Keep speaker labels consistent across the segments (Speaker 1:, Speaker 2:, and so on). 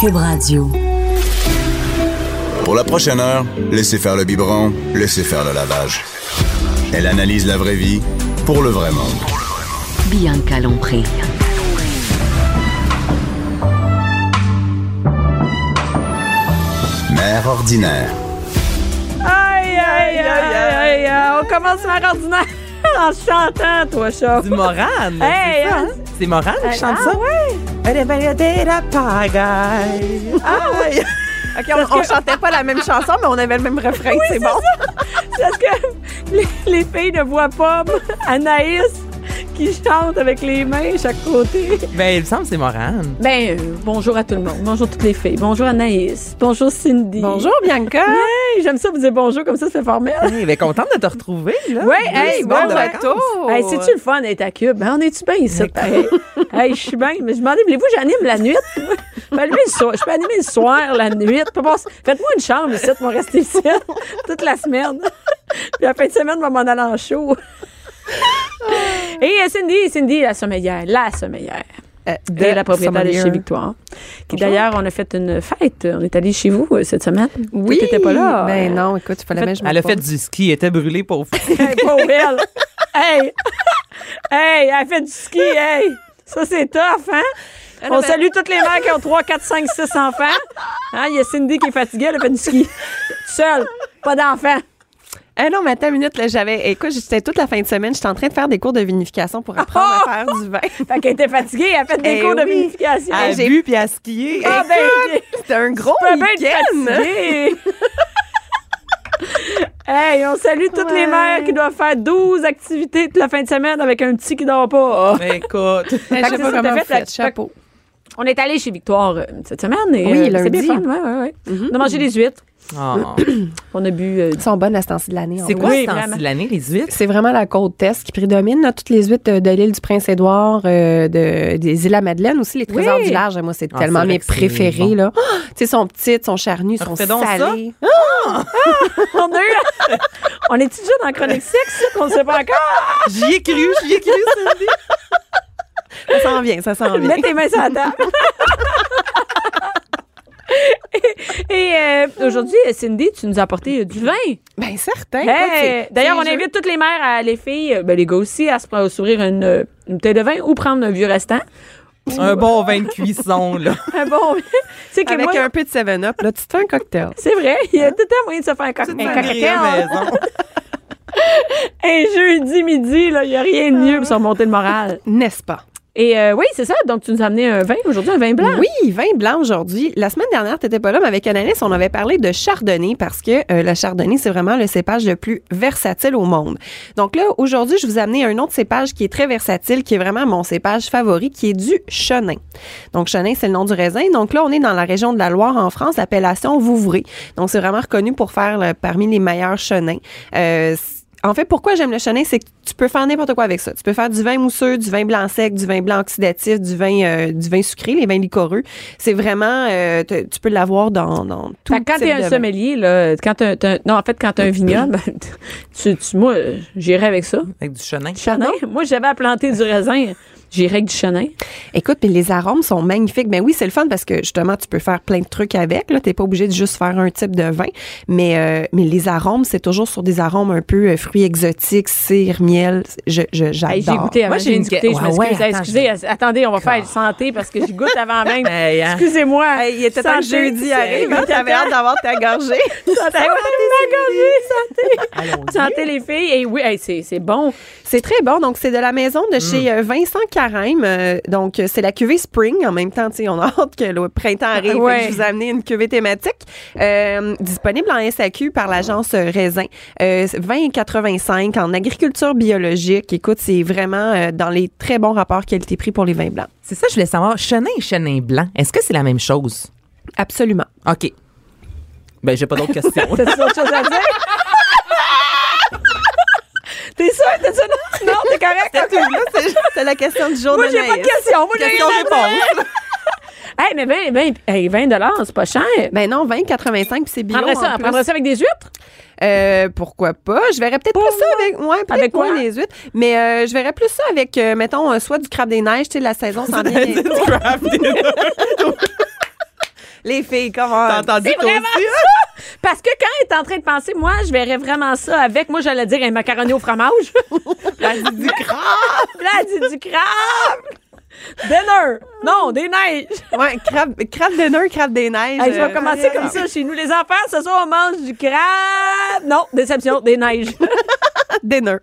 Speaker 1: Cube Radio.
Speaker 2: Pour la prochaine heure, laissez faire le biberon, laissez faire le lavage. Elle analyse la vraie vie pour le vrai monde.
Speaker 1: Bianca Lompré.
Speaker 2: Mère ordinaire.
Speaker 3: Aïe, aïe, aïe, aïe, aïe. On commence par ordinaire en chantant, toi, chat.
Speaker 4: du Morane.
Speaker 3: Hey,
Speaker 4: c'est ça,
Speaker 3: hein?
Speaker 4: hein? C'est Morane qui chante
Speaker 3: ah,
Speaker 4: ça?
Speaker 3: ouais.
Speaker 4: Elle est baladée la pagaille. Aïe.
Speaker 5: OK, on, on chantait pas la même chanson, mais on avait le même refrain, c'est bon.
Speaker 3: Parce que les, les filles ne voient pas Anaïs qui chante avec les mains à chaque côté.
Speaker 4: Ben, il me semble que c'est Morane.
Speaker 3: Ben, euh, bonjour à tout le monde. Bonjour toutes les filles. Bonjour Anaïs. Bonjour Cindy.
Speaker 5: Bonjour, Bianca.
Speaker 3: Hey, j'aime ça vous dire bonjour comme ça, c'est formel.
Speaker 4: Hey, ben, contente de te retrouver, là.
Speaker 3: Oui, hey,
Speaker 4: semaines
Speaker 3: bon
Speaker 4: de
Speaker 3: retour.
Speaker 5: vacances.
Speaker 3: Hey, c'est-tu le fun d'être à Cube? Ben, on est-tu bien ici? Hey, hey, je suis bien, mais je m'en dis, voulez-vous, que j'anime la nuit? Je peux, allumer le soir, je peux animer le soir, la nuit. Je peux passer- Faites-moi une chambre ici, moi, rester ici toute la semaine. Puis la fin de semaine, on va m'en aller en show. Et euh, Cindy, Cindy, la sommeillère, la sommeillère.
Speaker 4: Euh,
Speaker 3: De la propriétaire de
Speaker 4: Sommelier.
Speaker 3: chez Victoire. Qui d'ailleurs, on a fait une fête. On est allé chez vous euh, cette semaine. Tu n'étais pas là.
Speaker 5: Ben non, écoute, il fallait même.
Speaker 4: Elle a fait du ski, elle était brûlée pour
Speaker 3: Hey, pour elle. Hey! Hey, elle fait du ski, hey! Ça, c'est tough, hein? On salue toutes les mères qui ont 3, 4, 5, 6 enfants. Hein, Il y a Cindy qui est fatiguée, elle a fait du ski. Seule, pas d'enfant.
Speaker 5: Ah non, mais attends une minute, là, j'avais. Écoute, j'étais toute la fin de semaine, j'étais en train de faire des cours de vinification pour apprendre
Speaker 3: Oh!
Speaker 5: à faire du vin.
Speaker 3: Fait qu'elle était fatiguée, elle a fait des
Speaker 5: Eh
Speaker 3: cours de
Speaker 5: oui.
Speaker 3: vinification.
Speaker 4: Elle a
Speaker 5: j'ai-
Speaker 4: bu puis à skier.
Speaker 3: Ah,
Speaker 4: Hey,
Speaker 3: ben,
Speaker 5: C'était un gros
Speaker 3: peut bien être
Speaker 5: week-end. Ben,
Speaker 3: fatiguée. hey, on salue toutes les
Speaker 5: Ouais.
Speaker 3: mères qui doivent faire 12 activités toute la fin de semaine avec un petit qui dort pas.
Speaker 4: ben, écoute.
Speaker 3: Fait que
Speaker 5: Mais Je sais
Speaker 3: c'est
Speaker 5: pas
Speaker 3: ça, t'as
Speaker 5: comment
Speaker 3: fait
Speaker 5: vous
Speaker 3: la-
Speaker 5: faites. Chapeau.
Speaker 3: On est allé chez Victoire euh, cette semaine. Et,
Speaker 5: Oui,
Speaker 3: euh, c'est
Speaker 5: lundi.
Speaker 3: bien fun, ouais, ouais, ouais. On a mangé des huîtres.
Speaker 4: Oh.
Speaker 3: On a bu. euh, du-
Speaker 5: Elles sont bonnes à ce temps-ci de l'année. en
Speaker 4: C'est
Speaker 5: vrai.
Speaker 4: quoi
Speaker 3: Oui,
Speaker 4: ce temps-ci
Speaker 3: vraiment.
Speaker 4: de l'année, les huîtres?
Speaker 5: C'est vraiment la côte est qui prédomine. là. toutes les huîtres euh, de l'île du Prince-Édouard, euh, de- des îles à Madeleine aussi, les trésors
Speaker 3: Oui.
Speaker 5: du large. Moi, c'est
Speaker 4: Ah,
Speaker 5: tellement
Speaker 4: c'est vrai
Speaker 5: mes
Speaker 4: que c'est
Speaker 5: préférés.
Speaker 4: bon.
Speaker 5: là. Ah, tu sais, sont petites, sont charnues, sont
Speaker 4: Refais donc ça.
Speaker 5: salées.
Speaker 3: on a eu. on est déjà dans Chronique Sexe, ça, qu'on ne sait pas encore.
Speaker 4: Ah, J'y ai cru, j'y ai cru, Cindy.
Speaker 5: Ça s'en vient, ça s'en vient.
Speaker 3: Mets tes mains sur la table. Et, et, euh, aujourd'hui, Cindy, tu nous as apporté euh, du vin.
Speaker 5: Bien Ben, certain.
Speaker 3: Hey,
Speaker 5: écoute, Hein, c'est-
Speaker 3: D'ailleurs,
Speaker 5: c'est
Speaker 3: on
Speaker 5: joli.
Speaker 3: invite toutes les mères, à, les filles, euh, ben, les gars aussi, à se prendre- s'ouvrir une, euh, une bouteille de vin ou prendre un vieux restant.
Speaker 4: Un bon vin de cuisson, là.
Speaker 3: Un bon. c'est que
Speaker 5: Avec
Speaker 3: moi,
Speaker 5: un Hein? peu de 7-Up, là, tu te fais un cocktail.
Speaker 3: c'est vrai, il y a tout le temps moyen de se faire un, cock- un
Speaker 4: Sangria
Speaker 3: cocktail.
Speaker 4: maison.
Speaker 3: Un jeudi midi, là, il n'y a rien de mieux pour se remonter le moral.
Speaker 5: N'est-ce pas?
Speaker 3: Et euh, oui, c'est ça. Donc, tu nous as amené un vin aujourd'hui, un vin blanc.
Speaker 5: Oui, vin blanc aujourd'hui. La semaine dernière, tu n'étais pas là, mais avec Anaïs, on avait parlé de chardonnay parce que euh, le chardonnay, c'est vraiment le cépage le plus versatile au monde. Donc là, aujourd'hui, je vous ai amené un autre cépage qui est très versatile, qui est vraiment mon cépage favori, qui est du chenin. Donc, chenin, c'est le nom du raisin. Donc là, on est dans la région de la Loire en France, l'appellation Vouvray. Donc, c'est vraiment reconnu pour faire là, parmi les meilleurs chenins. Euh, en fait, pourquoi j'aime le chenin, c'est que tu peux faire n'importe quoi avec ça. Tu peux faire du vin mousseux, du vin blanc sec, du vin blanc oxydatif, du vin, euh, du vin sucré, les vins liquoreux. C'est vraiment, euh, te- tu peux l'avoir dans, dans tout
Speaker 3: Fait que quand
Speaker 5: type
Speaker 3: t'es
Speaker 5: de
Speaker 3: un
Speaker 5: vin.
Speaker 3: sommelier, là, quand t'es un, t'es un- non, en fait, quand t'es un vignoble, tu, tu- moi, euh, j'irais avec ça.
Speaker 4: Avec du chenin.
Speaker 3: Du Chenin. Moi, j'avais à planter du raisin. J'irais avec du chenin.
Speaker 5: Écoute, puis les arômes sont magnifiques. Ben oui, c'est le fun parce que justement, tu peux faire plein de trucs avec. Là, t'es pas obligé de juste faire un type de vin, mais euh, mais les arômes, c'est toujours sur des arômes un peu euh, fruits exotiques, cire, miel. Je, je j'adore.
Speaker 3: Hey, j'ai goûté avant.
Speaker 4: Moi, j'ai
Speaker 3: J'ai
Speaker 4: une
Speaker 3: goûté.
Speaker 4: que-
Speaker 3: Je
Speaker 4: Ouais,
Speaker 3: m'excuse.
Speaker 4: ouais,
Speaker 3: Hey,
Speaker 4: attends,
Speaker 3: excusez, attendez, on va faire santé parce que j'y goûte avant même.
Speaker 4: Hey, hein.
Speaker 3: Excusez-moi.
Speaker 5: Hey, il était temps que
Speaker 3: Santé.
Speaker 5: jeudi arrive.
Speaker 3: Santé.
Speaker 5: Tu avais hâte d'avoir ta gorgée.
Speaker 3: Santé. Ouais, ma gorgée, Santé. Santé, les filles. Et oui, hey, c'est c'est bon.
Speaker 5: C'est très bon. Donc, c'est de la maison de chez euh, Vincent Carême. Euh, donc, euh, c'est la cuvée Spring. En même temps, tu sais, on a hâte que le printemps arrive. Fait que
Speaker 3: Ouais.
Speaker 5: je vous ai amené une cuvée thématique euh, disponible en SAQ par l'agence euh, Raisin. Euh, 20 et 85 en agriculture biologique. Écoute, c'est vraiment euh, dans les très bons rapports qualité-prix pour les vins blancs.
Speaker 4: C'est ça, je voulais savoir. Chenin et chenin blanc, est-ce que c'est la même chose?
Speaker 5: Absolument.
Speaker 4: OK. Ben, j'ai pas d'autres questions.
Speaker 3: T'as-tu autre chose à dire? T'es sûr? T'as sûr? Non, non t'es correct?
Speaker 5: Là, c'est- c'est la question du jour
Speaker 3: Moi, j'ai pas de
Speaker 5: d'Anaïs.
Speaker 3: questions. Moi, j'ai rien à dire.
Speaker 5: Question-réponse.
Speaker 3: Hey, mais 20, 20, hey, 20 c'est pas cher.
Speaker 5: Ben non, 20 85 puis c'est bio.
Speaker 3: Prendrais
Speaker 5: en
Speaker 3: ça,
Speaker 5: plus.
Speaker 3: prendrais ça avec des huîtres?
Speaker 5: Euh, pourquoi pas? Je verrais peut-être plus ça avec, ouais, peut-être
Speaker 3: Avec quoi?
Speaker 5: moins les huîtres, mais euh, je verrais plus ça avec, euh, mettons, euh, soit du crabe des neiges, tu sais, la saison s'en vient.
Speaker 4: Du craft dinner.
Speaker 5: Les filles, comment?
Speaker 4: T'as entendu
Speaker 3: C'est
Speaker 4: toi
Speaker 3: vraiment
Speaker 4: aussi?
Speaker 3: ça! Parce que quand elle est en train de penser, moi, je verrais vraiment ça avec, moi, j'allais dire un macaroni au fromage. Là, elle dit du crabe! Là, elle dit du crabe! Dinner! Non, des neiges!
Speaker 5: Ouais, crabe, crabe de nœuds, crabe des neiges.
Speaker 3: Hey, je vais
Speaker 5: euh,
Speaker 3: commencer comme ça chez nous. Les enfants, ce soir, on mange du crabe! Non, déception, des neiges.
Speaker 5: Des nœuds.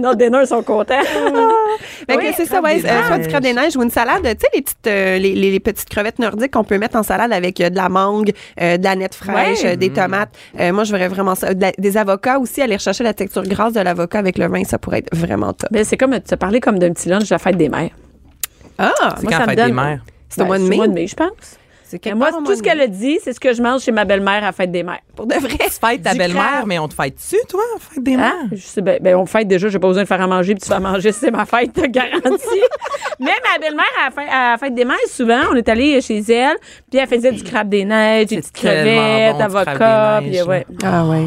Speaker 3: Nos dinners sont contents.
Speaker 5: Fait
Speaker 3: Oui,
Speaker 5: que c'est ça, ouais,
Speaker 4: des
Speaker 5: euh, soit
Speaker 4: neiges.
Speaker 5: du crabe des neiges ou une salade, tu sais, les petites, euh, les, les- les petites crevettes nordiques qu'on peut mettre en salade avec euh, de la mangue, euh, de la nette fraîche,
Speaker 3: Ouais.
Speaker 5: euh, des tomates. Euh, moi, je verrais vraiment ça. De la- des avocats aussi, aller rechercher la texture grasse de l'avocat avec le vin, ça pourrait être vraiment top.
Speaker 3: Ben, c'est comme, tu as parlé comme d'un petit lunch de la fête des mères.
Speaker 5: Ah!
Speaker 4: C'est quand
Speaker 3: ça
Speaker 4: la
Speaker 3: me
Speaker 4: fête
Speaker 3: donne-
Speaker 4: des mères.
Speaker 5: C'est au mois de
Speaker 3: Ben, C'est
Speaker 5: mai.
Speaker 3: au mois de mai, je pense.
Speaker 5: C'est
Speaker 3: Et
Speaker 5: quelque
Speaker 3: moi,
Speaker 5: part au mois
Speaker 3: tout ce
Speaker 5: de mai.
Speaker 3: qu'elle a dit, c'est ce que je mange chez ma belle-mère à la fête des mères.
Speaker 5: Pour de vrai.
Speaker 4: Fête ta
Speaker 3: Du
Speaker 4: belle-mère,
Speaker 3: crabe.
Speaker 4: mais on te fête-tu, toi, en fête des mères?
Speaker 5: Ah!
Speaker 3: Hein? Je sais, ben, ben, on fête déjà, j'ai pas besoin de faire à manger, puis tu vas manger, c'est ma fête, t'as garantie. Mais ma belle-mère, à la fête- à la fête des mères, souvent, on est allé chez elle, puis elle faisait du crabe des neiges, des
Speaker 4: C'est
Speaker 3: petites
Speaker 4: tellement
Speaker 3: crevettes,
Speaker 4: bon, du crabe
Speaker 3: avocats,
Speaker 4: des
Speaker 3: puis
Speaker 4: neiges, hein.
Speaker 3: ouais.
Speaker 5: Ah ouais.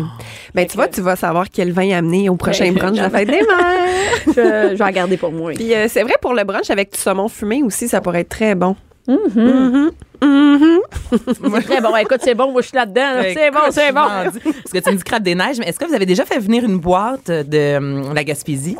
Speaker 5: Ben tu vois, tu vas savoir quel vin amener au prochain brunch de la fête des mères.
Speaker 3: je, je vais en garder pour moi.
Speaker 5: Puis euh, c'est vrai pour le brunch avec du saumon fumé aussi, ça pourrait être très bon.
Speaker 3: C'est très bon. Écoute, c'est bon, moi, je suis là-dedans. là. Ah, C'est bon,
Speaker 4: Ben, Écoute,
Speaker 3: c'est
Speaker 4: je
Speaker 3: bon.
Speaker 4: m'en dis. Parce que tu me dis crabe des neiges, mais est-ce que vous avez déjà fait venir une boîte de hum, la Gaspésie?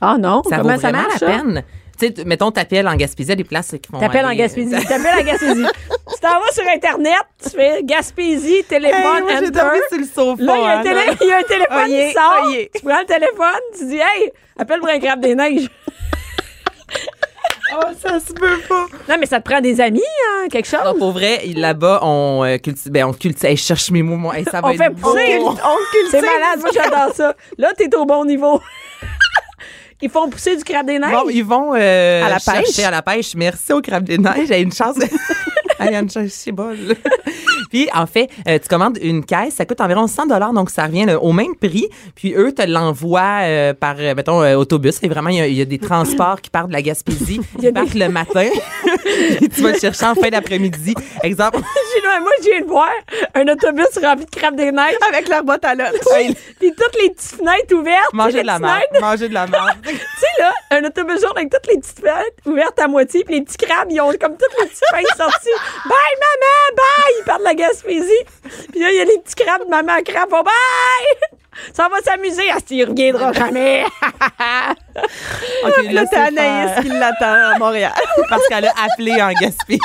Speaker 3: Ah non,
Speaker 4: Ça
Speaker 3: comment
Speaker 4: vaut
Speaker 3: ça
Speaker 4: vraiment
Speaker 3: marche? ça?
Speaker 4: la peine. Tu sais, tu- mettons, t'appelles en Gaspésie, il y a des places qui font.
Speaker 3: T'appelles en
Speaker 4: aller-
Speaker 3: Gaspésie. T'appelles en Gaspésie. tu t'en vas sur Internet, tu fais Gaspésie,
Speaker 4: euh, Hey,
Speaker 3: téléphone,
Speaker 4: moi, j'ai
Speaker 3: enter.
Speaker 4: dormi sur le sofa.
Speaker 3: Là, il y a un,
Speaker 4: hein.
Speaker 3: télé- il y a un téléphone
Speaker 5: Oyez,
Speaker 3: qui sort.
Speaker 5: oyez.
Speaker 3: Tu prends le téléphone, tu dis Hey, appelle-moi un crabe des neiges. Oh,
Speaker 4: Ah, ça se peut pas.
Speaker 3: Non, mais ça te prend des amis, hein, quelque chose.
Speaker 4: Non, pour vrai, il- là-bas, on euh, cultive. Ben, on cultive. Hey, je cherche mes mots, moi. Hey, ça va
Speaker 3: on
Speaker 4: être
Speaker 3: fait
Speaker 4: beau.
Speaker 3: pousser. C'est malade, moi j'adore ça. Là, t'es au bon niveau. Ils font pousser du crabe des neiges.
Speaker 4: Bon, ils vont euh,
Speaker 5: À la
Speaker 4: chercher
Speaker 5: pêche.
Speaker 4: à la pêche. Merci au crabe des neiges. J'ai une chance. Allez, une chance, c'est bon. là. Puis, en fait, euh, tu commandes une caisse. Ça coûte environ 100 donc ça revient là, au même prix. Puis, eux te l'envoient euh, par, euh, mettons, euh, autobus. Et vraiment, il y a- il y, a des transports qui partent de la Gaspésie.
Speaker 3: y a
Speaker 4: Ils partent le matin. Puis tu vas le chercher en fin d'après-midi. Exemple,
Speaker 3: J'ai- non, moi, j'ai viens de voir un autobus rempli de crabe des neiges.
Speaker 5: Avec leur boîte à lunch.
Speaker 3: Puis toutes les petites fenêtres ouvertes. tu sais,
Speaker 4: manger
Speaker 3: les
Speaker 4: de la
Speaker 3: petites
Speaker 4: merde.
Speaker 3: fenêtres.
Speaker 4: Manger de la merde.
Speaker 3: Tu sais, là, un autobus jaune avec toutes les petites fenêtres ouvertes à moitié, puis les petits crabes, ils ont comme toutes les petites feuilles sorties. Bye, maman, bye! Ils partent de la Gaspésie. Puis là, il y a les petits crabes, maman crabe, oh, bye! Ça va s'amuser, à ce qu'il reviendra jamais.
Speaker 4: OK,
Speaker 5: Là, t'as
Speaker 4: c'est faire.
Speaker 5: Anaïs qui l'attend à Montréal.
Speaker 4: Parce qu'elle a appelé en Gaspésie.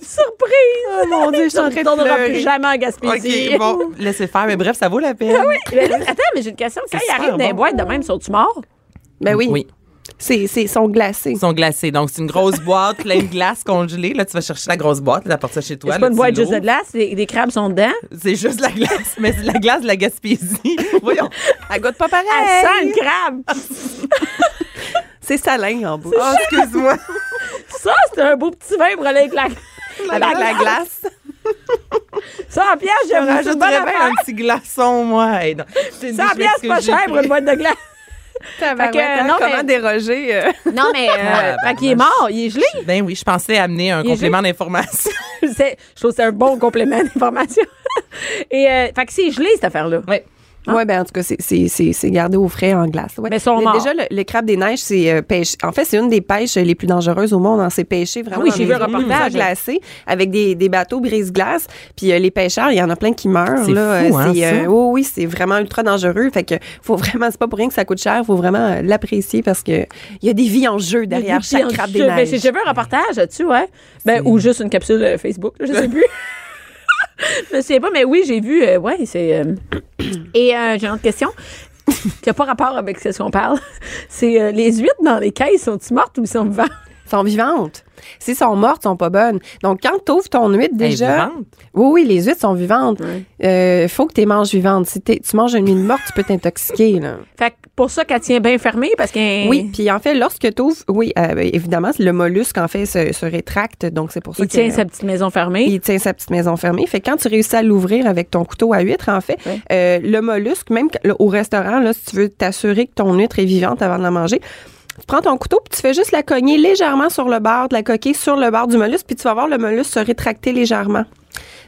Speaker 3: Surprise!
Speaker 5: Oh mon Dieu, je suis en
Speaker 3: On
Speaker 5: train
Speaker 3: ne
Speaker 5: de
Speaker 3: retournera
Speaker 5: pleurer.
Speaker 3: plus jamais en Gaspésie.
Speaker 4: OK, bon, laissez faire. Mais bref, ça vaut la
Speaker 5: Ah
Speaker 4: peine.
Speaker 3: Oui, mais là, attends, mais j'ai une question. Quand
Speaker 4: C'est
Speaker 3: ils arrivent
Speaker 4: super
Speaker 3: dans les
Speaker 4: bon.
Speaker 3: boîtes de même, sont-tu morts?
Speaker 5: Ben oui.
Speaker 4: Oui.
Speaker 5: C'est, c'est, ils sont glacés.
Speaker 4: Ils sont glacés. Donc, c'est une grosse boîte pleine de glace congelée. Là, tu vas chercher la grosse boîte, t'apportes ça chez toi.
Speaker 3: C'est
Speaker 4: là,
Speaker 3: pas une
Speaker 4: tu
Speaker 3: boîte juste de
Speaker 4: l'ouvres.
Speaker 3: glace, les, les crabes sont dedans.
Speaker 4: C'est juste la glace. Mais c'est de la glace de la Gaspésie. Voyons.
Speaker 5: Elle goûte pas pareil.
Speaker 3: Elle sent une crabe.
Speaker 5: Ah, C'est salin en bouche.
Speaker 4: Oh, excuse-moi.
Speaker 3: Ça, c'est un beau petit vin pour aller avec la,
Speaker 5: Avec la glace.
Speaker 3: Ça, en pièce,
Speaker 4: Je
Speaker 3: j'aimerais juste bonne
Speaker 4: rajouterais bien
Speaker 3: affaire.
Speaker 4: un petit glaçon, moi. Hey, non. Je te dis,
Speaker 3: Ça, en
Speaker 4: je
Speaker 3: pièce,
Speaker 4: m'excuse,
Speaker 3: pas
Speaker 4: j'ai
Speaker 3: cher
Speaker 4: pris.
Speaker 3: pour une boîte de glace.
Speaker 5: Tabarouette,
Speaker 3: Fait que,
Speaker 5: hein,
Speaker 3: non,
Speaker 5: comment
Speaker 3: mais-
Speaker 5: déroger? euh,
Speaker 3: Non, mais.
Speaker 4: Ah, ben,
Speaker 3: il est mort, il est gelé.
Speaker 4: Ben oui, je pensais amener un
Speaker 3: Il est
Speaker 4: complément d'information.
Speaker 3: C'est- je trouve que c'est un bon complément d'information. Et, euh, fait que c'est gelé, cette affaire-là.
Speaker 4: Ouais.
Speaker 5: Oui, ben en tout cas, c'est- c'est c'est- c'est gardé au frais en glace. Ouais.
Speaker 3: Mais ils sont morts.
Speaker 5: Déjà, le, le crabe des neiges, c'est euh, pêche. En fait, c'est une des pêches les plus dangereuses au monde. On s'est pêché vraiment
Speaker 3: Ah oui,
Speaker 5: dans
Speaker 3: j'ai vu
Speaker 5: des
Speaker 3: un
Speaker 5: eaux
Speaker 3: reportage.
Speaker 5: glacées avec des, des bateaux brise-glace. Puis euh, les pêcheurs, il y en a plein qui meurent.
Speaker 4: C'est
Speaker 5: là.
Speaker 4: fou,
Speaker 5: Euh,
Speaker 4: hein,
Speaker 5: c'est,
Speaker 4: ça?
Speaker 5: oui, oui, c'est vraiment ultra dangereux. Fait que faut vraiment, c'est pas pour rien que ça coûte cher. faut vraiment euh, l'apprécier parce que il y a des vies en jeu derrière
Speaker 3: Puis,
Speaker 5: chaque
Speaker 3: en
Speaker 5: crabe
Speaker 3: dessous,
Speaker 5: des
Speaker 3: ben,
Speaker 5: neiges.
Speaker 3: j'ai j'ai vu un reportage là-dessus, ouais. Ben, ou juste une capsule euh, Facebook, là, je sais plus. je sais pas, mais oui, j'ai vu. euh, ouais, c'est. euh, Et euh, j'ai une autre question qui n'a pas rapport avec ce qu'on parle. C'est euh, les huîtres dans les caisses, sont-ils mortes ou sont vivantes?
Speaker 5: sont vivantes. Si sont mortes, sont pas bonnes. Donc, quand t'ouvres ton huître déjà.
Speaker 4: vivante?
Speaker 5: Oui, oui, les huîtres sont vivantes. Euh, faut que tu manges vivantes. Si t'es- tu manges une huître morte, tu peux t'intoxiquer. là.
Speaker 3: Fait que pour ça qu'elle tient bien fermée, parce que.
Speaker 5: Oui, puis en fait, lorsque tu ouvres, oui, euh, ben, évidemment, le mollusque, en fait, se, se rétracte. Donc, c'est pour ça
Speaker 3: Il
Speaker 5: que-
Speaker 3: tient sa petite maison fermée.
Speaker 5: il tient sa petite maison fermée. Fait que quand tu réussis à l'ouvrir avec ton couteau à huître, en fait,
Speaker 3: Ouais.
Speaker 5: euh, le mollusque, même que- au restaurant, là, si tu veux t'assurer que ton huître est vivante avant de la manger, tu prends ton couteau puis tu fais juste la cogner légèrement sur le bord de la coquille, sur le bord du mollusque, puis tu vas voir le mollusque se rétracter légèrement.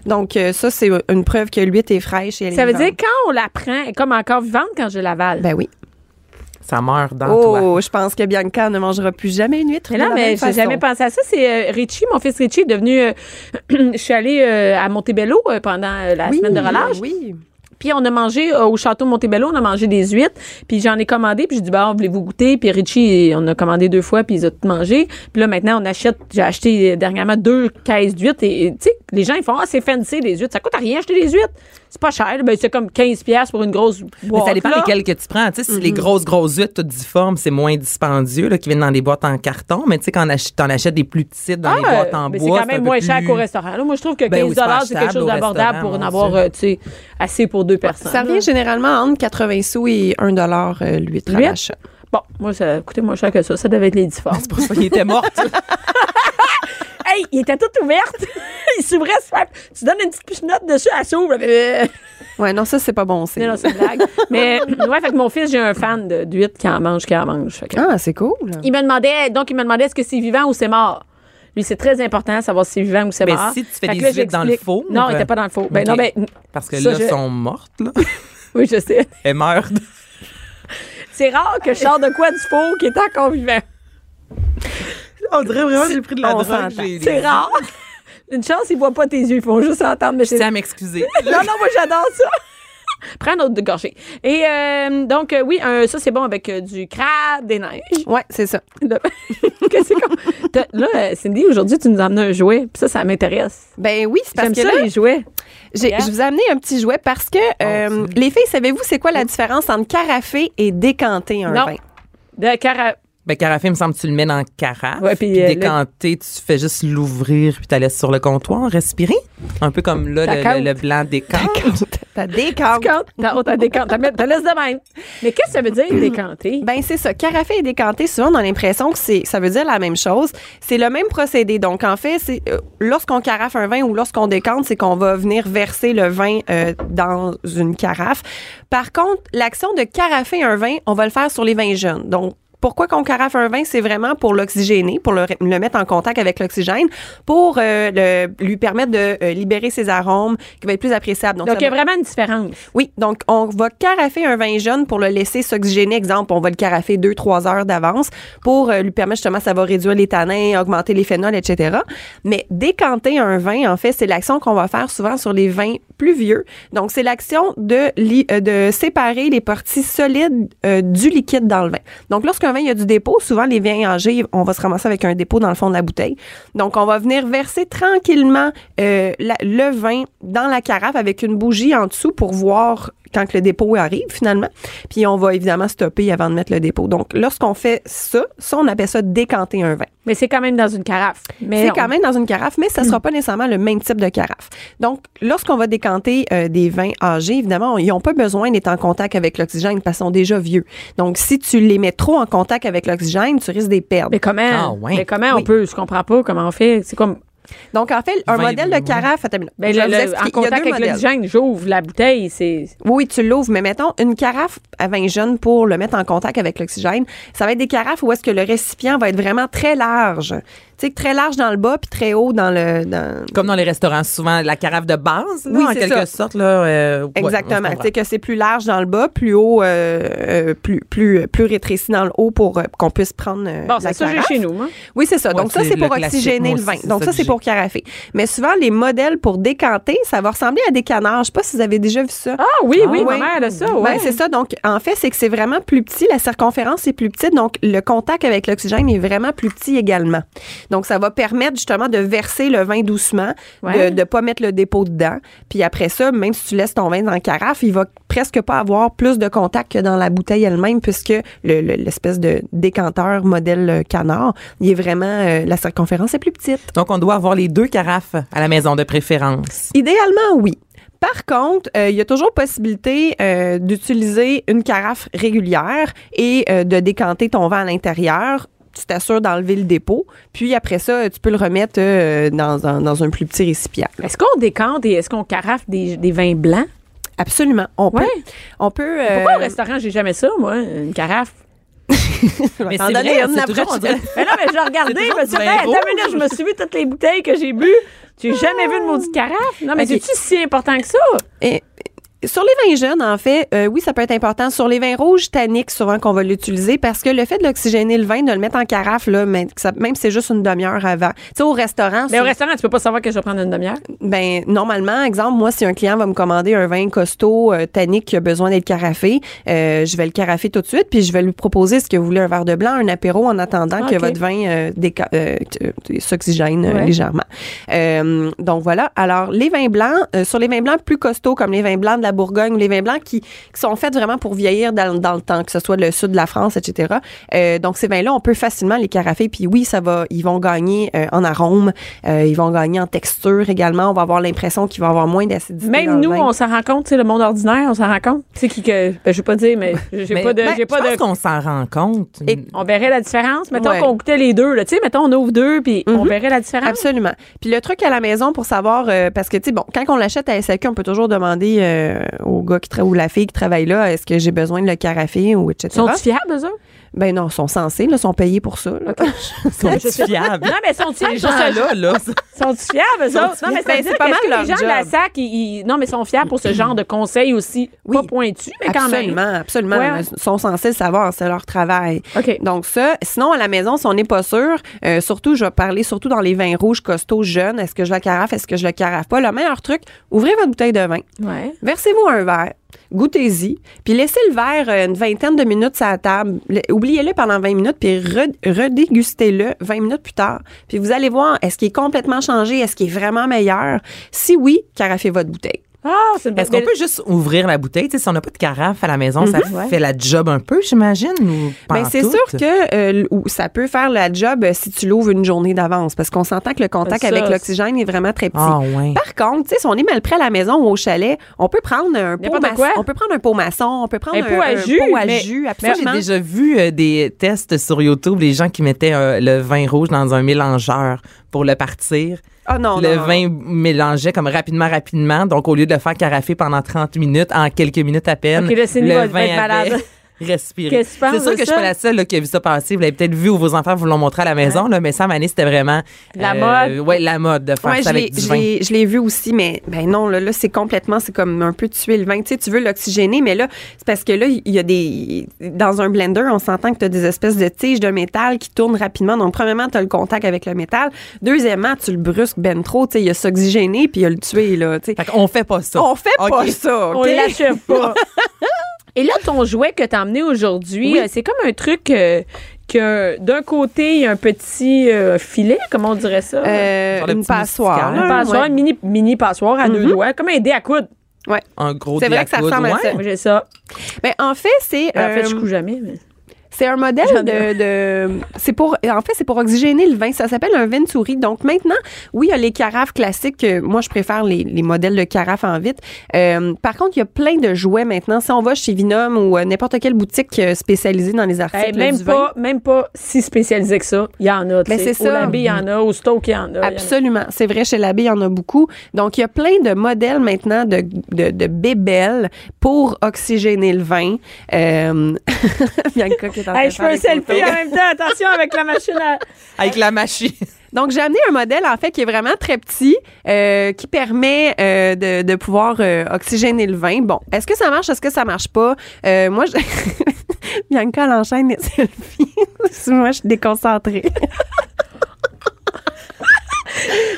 Speaker 5: Donc, euh, ça, c'est une preuve que l'huître est fraîche et elle est
Speaker 3: Ça veut dire
Speaker 5: vivante.
Speaker 3: quand on la prend, elle est comme encore vivante quand je l'avale.
Speaker 5: Ben oui.
Speaker 4: Ça meurt dans toi.
Speaker 5: Oh, je pense que Bianca ne mangera plus jamais une huître.
Speaker 3: Mais non,
Speaker 5: de la
Speaker 3: mais
Speaker 5: même
Speaker 3: j'ai
Speaker 5: façon.
Speaker 3: jamais pensé à ça. C'est euh, Richie, mon fils Richie est devenu. euh, je suis allée euh, à Montebello euh, pendant euh, la
Speaker 5: Oui,
Speaker 3: semaine de relâche.
Speaker 5: Oui.
Speaker 3: Puis on a mangé euh, au château Montebello, on a mangé des huîtres. Puis j'en ai commandé, puis j'ai dit bah voulez-vous goûter Puis Richie, on a commandé deux fois, puis ils ont tout mangé. Puis là maintenant, on achète. J'ai acheté euh, dernièrement deux caisses d'huîtres. Et et, tu sais, les gens ils font ah c'est fancy les huîtres, ça coûte rien acheter des huîtres. C'est pas cher, ben c'est comme 15 pièces pour une grosse
Speaker 4: Mais
Speaker 3: boîte.
Speaker 4: ça dépend
Speaker 3: là.
Speaker 4: lesquelles que tu prends. Tu sais,
Speaker 3: Mm-hmm.
Speaker 4: si les grosses, grosses huîtres toutes difformes, c'est moins dispendieux, là, qui viennent dans des boîtes en carton. Mais tu sais, quand on achète- t'en achètes des plus petites dans les
Speaker 3: Ah,
Speaker 4: boîtes en
Speaker 3: mais
Speaker 4: bois.
Speaker 3: C'est quand même
Speaker 4: un peu
Speaker 3: moins
Speaker 4: plus-
Speaker 3: cher qu'au restaurant. Là, moi, je trouve que 15
Speaker 4: Ben oui, c'est pas
Speaker 3: c'est quelque
Speaker 4: achetable
Speaker 3: chose
Speaker 4: au
Speaker 3: d'abordable pour en
Speaker 4: restaurant,
Speaker 3: avoir
Speaker 4: mon Dieu.
Speaker 3: euh, tu sais, assez pour deux personnes.
Speaker 5: Ça revient généralement entre 80 sous et 1 dollar euh, l'huître à
Speaker 3: L'huître?
Speaker 5: l'achat.
Speaker 3: Bon, moi, ça a coûté moins cher que ça. Ça devait être les difformes.
Speaker 4: C'est pour ça qu'il était morte.
Speaker 3: hey, il était tout ouverte. il s'ouvrait, super. Tu donnes une petite pichenote dessus, elle s'ouvre. Euh,
Speaker 5: Ouais, non, ça, c'est pas bon. C'est...
Speaker 3: non, non, c'est une blague. Mais, ouais, fait que mon fils, j'ai un fan de- d'huîtres qui en mange, qui en mange. Fait que-
Speaker 5: Ah, c'est cool.
Speaker 3: Il me demandait, donc, il me demandait est-ce que c'est vivant ou c'est mort. Lui, c'est très important de savoir si c'est vivant ou c'est
Speaker 4: Mais
Speaker 3: mort.
Speaker 4: Ben, si tu fais
Speaker 3: Fait
Speaker 4: des
Speaker 3: que là,
Speaker 4: huîtres dans le
Speaker 3: j'explique-
Speaker 4: four,
Speaker 3: Non, il
Speaker 4: euh,
Speaker 3: n'était pas dans le four. Ben,
Speaker 4: ok.
Speaker 3: non, mais.
Speaker 4: Parce que
Speaker 3: Ça,
Speaker 4: là,
Speaker 3: je-
Speaker 4: elles sont mortes, là.
Speaker 3: Oui, je sais.
Speaker 4: Elles meurent.
Speaker 3: C'est rare que je sors de quoi du four qui est encore vivant.
Speaker 4: On dirait vraiment que j'ai pris de
Speaker 5: la drogue, j'ai-
Speaker 3: C'est rare. Une chance, ils voient pas tes yeux. Ils font juste entendre. Mais c'est...
Speaker 4: C'est à
Speaker 3: Non,
Speaker 4: m'excuser.
Speaker 3: non, moi, j'adore ça. Prends un autre de gorgée. Et euh, donc, euh, oui, un- ça, c'est bon avec euh, du crabe, des neiges.
Speaker 5: Ouais, c'est ça.
Speaker 3: Le- Qu'est-ce que c'est qu'on- T'as- Là, euh, Cindy, aujourd'hui, tu nous as amené un jouet. Puis ça, ça m'intéresse.
Speaker 5: Ben oui, c'est parce
Speaker 3: J'aime
Speaker 5: que
Speaker 3: ça,
Speaker 5: là,
Speaker 3: les jouets. Oh,
Speaker 5: j'ai-
Speaker 3: Yeah.
Speaker 5: je vous ai amené un petit jouet parce que euh,
Speaker 4: Dieu.
Speaker 5: les filles, savez-vous c'est quoi la différence entre carafer et décanter un
Speaker 3: Non.
Speaker 5: vin?
Speaker 3: De cara...
Speaker 4: Ben, carafé, il me semble que tu le mets dans le carafe.
Speaker 3: Ouais, puis,
Speaker 4: puis,
Speaker 3: euh, le-
Speaker 4: décanté, tu fais juste l'ouvrir, puis tu la laisses sur le comptoir, respirer. Un peu comme là,
Speaker 3: Ça
Speaker 4: le-
Speaker 3: compte.
Speaker 4: le, le blanc décante.
Speaker 5: T'as décanté.
Speaker 3: Quand t'as, oh, t'as décanté, t'as mis- t'as laissé de même. Mais qu'est-ce que ça veut dire, décanter?
Speaker 5: Ben c'est ça. Carafer et décanter, souvent on a l'impression que c'est, ça veut dire la même chose. C'est le même procédé. Donc en fait, c'est euh, lorsqu'on carafe un vin ou lorsqu'on décante, c'est qu'on va venir verser le vin euh, dans une carafe. Par contre, l'action de carafer un vin, on va le faire sur les vins jeunes. Donc pourquoi qu'on carafe un vin, c'est vraiment pour l'oxygéner, pour le, le mettre en contact avec l'oxygène, pour euh, le- lui permettre de euh, libérer ses arômes, qui va être plus appréciable.
Speaker 3: Donc,
Speaker 5: ça
Speaker 3: il y a
Speaker 5: va-
Speaker 3: vraiment une différence.
Speaker 5: oui, donc on va carafer un vin jaune pour le laisser s'oxygéner. Exemple, on va le carafer deux, trois heures d'avance pour euh, lui permettre justement, ça va réduire les tanins, augmenter les phénols, etc. Mais décanter un vin, en fait, c'est l'action qu'on va faire souvent sur les vins plus vieux. Donc, c'est l'action de, li- euh, de séparer les parties solides euh, du liquide dans le vin. Donc, lorsqu'un vin, il y a du dépôt, souvent les vins âgés, on va se ramasser avec un dépôt dans le fond de la bouteille. Donc, on va venir verser tranquillement euh, la- le vin dans la carafe avec une bougie en dessous pour voir quand que le dépôt arrive finalement. Puis on va évidemment stopper avant de mettre le dépôt. Donc, lorsqu'on fait ça, ça, on appelle ça décanter un vin.
Speaker 3: Mais c'est quand même dans une carafe. Mais
Speaker 5: C'est
Speaker 3: on- Hmm.
Speaker 5: quand même dans une carafe, mais ça ne sera pas nécessairement le même type de carafe. Donc, lorsqu'on va décanter euh, des vins âgés, évidemment, on- ils n'ont pas besoin d'être en contact avec l'oxygène parce qu'ils sont déjà vieux. Donc, si tu les mets trop en contact avec l'oxygène, tu risques des pertes.
Speaker 3: Mais comment?
Speaker 4: Ah, ouais.
Speaker 3: Mais comment on
Speaker 5: Oui.
Speaker 3: peut? Je comprends pas comment on fait. C'est comme.
Speaker 5: Donc, en fait, un
Speaker 4: Vin
Speaker 5: modèle de
Speaker 4: bleu.
Speaker 5: carafe, attends, une minute.
Speaker 3: Ben,
Speaker 5: Je vais
Speaker 3: le-
Speaker 5: vous
Speaker 3: le-
Speaker 5: expliquer.
Speaker 3: en
Speaker 5: Il y a deux
Speaker 3: contact avec
Speaker 5: modèles. Euh,
Speaker 3: l'oxygène, j'ouvre la bouteille, c'est.
Speaker 5: Oui, tu l'ouvres, mais mettons une carafe à vin jaune pour le mettre en contact avec l'oxygène. Ça va être des carafes où est-ce que le récipient va être vraiment très large. Tu sais, très large dans le bas puis très haut dans le. dans-
Speaker 4: Comme dans les restaurants, souvent, la carafe de base, là,
Speaker 5: Oui,
Speaker 4: en
Speaker 5: c'est
Speaker 4: quelque
Speaker 5: ça.
Speaker 4: sorte. Là, euh, ouais,
Speaker 5: Exactement.
Speaker 4: on se
Speaker 5: Tu
Speaker 4: comprend.
Speaker 5: sais, que c'est plus large dans le bas, plus haut, euh, euh, plus, plus, plus rétréci dans le haut pour euh, qu'on puisse prendre. euh,
Speaker 3: Bon,
Speaker 5: la
Speaker 3: c'est ça, j'ai
Speaker 5: carafe.
Speaker 3: chez nous, hein. moi.
Speaker 5: Oui, c'est ça.
Speaker 4: Ouais,
Speaker 5: Donc, ça,
Speaker 4: c'est
Speaker 5: c'est
Speaker 4: le
Speaker 5: pour
Speaker 4: classique,
Speaker 5: oxygéner
Speaker 4: moi
Speaker 5: le
Speaker 4: aussi,
Speaker 5: vin.
Speaker 4: c'est
Speaker 5: Donc,
Speaker 4: ça
Speaker 5: ça,
Speaker 4: que
Speaker 5: c'est
Speaker 4: j'ai.
Speaker 5: pour carafer. Mais souvent, les modèles pour décanter, ça va ressembler à des canards. Je sais pas si vous avez déjà vu ça.
Speaker 3: Ah oui, oui,
Speaker 5: ouais.
Speaker 3: ma mère, a ça,
Speaker 5: Ben,
Speaker 3: ouais.
Speaker 5: c'est ça. Donc, en fait, c'est que c'est vraiment plus petit. La circonférence est plus petite. Donc, le contact avec l'oxygène est vraiment plus petit également. Donc, ça va permettre justement de verser le vin doucement,
Speaker 3: Ouais.
Speaker 5: de ne pas mettre le dépôt dedans. Puis après ça, même si tu laisses ton vin dans la carafe, il va presque pas avoir plus de contact que dans la bouteille elle-même, puisque le- le- l'espèce de décanteur modèle euh, canard, il est vraiment, euh, la circonférence est plus petite.
Speaker 4: Donc, on doit avoir les deux carafes à la maison de préférence.
Speaker 5: Idéalement, oui. Par contre, euh, il y a toujours possibilité euh, d'utiliser une carafe régulière et euh, de décanter ton vin à l'intérieur. Tu t'assures d'enlever le dépôt, puis après ça, tu peux le remettre euh, dans, un- dans un plus petit récipient.
Speaker 3: Est-ce qu'on décante et est-ce qu'on carafe des, des vins blancs?
Speaker 5: Absolument, on peut.
Speaker 3: Ouais.
Speaker 5: On peut. euh,
Speaker 3: Pourquoi au restaurant, j'ai jamais ça, moi, une carafe?
Speaker 5: je vais
Speaker 4: Mais
Speaker 5: t'en
Speaker 4: c'est
Speaker 5: donner
Speaker 4: vrai,
Speaker 5: une
Speaker 4: c'est
Speaker 5: après,
Speaker 4: toujours, on
Speaker 5: tu-
Speaker 4: dirait-
Speaker 3: Mais non, mais je l'ai regardé,
Speaker 4: C'est
Speaker 3: je me suis dit,
Speaker 4: toujours du
Speaker 3: Hey,
Speaker 4: vin
Speaker 3: attends une minute, je me suis vu toutes les bouteilles que Ben, j'ai bu. J'ai jamais vu de maudite carafe. Non, mais
Speaker 5: Ok.
Speaker 3: c'est-tu si important que ça?
Speaker 5: Eh, Sur les vins jeunes, en fait, euh, oui, ça peut être important. Sur les vins rouges tanniques, souvent qu'on va l'utiliser parce que le fait de l'oxygéner le vin, de le mettre en carafe, là, mais que ça- même si c'est juste une demi-heure avant. Tu sais, au restaurant,
Speaker 3: Mais au
Speaker 5: c'est-
Speaker 3: restaurant, tu peux pas savoir que je vais prendre une demi-heure.
Speaker 5: ben normalement, exemple, moi, si un client va me commander un vin costaud, euh, tannique, qui a besoin d'être carafé, euh, je vais le carafer tout de suite, puis je vais lui proposer ce que vous voulez, un verre de blanc, un apéro, en attendant
Speaker 3: Ah,
Speaker 5: que
Speaker 3: ok.
Speaker 5: votre vin euh, déca- euh, t- euh, s'oxygène euh,
Speaker 3: Ouais.
Speaker 5: légèrement. Euh, donc voilà. Alors, les vins blancs, euh, sur les vins blancs plus costauds, comme les vins blancs de la Bourgogne, ou les vins blancs qui, qui sont faits vraiment pour vieillir dans, dans le temps, que ce soit le sud de la France, etc. Euh, donc, ces vins-là, on peut facilement les carafer, puis oui, ça va, ils vont gagner euh, en arôme, euh, ils vont gagner en texture également. On va avoir l'impression qu'ils vont avoir moins d'acidité. dans
Speaker 3: Même
Speaker 5: le
Speaker 3: nous,
Speaker 5: vin.
Speaker 3: on s'en rend compte, tu sais, le monde ordinaire, on s'en rend compte. C'est qui que. Ben, je veux pas dire, mais j'ai
Speaker 4: Mais-
Speaker 3: pas de.
Speaker 4: ben,
Speaker 3: j'ai pas
Speaker 4: je pense
Speaker 3: de
Speaker 4: qu'on s'en rend compte.
Speaker 5: Et-
Speaker 3: on verrait la différence. Mettons
Speaker 5: Ouais.
Speaker 3: qu'on goûtait les deux, là. Tu sais, mettons, on ouvre deux, puis on
Speaker 5: Mhm.
Speaker 3: verrait la différence.
Speaker 5: Absolument. Puis le truc à la maison pour savoir, euh, parce que, tu sais, bon, quand on l'achète à SAQ, on peut toujours demander euh, au gars qui tra- ou la fille qui travaille là, est-ce que j'ai besoin de le carafer ou etc.
Speaker 3: Sont-ils fiables, eux autres?
Speaker 5: Ben non, ils sont censés, là, ils sont payés pour ça. là.
Speaker 4: Sont-ils fiables?
Speaker 3: Non, mais sont-ils fiables?
Speaker 4: Ces
Speaker 3: sur ce-
Speaker 4: gens-là, là, ça-
Speaker 3: Sont-ils fiables, eux autres? Non, mais
Speaker 5: fiables?
Speaker 3: c'est
Speaker 5: Ben, c'est pas
Speaker 3: pas mal.
Speaker 5: mal
Speaker 3: Les gens
Speaker 5: leur
Speaker 3: de la
Speaker 5: job.
Speaker 3: SAC, ils, ils- non, mais sont fiables pour ce genre de conseils aussi.
Speaker 5: Oui.
Speaker 3: Pas pointus, mais quand
Speaker 5: absolument, absolument.
Speaker 3: Ouais.
Speaker 5: Ils sont censés le savoir, c'est leur travail.
Speaker 3: OK.
Speaker 5: Donc ça, sinon à la maison, si on n'est pas sûr, euh, surtout je vais parler surtout dans les vins rouges costauds jeunes, est-ce que je la carafe, est-ce que je le carafe pas Le meilleur truc, ouvrez votre bouteille de vin.
Speaker 3: même. Ouais.
Speaker 5: Versez-vous un verre, goûtez-y, puis laissez le verre euh, une vingtaine de minutes sur la table. Le- Oubliez-le pendant 20 minutes, puis re- redégustez-le 20 minutes plus tard. Puis vous allez voir, est-ce qu'il est complètement changé, est-ce qu'il est vraiment meilleur? Si oui, carafez votre bouteille.
Speaker 3: Ah, c'est une bonne
Speaker 4: Est-ce qu'on peut juste ouvrir la bouteille? Tu sais, si on n'a pas de carafe à la maison,
Speaker 3: Mhm.
Speaker 4: ça fait la job un peu, j'imagine? ou
Speaker 5: Ben, c'est
Speaker 4: pantoute?
Speaker 5: sûr que euh, l- ou ça peut faire la job euh, si tu l'ouvres une journée d'avance, parce qu'on s'entend que le contact
Speaker 3: Ça,
Speaker 5: avec
Speaker 3: c'est-
Speaker 5: l'oxygène est vraiment très petit.
Speaker 4: Ah, ouais.
Speaker 5: Par contre, tu sais, si on est mal près à la maison ou au chalet, on peut prendre un pot
Speaker 3: N'importe
Speaker 5: maçon,
Speaker 3: quoi.
Speaker 5: on peut prendre un pot maçon, on peut prendre
Speaker 3: Un pot à jus,
Speaker 5: pot à
Speaker 3: mais-
Speaker 5: jus,
Speaker 4: Moi,
Speaker 5: absolument.
Speaker 4: j'ai déjà vu euh, des tests sur YouTube, les gens qui mettaient euh, le vin rouge dans un mélangeur pour le partir.
Speaker 5: Ah
Speaker 3: Oh
Speaker 5: non,
Speaker 4: le
Speaker 5: non, non.
Speaker 4: vin mélangeait comme rapidement, rapidement. Donc, au lieu de le faire carafer pendant 30 minutes, en quelques minutes à peine,
Speaker 3: Ok, là, Cindy
Speaker 4: le
Speaker 3: va- va
Speaker 4: vin
Speaker 3: être malade.
Speaker 4: avait respiré.
Speaker 3: Qu'est-ce que tu penses
Speaker 4: C'est sûr
Speaker 3: de
Speaker 4: que je suis
Speaker 3: ça?
Speaker 4: pas la seule là, qui a vu ça passer. Vous l'avez peut-être vu ou vos enfants vous l'ont montré à la maison, là, mais ça, Mané, c'était vraiment... euh,
Speaker 3: La mode.
Speaker 4: Ouais, la mode de faire
Speaker 5: Ouais,
Speaker 4: ça
Speaker 5: je l'ai-
Speaker 4: avec du
Speaker 5: je
Speaker 4: vin.
Speaker 5: l'ai je l'ai vu aussi, mais ben non, là, là c'est complètement, c'est comme un peu tuer le vin. Tu sais, tu veux l'oxygéner, mais là, c'est parce que là, il y a des. Dans un blender, on s'entend que tu as des espèces de tiges de métal qui tournent rapidement. Donc, premièrement, tu as le contact avec le métal. Deuxièmement, tu le brusques ben trop. Tu sais, il y a s'oxygéner, puis il y a le tuer, là. Tu sais.
Speaker 4: Fait qu'on fait pas ça.
Speaker 5: On fait
Speaker 4: Ok.
Speaker 5: pas ça,
Speaker 3: On
Speaker 5: OK?
Speaker 3: l'achève pas. Et là, ton jouet que t'as emmené aujourd'hui, euh, c'est comme un truc euh, que d'un côté, il y a un petit euh, filet, comment on dirait ça?
Speaker 5: Euh,
Speaker 4: Genre le
Speaker 5: une
Speaker 4: petit moustiquaire.
Speaker 5: passoire. là,
Speaker 3: un passoire,
Speaker 5: ouais. Mhm.
Speaker 3: une mini, mini passoire à deux doigts, comme un dé à coude.
Speaker 4: Un gros
Speaker 5: C'est vrai
Speaker 4: dé à
Speaker 5: que ça
Speaker 4: coude,
Speaker 5: ressemble à
Speaker 4: ouais.
Speaker 5: ça.
Speaker 3: Moi, j'ai ça.
Speaker 5: Ben, en fait, c'est.
Speaker 3: En fait,
Speaker 5: euh,
Speaker 3: je couds jamais. mais-
Speaker 5: C'est un modèle de, de- c'est pour en fait c'est pour oxygéner le vin. Ça s'appelle un Venturi. Donc maintenant, oui, il y a les carafes classiques. euh, Moi, je préfère les, les modèles de carafes en vitre. Euh, par contre, il y a plein de jouets maintenant. Si on va chez Vinum ou euh, n'importe quelle boutique euh, spécialisée dans les articles
Speaker 3: Hey, Eh, même,
Speaker 5: du vin,
Speaker 3: pas, même pas si spécialisé que ça. Il y en a. tu
Speaker 5: Ben,
Speaker 3: sais.
Speaker 5: c'est ça.
Speaker 3: Au Labbé, il y en a. Au Stoke, il y en a. il y en a.
Speaker 5: Absolument. C'est vrai, chez l'abbé, il y en a beaucoup. Donc, il y a plein de modèles maintenant de, de, de bébelles pour oxygéner le vin. Euh... Bianca qui est en train
Speaker 3: Hey,
Speaker 5: de
Speaker 3: je fais
Speaker 5: faire
Speaker 3: un
Speaker 5: des
Speaker 3: selfie
Speaker 5: photos.
Speaker 3: en même temps. Attention avec la machine à.
Speaker 4: Avec la machine.
Speaker 5: Donc, j'ai amené un modèle, en fait, qui est vraiment très petit, euh, qui permet euh, de, de pouvoir euh, oxygéner le vin. Bon, est-ce que ça marche? Est-ce que ça marche pas? Euh, moi, je... Bianca, elle enchaîne les selfies. moi, je suis déconcentrée.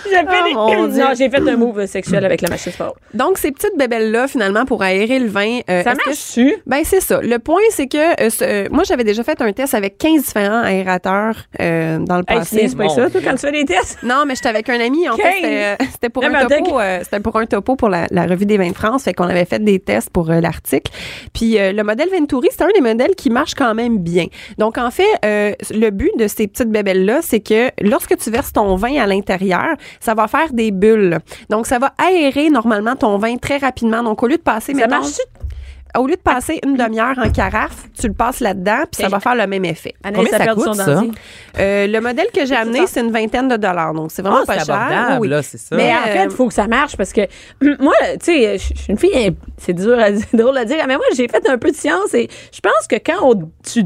Speaker 3: J'ai fait,
Speaker 5: Oh,
Speaker 3: des-
Speaker 5: mon Dieu.
Speaker 3: Non, j'ai fait un move sexuel avec la machine sport.
Speaker 5: Donc, ces petites bébelles-là, finalement, pour aérer le vin... euh,
Speaker 3: Ça
Speaker 5: est-ce que
Speaker 3: marche-tu?
Speaker 5: Ben c'est ça. Le point, c'est que euh, ce- euh, moi, j'avais déjà fait un test avec 15 différents aérateurs euh, dans le
Speaker 3: Hey, tu
Speaker 5: passé.
Speaker 3: niaises pas avec ça, toi, quand tu fais des tests?
Speaker 5: Non, mais j'étais avec un ami. En fait,
Speaker 3: 15.
Speaker 5: c'était, euh, c'était pour,
Speaker 3: Non,
Speaker 5: un
Speaker 3: mais
Speaker 5: topo, euh, c'était pour un topo pour la, la revue des vins de France. Fait qu'on avait fait des tests pour euh, l'article. Puis euh, le modèle Venturi, c'est un des modèles qui marche quand même bien. Donc, en fait, euh, le but de ces petites bébelles-là, c'est que lorsque tu verses ton vin à l'intérieur, ça va faire des bulles. Donc, ça va aérer normalement ton vin très rapidement. Donc, au lieu de passer...
Speaker 3: Ça
Speaker 5: mettons,
Speaker 3: marche-tu?
Speaker 5: au lieu de passer une demi-heure en carafe, tu le passes là-dedans, puis ça va faire le même effet.
Speaker 3: Anaïs
Speaker 4: Combien
Speaker 3: a
Speaker 4: ça
Speaker 3: perdu son
Speaker 4: coûte, ça?
Speaker 3: dentier.
Speaker 5: Euh, le modèle que j'ai amené, c'est une vingtaine de dollars. Donc, c'est vraiment
Speaker 4: Ah,
Speaker 5: pas
Speaker 4: c'est
Speaker 5: cher.
Speaker 4: abordable,
Speaker 5: Oui.
Speaker 4: là, c'est ça.
Speaker 5: Mais,
Speaker 3: Mais en fait,
Speaker 5: euh,
Speaker 3: il faut que ça marche parce que moi, tu sais, je je suis une fille, hein, c'est dur à dire, drôle à dire, mais moi, j'ai fait un peu de science et je pense que quand on- tu,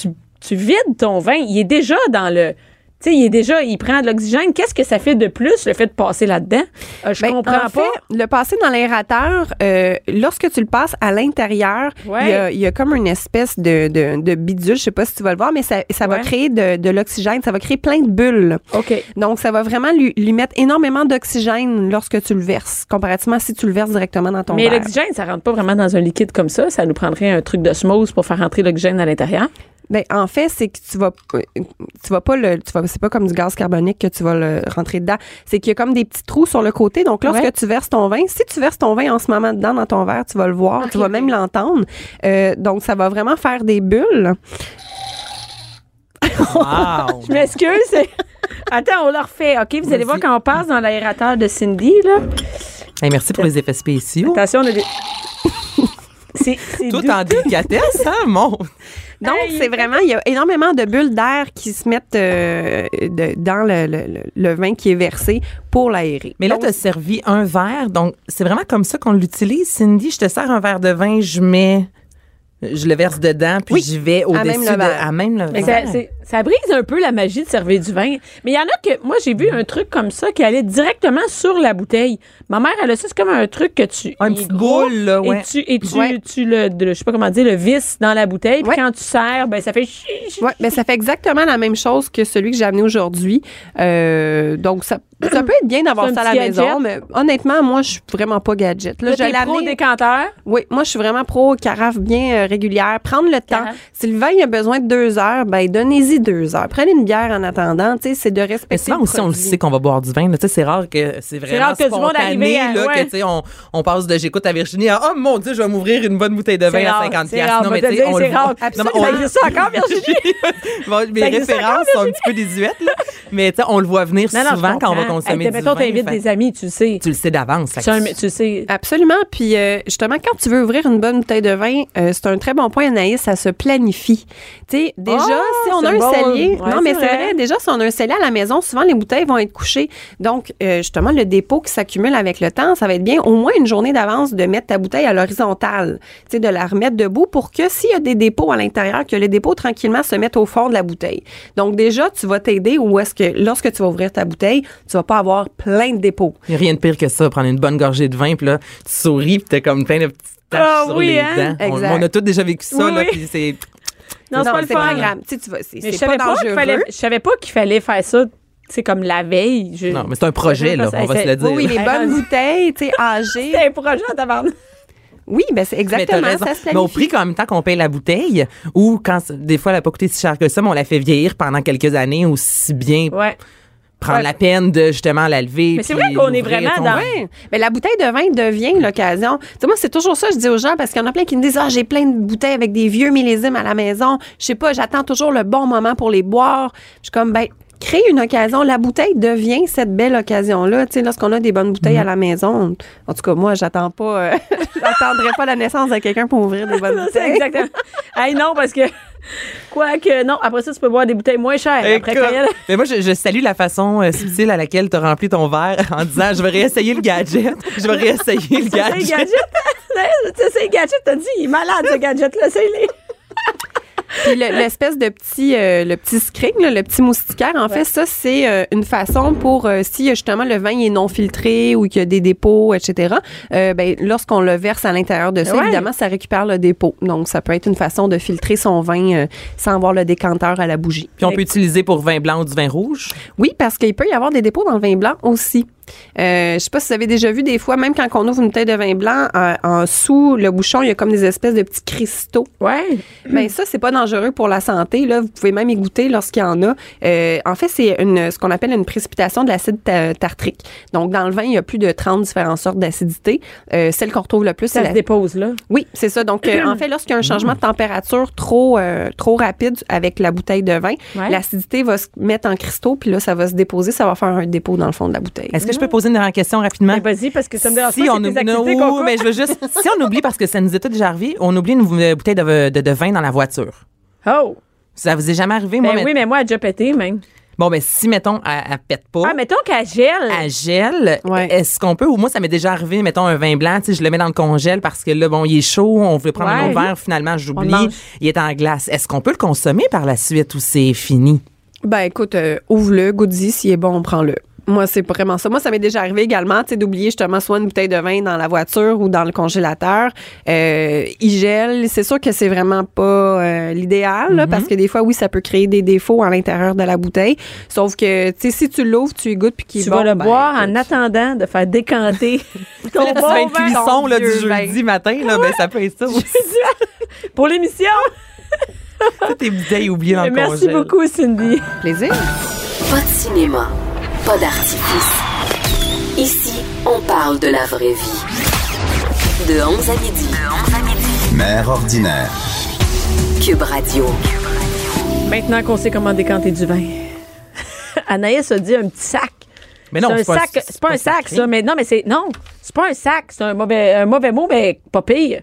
Speaker 3: tu, tu vides ton vin, il est déjà dans le Tu sais, il est déjà, il prend de l'oxygène. Qu'est-ce que ça fait de plus, le fait de passer là-dedans? Euh, je
Speaker 5: Ben,
Speaker 3: comprends pas.
Speaker 5: en fait, le passer dans l'aérateur, euh, lorsque tu le passes à l'intérieur,
Speaker 3: Ouais.
Speaker 5: il, y a- il y a comme une espèce de, de, de bidule, je sais pas si tu vas le voir, mais ça, ça va
Speaker 3: Ouais.
Speaker 5: créer de, de l'oxygène, ça va créer plein de bulles.
Speaker 3: OK.
Speaker 5: Donc, ça va vraiment lui, lui mettre énormément d'oxygène lorsque tu le verses, comparativement à si tu le verses directement dans ton
Speaker 3: Mais
Speaker 5: verre.
Speaker 3: l'oxygène, ça rentre pas vraiment dans un liquide comme ça. Ça nous prendrait un truc d'osmose pour faire rentrer l'oxygène à l'intérieur.
Speaker 5: Ben, en fait, c'est que tu vas, tu vas pas le, tu vas, c'est pas comme du gaz carbonique que tu vas le rentrer dedans. C'est qu'il y a comme des petits trous sur le côté. Donc, lorsque
Speaker 3: Ouais.
Speaker 5: tu verses ton vin, si tu verses ton vin en ce moment dedans dans ton verre, tu vas le voir, tu vas même l'entendre. Euh, donc, ça va vraiment faire des bulles.
Speaker 4: Wow!
Speaker 3: Je m'excuse. c'est- Attends, on le refait. OK, vous allez voir quand on passe dans l'aérateur de Cindy, là.
Speaker 4: Hey, merci pour les effets spéciaux.
Speaker 3: Attention, on a des. C'est c'est
Speaker 4: Tout
Speaker 3: doux.
Speaker 4: en délicatesse, hein, mon.
Speaker 5: Donc,
Speaker 3: Hey!
Speaker 5: c'est vraiment, il y a énormément de bulles d'air qui se mettent euh, de- dans le, le- le- le vin qui est versé pour l'aérer.
Speaker 4: Mais là,
Speaker 5: Donc,
Speaker 4: tu as servi un verre, donc c'est vraiment comme ça qu'on l'utilise, Cindy. Je te sers un verre de vin, je mets. Je le verse dedans, puis
Speaker 5: Oui,
Speaker 4: j'y vais au-dessus
Speaker 5: même le
Speaker 4: de.
Speaker 5: verre.
Speaker 4: À même le
Speaker 3: Mais
Speaker 4: verre.
Speaker 3: ça, c'est- ça brise un peu la magie de servir du vin. Mais il y en a que. Moi, j'ai vu un truc comme ça qui allait directement sur la bouteille. Ma mère, elle a ça, c'est comme un truc que tu.
Speaker 4: Ah, une
Speaker 3: il est
Speaker 4: petite
Speaker 3: gros,
Speaker 4: boule, là, ouais.
Speaker 3: Et tu, et tu,
Speaker 5: Ouais.
Speaker 3: tu le, de- Je sais pas comment dire, le vis dans la bouteille. Puis
Speaker 5: Ouais.
Speaker 3: quand tu sers, ben, ça fait. chi- chi-
Speaker 5: Ouais, ben ça fait exactement la même chose que celui que j'ai amené aujourd'hui. Euh, donc ça, ça peut être bien d'avoir
Speaker 3: C'est un
Speaker 5: ça à la
Speaker 3: petit
Speaker 5: maison, mais honnêtement, moi je suis vraiment pas gadget. Là,
Speaker 3: Là,
Speaker 5: je l'ai
Speaker 3: t'es pro
Speaker 5: amené-
Speaker 3: décanteur.
Speaker 5: Oui, moi je suis vraiment pro carafe bien euh, régulière, prendre le temps.
Speaker 3: Carafe.
Speaker 5: Si le vin a besoin de deux heures, ben donnez-y deux heures. Prenez une bière en attendant, tu sais, c'est de respecter.
Speaker 4: Mais souvent aussi, on le
Speaker 5: produit.
Speaker 4: sait qu'on va boire du vin. là. Tu sais, C'est rare que c'est vraiment
Speaker 3: rare que du monde
Speaker 4: spontané,
Speaker 3: arrive à-
Speaker 4: là,
Speaker 3: ouais.
Speaker 4: que, tu sais, on, on passe de j'écoute à Virginie à « Oh mon Dieu, je vais m'ouvrir une bonne bouteille de
Speaker 3: C'est
Speaker 4: vin
Speaker 3: rare,
Speaker 4: à 50
Speaker 3: c'est
Speaker 4: piastres.
Speaker 3: rare,
Speaker 4: Non,
Speaker 3: on
Speaker 4: mais
Speaker 3: va
Speaker 4: tu
Speaker 3: te
Speaker 4: sais,
Speaker 3: dire,
Speaker 4: on
Speaker 3: c'est
Speaker 4: le voit.
Speaker 3: rare.
Speaker 4: Non,
Speaker 3: Absolument,
Speaker 4: mais on-
Speaker 3: ça existe encore, Virginie?
Speaker 4: Bon, mes
Speaker 3: Ça existe
Speaker 4: références sont un petit peu désuètes, là. mais tu sais, on le voit venir
Speaker 3: Non, non, je
Speaker 4: souvent quand on va
Speaker 3: comprends.
Speaker 4: consommer
Speaker 3: Hey,
Speaker 4: du
Speaker 3: mettons,
Speaker 4: vin.
Speaker 3: t'invites
Speaker 4: Fait-
Speaker 3: des amis, tu le sais.
Speaker 4: Tu le sais d'avance. fait
Speaker 3: C'est un-
Speaker 4: que-
Speaker 3: Tu sais.
Speaker 5: Absolument. Puis euh, justement, quand tu veux ouvrir une bonne bouteille de vin, euh, c'est un très bon point, Anaïs, ça se planifie. Tu sais, déjà,
Speaker 3: Ah,
Speaker 5: si on a
Speaker 3: c'est
Speaker 5: un
Speaker 3: bon.
Speaker 5: cellier,
Speaker 3: Ouais,
Speaker 5: non mais
Speaker 3: c'est
Speaker 5: c'est vrai.
Speaker 3: vrai.
Speaker 5: déjà si on a un cellier à la maison, souvent les bouteilles vont être couchées. Donc euh, justement, le dépôt qui s'accumule avec le temps, ça va être bien au moins une journée d'avance de mettre ta bouteille à l'horizontale, tu sais, de la remettre debout pour que s'il y a des dépôts à l'intérieur, que les dépôts tranquillement se mettent au fond de la bouteille. Donc déjà, tu vas t'aider ou est-ce que lorsque tu vas ouvrir ta bouteille, tu vas pas avoir plein de dépôts.
Speaker 4: Il n'y a rien de pire que ça, prendre une bonne gorgée de vin, puis là, tu souris, puis t'as comme plein de petites taches
Speaker 3: Ah
Speaker 4: sur
Speaker 3: oui,
Speaker 4: les
Speaker 3: hein?
Speaker 4: dents. On-
Speaker 5: Exact.
Speaker 4: On, a tous déjà vécu ça,
Speaker 3: Oui,
Speaker 4: là,
Speaker 3: oui.
Speaker 4: puis c'est...
Speaker 3: Non, c'est pas le
Speaker 5: c'est pas
Speaker 3: fun.
Speaker 5: grave. Tu sais, tu vas- c'est
Speaker 3: Mais je
Speaker 5: c'est pas
Speaker 3: savais pas, qu'il
Speaker 5: dangereux.
Speaker 3: fallait, je savais pas qu'il fallait faire ça, c'est comme la veille. Je-
Speaker 4: Non, mais c'est un projet, là, on va se le dire.
Speaker 5: Oui, oui, les
Speaker 3: Hey,
Speaker 5: bonnes
Speaker 3: vas-y.
Speaker 5: bouteilles, tu sais, âgées.
Speaker 3: C'est un projet en tabarnak.
Speaker 5: Oui, ben c'est
Speaker 4: Mais t'as
Speaker 5: exactement
Speaker 4: raison.
Speaker 5: ça. Se
Speaker 4: Mais au
Speaker 5: planifie.
Speaker 4: prix qu'en même temps qu'on paye la bouteille, ou quand c- des fois elle a pas coûté si cher que ça, mais on la fait vieillir pendant quelques années, aussi bien
Speaker 3: Ouais.
Speaker 4: prendre
Speaker 3: Ouais.
Speaker 4: la peine de justement la lever.
Speaker 3: Mais c'est vrai
Speaker 4: puis
Speaker 3: qu'on est
Speaker 4: l'ouvrir,
Speaker 3: vraiment
Speaker 4: ton
Speaker 3: dans-
Speaker 4: vin.
Speaker 5: Ouais. Mais la bouteille de vin devient l'occasion. Tu sais, moi, c'est toujours ça que je dis aux gens parce qu'il y en a plein qui me disent Ah, j'ai plein de bouteilles avec des vieux millésimes à la maison. Je sais pas, j'attends toujours le bon moment pour les boire. Je suis comme, ben, crée une occasion. La bouteille devient cette belle occasion-là. Tu sais, lorsqu'on a des bonnes bouteilles
Speaker 3: Mm-hmm.
Speaker 5: à la maison, en tout cas, moi, j'attends pas, euh, j'attendrai pas la naissance de quelqu'un pour ouvrir des bonnes
Speaker 3: C'est
Speaker 5: bouteilles.
Speaker 3: exactement. hey, non, parce que. Quoique, non, après ça, tu peux boire des bouteilles moins chères. Après,
Speaker 4: Écoute,
Speaker 3: quand il y a-
Speaker 4: mais moi, je, je salue la façon euh, subtile à laquelle tu as rempli ton verre en disant je vais réessayer le gadget, je vais réessayer le
Speaker 3: Ça, c'est
Speaker 4: gadget.
Speaker 3: gadget. Tu sais, c'est gadget, t'as dit, il est malade, ce gadget-là, c'est les.
Speaker 5: Puis le- l'espèce de petit, euh, le petit screen, là, le petit moustiquaire, en fait, ça, c'est euh, une façon pour, euh, si euh, justement le vin il est non filtré ou qu'il y a des dépôts, etc., euh, ben, lorsqu'on le verse à l'intérieur de ça,
Speaker 3: Ouais.
Speaker 5: évidemment, ça récupère le dépôt. Donc, ça peut être une façon de filtrer son vin euh, sans avoir le décanteur à la bougie.
Speaker 4: Puis on peut utiliser pour vin blanc ou du vin rouge.
Speaker 5: Oui, parce qu'il peut y avoir des dépôts dans le vin blanc aussi. Euh, je sais pas si vous avez déjà vu des fois, même quand on ouvre une bouteille de vin blanc, euh, en sous le bouchon, il y a comme des espèces de petits cristaux.
Speaker 3: Ouais.
Speaker 5: Ben ça, c'est pas dangereux pour la santé. Là, vous pouvez même y goûter lorsqu'il y en a. Euh, en fait, c'est une, ce qu'on appelle une précipitation de l'acide ta- tartrique. Donc, dans le vin, il y a plus de 30 différentes sortes d'acidité. Euh, celle qu'on retrouve le plus, c'est
Speaker 3: Ça
Speaker 5: la...
Speaker 3: se dépose, là.
Speaker 5: Oui, c'est ça. Donc, euh, en fait, lorsqu'il y a un changement de température trop euh, trop rapide avec la bouteille de vin,
Speaker 3: Ouais.
Speaker 5: l'acidité va se mettre en cristaux, puis là, ça va se déposer, ça va faire un dépôt dans le fond de la bouteille.
Speaker 4: Est-ce que je peux poser une dernière question rapidement?
Speaker 3: Ben, vas-y, parce que ça me dérange
Speaker 4: si
Speaker 3: pas.
Speaker 4: on
Speaker 3: c'est tes
Speaker 4: oublie,
Speaker 3: activités
Speaker 4: non,
Speaker 3: qu'on coupe.
Speaker 4: mais je veux juste, si on oublie parce que ça nous est tout déjà arrivé, on oublie une euh, bouteille de, de- de vin dans la voiture.
Speaker 3: Oh!
Speaker 4: Ça vous est jamais arrivé, moi?
Speaker 3: Ben
Speaker 4: mais-
Speaker 3: oui, mais moi, elle a déjà pété, même.
Speaker 4: Bon, mais si, mettons, elle, elle pète pas.
Speaker 3: Ah, mettons qu'elle gèle.
Speaker 4: à gel,
Speaker 5: Ouais.
Speaker 4: est-ce qu'on peut, ou moi, ça m'est déjà arrivé, mettons, un vin blanc, tu sais, je le mets dans le congèle parce que là, bon, il est chaud, on veut prendre un
Speaker 3: Ouais.
Speaker 4: autre verre, finalement,
Speaker 3: On le mange.
Speaker 4: j'oublie, il est en glace. Est-ce qu'on peut le consommer par la suite ou c'est fini?
Speaker 5: Ben écoute, euh, ouvre-le, goûte-y, s'il est bon, on prend-le. Moi, c'est pas vraiment ça. Moi, ça m'est déjà arrivé également, tu sais, d'oublier justement soit une bouteille de vin dans la voiture ou dans le congélateur. Euh, il gèle. C'est sûr que c'est vraiment pas euh, l'idéal, là,
Speaker 3: Mhm.
Speaker 5: parce que des fois, oui, ça peut créer des défauts à l'intérieur de la bouteille. Sauf que, tu sais, si tu l'ouvres, tu y goûtes puis qu'il est
Speaker 3: Tu
Speaker 5: bon,
Speaker 3: vas le
Speaker 5: ben,
Speaker 3: boire en
Speaker 5: écoute.
Speaker 3: attendant de faire décanter ton
Speaker 4: Le petit
Speaker 3: bon
Speaker 4: vin de
Speaker 3: vin.
Speaker 4: cuisson là, du
Speaker 5: vieux
Speaker 4: jeudi matin, là, ben, ça peut être ça aussi.
Speaker 3: pour l'émission.
Speaker 4: Toutes tes bouteilles oubliées dans le
Speaker 3: Merci
Speaker 4: congèle.
Speaker 3: beaucoup, Cindy.
Speaker 5: Plaisir.
Speaker 1: Pas de cinéma, pas d'artifice. Ici, on parle de la vraie vie. De 11 à midi.
Speaker 2: Mère ordinaire.
Speaker 1: Cube Radio.
Speaker 3: Maintenant qu'on sait comment décanter du vin, Anaïs a dit un petit sac.
Speaker 4: Mais non,
Speaker 3: c'est un
Speaker 4: c'est pas-
Speaker 3: sac. C'est pas un sac,
Speaker 4: sacré.
Speaker 3: ça. Mais non, mais c'est non, c'est pas un sac. C'est un mauvais, un mauvais mot, mais pas pire.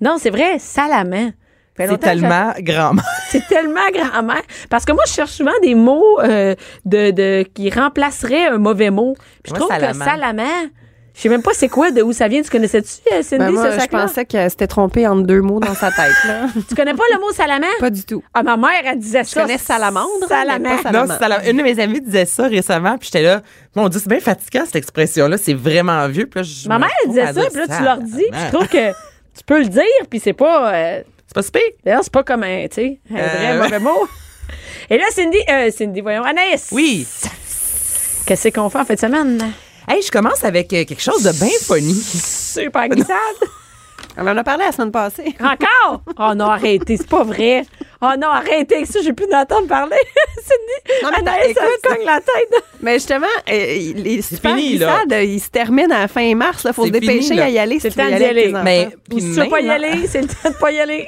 Speaker 3: Non, c'est vrai, salamant. Fait
Speaker 4: C'est
Speaker 3: longtemps que j'a-
Speaker 4: tellement grand.
Speaker 3: C'est tellement grand-mère. Parce que moi, je cherche souvent des mots euh, de, de- qui remplaceraient un mauvais mot. Puis je
Speaker 4: Moi,
Speaker 3: trouve
Speaker 4: salamand.
Speaker 3: que salamand, je sais même pas c'est quoi, de où ça vient. Tu connaissais-tu, euh, Cindy,
Speaker 5: Ben, moi,
Speaker 3: ce
Speaker 5: je
Speaker 3: sac-là?
Speaker 5: pensais que c'était trompé entre deux mots dans sa tête, là.
Speaker 3: Tu connais pas le mot salamand?
Speaker 5: Pas du tout.
Speaker 3: Ah, ma mère, elle disait ça.
Speaker 5: connais salamandre, hein, mais
Speaker 3: Salamand.
Speaker 5: pas
Speaker 4: Non,
Speaker 5: salamandre.
Speaker 4: c'est salam- Une de mes amies disait ça récemment, puis j'étais là, mon Dieu, c'est bien fatigant cette expression-là, c'est vraiment vieux. Puis là, je
Speaker 3: Ma
Speaker 4: me
Speaker 3: mère, elle
Speaker 4: retrouve
Speaker 3: disait
Speaker 4: à
Speaker 3: ça,
Speaker 4: dire
Speaker 3: puis là, tu leur dis. puis
Speaker 4: salamand.
Speaker 3: Je trouve que tu peux le dire, puis c'est pas. euh,
Speaker 4: C'est pas si pire.
Speaker 3: D'ailleurs, c'est pas comme un, tu sais, un vrai
Speaker 4: Euh,
Speaker 3: mauvais mot. Et là, Cindy, euh, Cindy, voyons, Anaïs.
Speaker 4: Oui.
Speaker 3: Qu'est-ce qu'on fait en fin de semaine?
Speaker 4: Hey, je commence avec euh, quelque chose de bien funny.
Speaker 3: Super glissade.
Speaker 5: On en a parlé la semaine passée.
Speaker 3: Encore? Oh non, arrêtez, c'est pas vrai. Oh non, arrêtez avec ça, j'ai plus d'entendre parler. Cindy,
Speaker 5: Non, mais attends,
Speaker 3: Anaïs, ça
Speaker 5: écoute,
Speaker 3: me cogne la tête.
Speaker 5: Mais justement, euh, les super
Speaker 4: fini,
Speaker 5: glissades, euh, ils se terminent à la fin mars. Il faut se
Speaker 4: C'est fini,
Speaker 5: dépêcher
Speaker 4: là.
Speaker 5: à y aller. Ben,
Speaker 3: C'est
Speaker 5: si tu veux
Speaker 3: le temps
Speaker 5: y
Speaker 3: d'y
Speaker 5: avec
Speaker 3: aller.
Speaker 5: tes enfants.
Speaker 4: Mais
Speaker 3: Ou
Speaker 4: puis
Speaker 3: si tu veux pas y
Speaker 4: maintenant,
Speaker 3: aller, c'est le temps de pas y aller.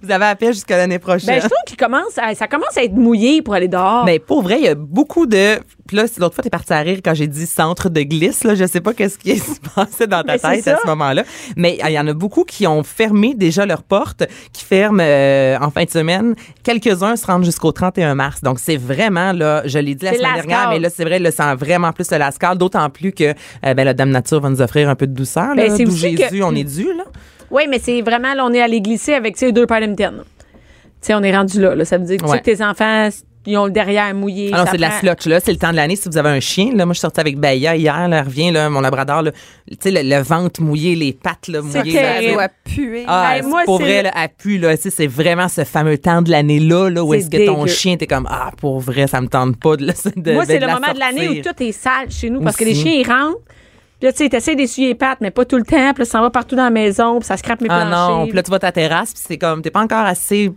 Speaker 4: Vous avez appelé jusqu'à l'année prochaine.
Speaker 3: Ben, je trouve qu'il commence à- ça commence à être mouillé pour aller dehors.
Speaker 4: Mais pour vrai, il y a beaucoup de. Puis là, l'autre fois, t'es parti à rire quand j'ai dit centre de glisse. Là, je sais pas qu'est-ce qui se passait dans ta
Speaker 3: Mais c'est
Speaker 4: tête à
Speaker 3: ça.
Speaker 4: ce moment-là. Mais ah, il y en a beaucoup qui ont fermé déjà leurs portes, qui ferment euh, en fin de semaine. Quelques-uns se rendent jusqu'au 31 mars. Donc, c'est vraiment, là, je l'ai dit la
Speaker 3: C'est
Speaker 4: semaine
Speaker 3: lascar.
Speaker 4: dernière, mais là, c'est vrai, là, sent vraiment plus le lascal. D'autant plus que euh, ben, la Dame Nature va nous offrir un peu de douceur. Là,
Speaker 3: Ben, c'est
Speaker 4: d'où
Speaker 3: aussi
Speaker 4: Jésus,
Speaker 3: que-
Speaker 4: on est dû, là.
Speaker 3: Oui, mais c'est vraiment, là, on est allé glisser avec ces deux palomitaines. Tu sais, on est rendu là, là. Ça veut dire que, tu sais
Speaker 4: Ouais.
Speaker 3: que tes enfants, ils ont le derrière mouillé.
Speaker 4: Alors,
Speaker 3: ça
Speaker 4: Ah c'est de la
Speaker 3: prend-
Speaker 4: slotch, là. C'est le temps de l'année. Si vous avez un chien, là, moi, je suis sortie avec Baya hier, là, elle revient, là, mon labrador, là, tu sais, le, le ventre mouillé, les pattes, là, mouillées. là,
Speaker 3: terrible.
Speaker 5: Ça
Speaker 4: tu sais.
Speaker 5: doit puer.
Speaker 4: Ah,
Speaker 3: Hey,
Speaker 4: c'est
Speaker 3: moi,
Speaker 4: pour
Speaker 3: c'est-
Speaker 4: vrai, là, elle pue, là, tu sais, c'est vraiment ce fameux temps de l'année-là, là, où
Speaker 3: C'est
Speaker 4: est-ce que ton
Speaker 3: dégueu.
Speaker 4: chien, t'es comme, ah, pour vrai, ça me tente pas de, la- de-
Speaker 3: Moi,
Speaker 4: euh, ben, de
Speaker 3: c'est le
Speaker 4: la
Speaker 3: moment de l'année où
Speaker 4: sortir.
Speaker 3: tout est sale chez nous parce que les
Speaker 4: Aussi.
Speaker 3: chiens, ils rentrent. Puis là, tu sais, t'essayes d'essuyer les pattes, mais pas tout le temps. Puis là, ça va partout dans la maison, puis ça scrape mes
Speaker 4: Ah
Speaker 3: planchers.
Speaker 4: non, puis là, tu vas à ta terrasse, puis c'est comme, t'es pas encore assez.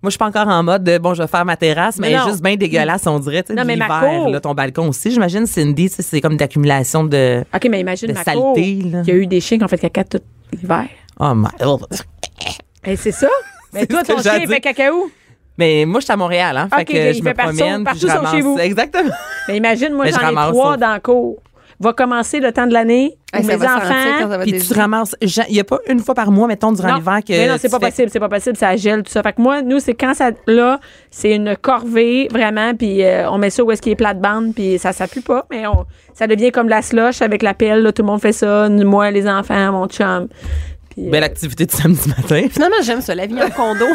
Speaker 4: Moi, je suis pas encore en mode de, bon, je vais faire ma terrasse, mais,
Speaker 3: Mais
Speaker 4: elle est
Speaker 3: non.
Speaker 4: juste bien dégueulasse, on dirait, tu sais,
Speaker 3: Non,
Speaker 4: de
Speaker 3: mais ma
Speaker 4: l'hiver,
Speaker 3: cour-
Speaker 4: là, ton balcon aussi, j'imagine, Cindy, tu sais, c'est comme d'accumulation de.
Speaker 3: OK, mais imagine
Speaker 4: de
Speaker 3: ma cour.
Speaker 4: saleté,
Speaker 3: Il
Speaker 4: là.
Speaker 3: y a eu des chiens qui ont fait caca tout l'hiver.
Speaker 4: Oh my. oh.
Speaker 3: Et c'est ça. Mais
Speaker 4: C'est
Speaker 3: toi,
Speaker 4: ce que
Speaker 3: ton
Speaker 4: j'ai
Speaker 3: chien,
Speaker 4: à
Speaker 3: il
Speaker 4: dire.
Speaker 3: fait caca où?
Speaker 4: Mais moi, je suis à Montréal, hein. Fait
Speaker 3: Ok,
Speaker 4: que
Speaker 3: il
Speaker 4: je
Speaker 3: fait
Speaker 4: me
Speaker 3: partout-
Speaker 4: promène, puis
Speaker 3: partout
Speaker 4: je
Speaker 3: sauf
Speaker 4: ramasse.
Speaker 3: chez vous.
Speaker 4: Exactement.
Speaker 3: Mais Ben, imagine, moi,
Speaker 4: Mais Ben, je
Speaker 3: j'en ai
Speaker 4: ramasse
Speaker 3: trois
Speaker 4: ça.
Speaker 3: dans la cour. Va commencer le temps de l'année où
Speaker 5: Hey, ça
Speaker 3: mes
Speaker 5: va sentir quand
Speaker 3: enfants...
Speaker 5: ça va
Speaker 4: Puis tu
Speaker 5: dégeler.
Speaker 4: ramasses. ja- Il n'y a pas une fois par mois, mettons, durant
Speaker 3: Non,
Speaker 4: l'hiver que.
Speaker 3: mais non,
Speaker 4: tu
Speaker 3: c'est pas
Speaker 4: fais-
Speaker 3: possible, c'est pas possible, ça gèle, tout ça. Fait que moi, nous, c'est quand ça, là, c'est une corvée, vraiment, puis euh, on met ça où est-ce qu'il est plate-bande, puis ça s'appuie pas, mais on, ça devient comme la slush avec la pelle, là, tout le monde fait ça, nous, moi, les enfants, mon chum. Puis, euh,
Speaker 4: Belle activité du samedi matin.
Speaker 5: Finalement, j'aime ça, la vie en condo.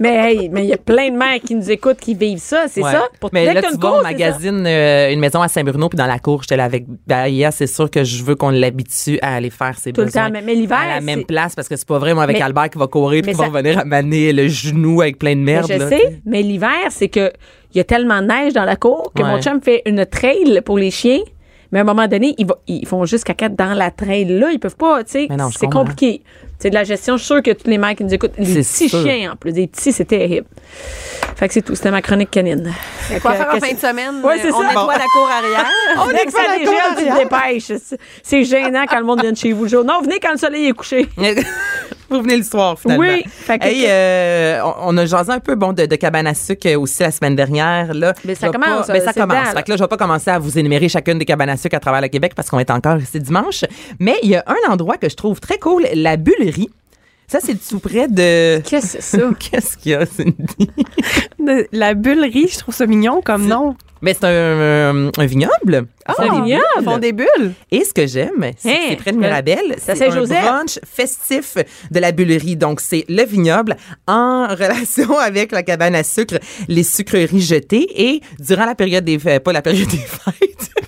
Speaker 3: mais hey, mais il y a plein de mères qui nous écoutent, qui vivent ça, c'est
Speaker 4: Ouais.
Speaker 3: ça? Pour
Speaker 4: Mais
Speaker 3: dès
Speaker 4: là,
Speaker 3: que t'as
Speaker 4: tu
Speaker 3: une
Speaker 4: vas
Speaker 3: cause,
Speaker 4: au
Speaker 3: c'est ça.
Speaker 4: magazine euh, une maison à Saint-Bruno, puis dans la cour, j'étais là avec Bahia. C'est sûr que je veux qu'on l'habitue à aller faire ses
Speaker 3: Tout le
Speaker 4: besoins
Speaker 3: temps, mais- mais l'hiver,
Speaker 4: À la
Speaker 3: c'est-
Speaker 4: même place, parce que c'est pas vrai, moi, avec
Speaker 3: Mais-
Speaker 4: Albert qui va courir,
Speaker 3: mais
Speaker 4: puis qui va
Speaker 3: ça-
Speaker 4: revenir à maner le genou avec plein de
Speaker 3: Mais
Speaker 4: merde.
Speaker 3: je
Speaker 4: là,
Speaker 3: sais,
Speaker 4: tu sais.
Speaker 3: mais l'hiver, c'est que il y a tellement de neige dans la cour que
Speaker 4: Ouais.
Speaker 3: mon chum fait une trail pour les chiens. Mais à un moment donné, ils, va- ils font jusqu'à quatre dans la trail. Là, ils peuvent pas, tu sais.
Speaker 4: Mais non, je
Speaker 3: C'est
Speaker 4: comprends.
Speaker 3: compliqué. C'est de la gestion. Je suis sûre que tous les mecs qui nous écoutent, les
Speaker 4: C'est
Speaker 3: petits
Speaker 4: sûr.
Speaker 3: chiens en plus, les petits, c'est terrible. Fait que c'est tout. C'était ma chronique canine. Fait
Speaker 5: Quoi
Speaker 3: que-
Speaker 5: faire en
Speaker 3: qu'est-ce-
Speaker 5: fin de semaine?
Speaker 3: Ouais, c'est
Speaker 5: on
Speaker 3: ça.
Speaker 5: nettoie la cour arrière.
Speaker 3: Dès que ça dégèle, tu te dépêches. C'est- C'est gênant quand le monde vient de chez vous. le jour. Non, venez quand le soleil est couché.
Speaker 4: Vous venez le soir, finalement.
Speaker 3: Oui. Fait que-
Speaker 4: Hey, euh, on- on a jasé un peu bon de, de cabane à sucre euh, aussi la semaine dernière. Là.
Speaker 3: Mais ça
Speaker 4: Je vais
Speaker 3: commence,
Speaker 4: pas- ben,
Speaker 3: euh,
Speaker 4: ça
Speaker 3: c'est
Speaker 4: commence.
Speaker 3: dedans, là.
Speaker 4: fait que là, je vais pas commencer à vous énumérer chacune des cabanes à sucre à travers le Québec parce qu'on est encore ici dimanche. Mais il y a un endroit que je trouve très cool, la Bullerie. Ça, c'est tout près de...
Speaker 3: Qu'est-ce que c'est ça?
Speaker 4: Qu'est-ce qu'il y a, Cindy?
Speaker 5: Euh, la bullerie, je trouve ça mignon comme nom.
Speaker 4: Mais c'est un, euh, un vignoble. Ah,
Speaker 3: C'est Ah, un vignoble.
Speaker 5: Ils font des bulles.
Speaker 4: Et ce que j'aime, c'est que
Speaker 3: Hein,
Speaker 4: c'est près
Speaker 3: quel-
Speaker 4: de Mirabel.
Speaker 3: C'est à
Speaker 4: C'est un
Speaker 3: Saint-Joseph.
Speaker 4: brunch festif de la Bullerie. Donc, c'est le vignoble en relation avec la cabane à sucre, les sucreries jetées. Et durant la période des fêtes, pas la période des fêtes,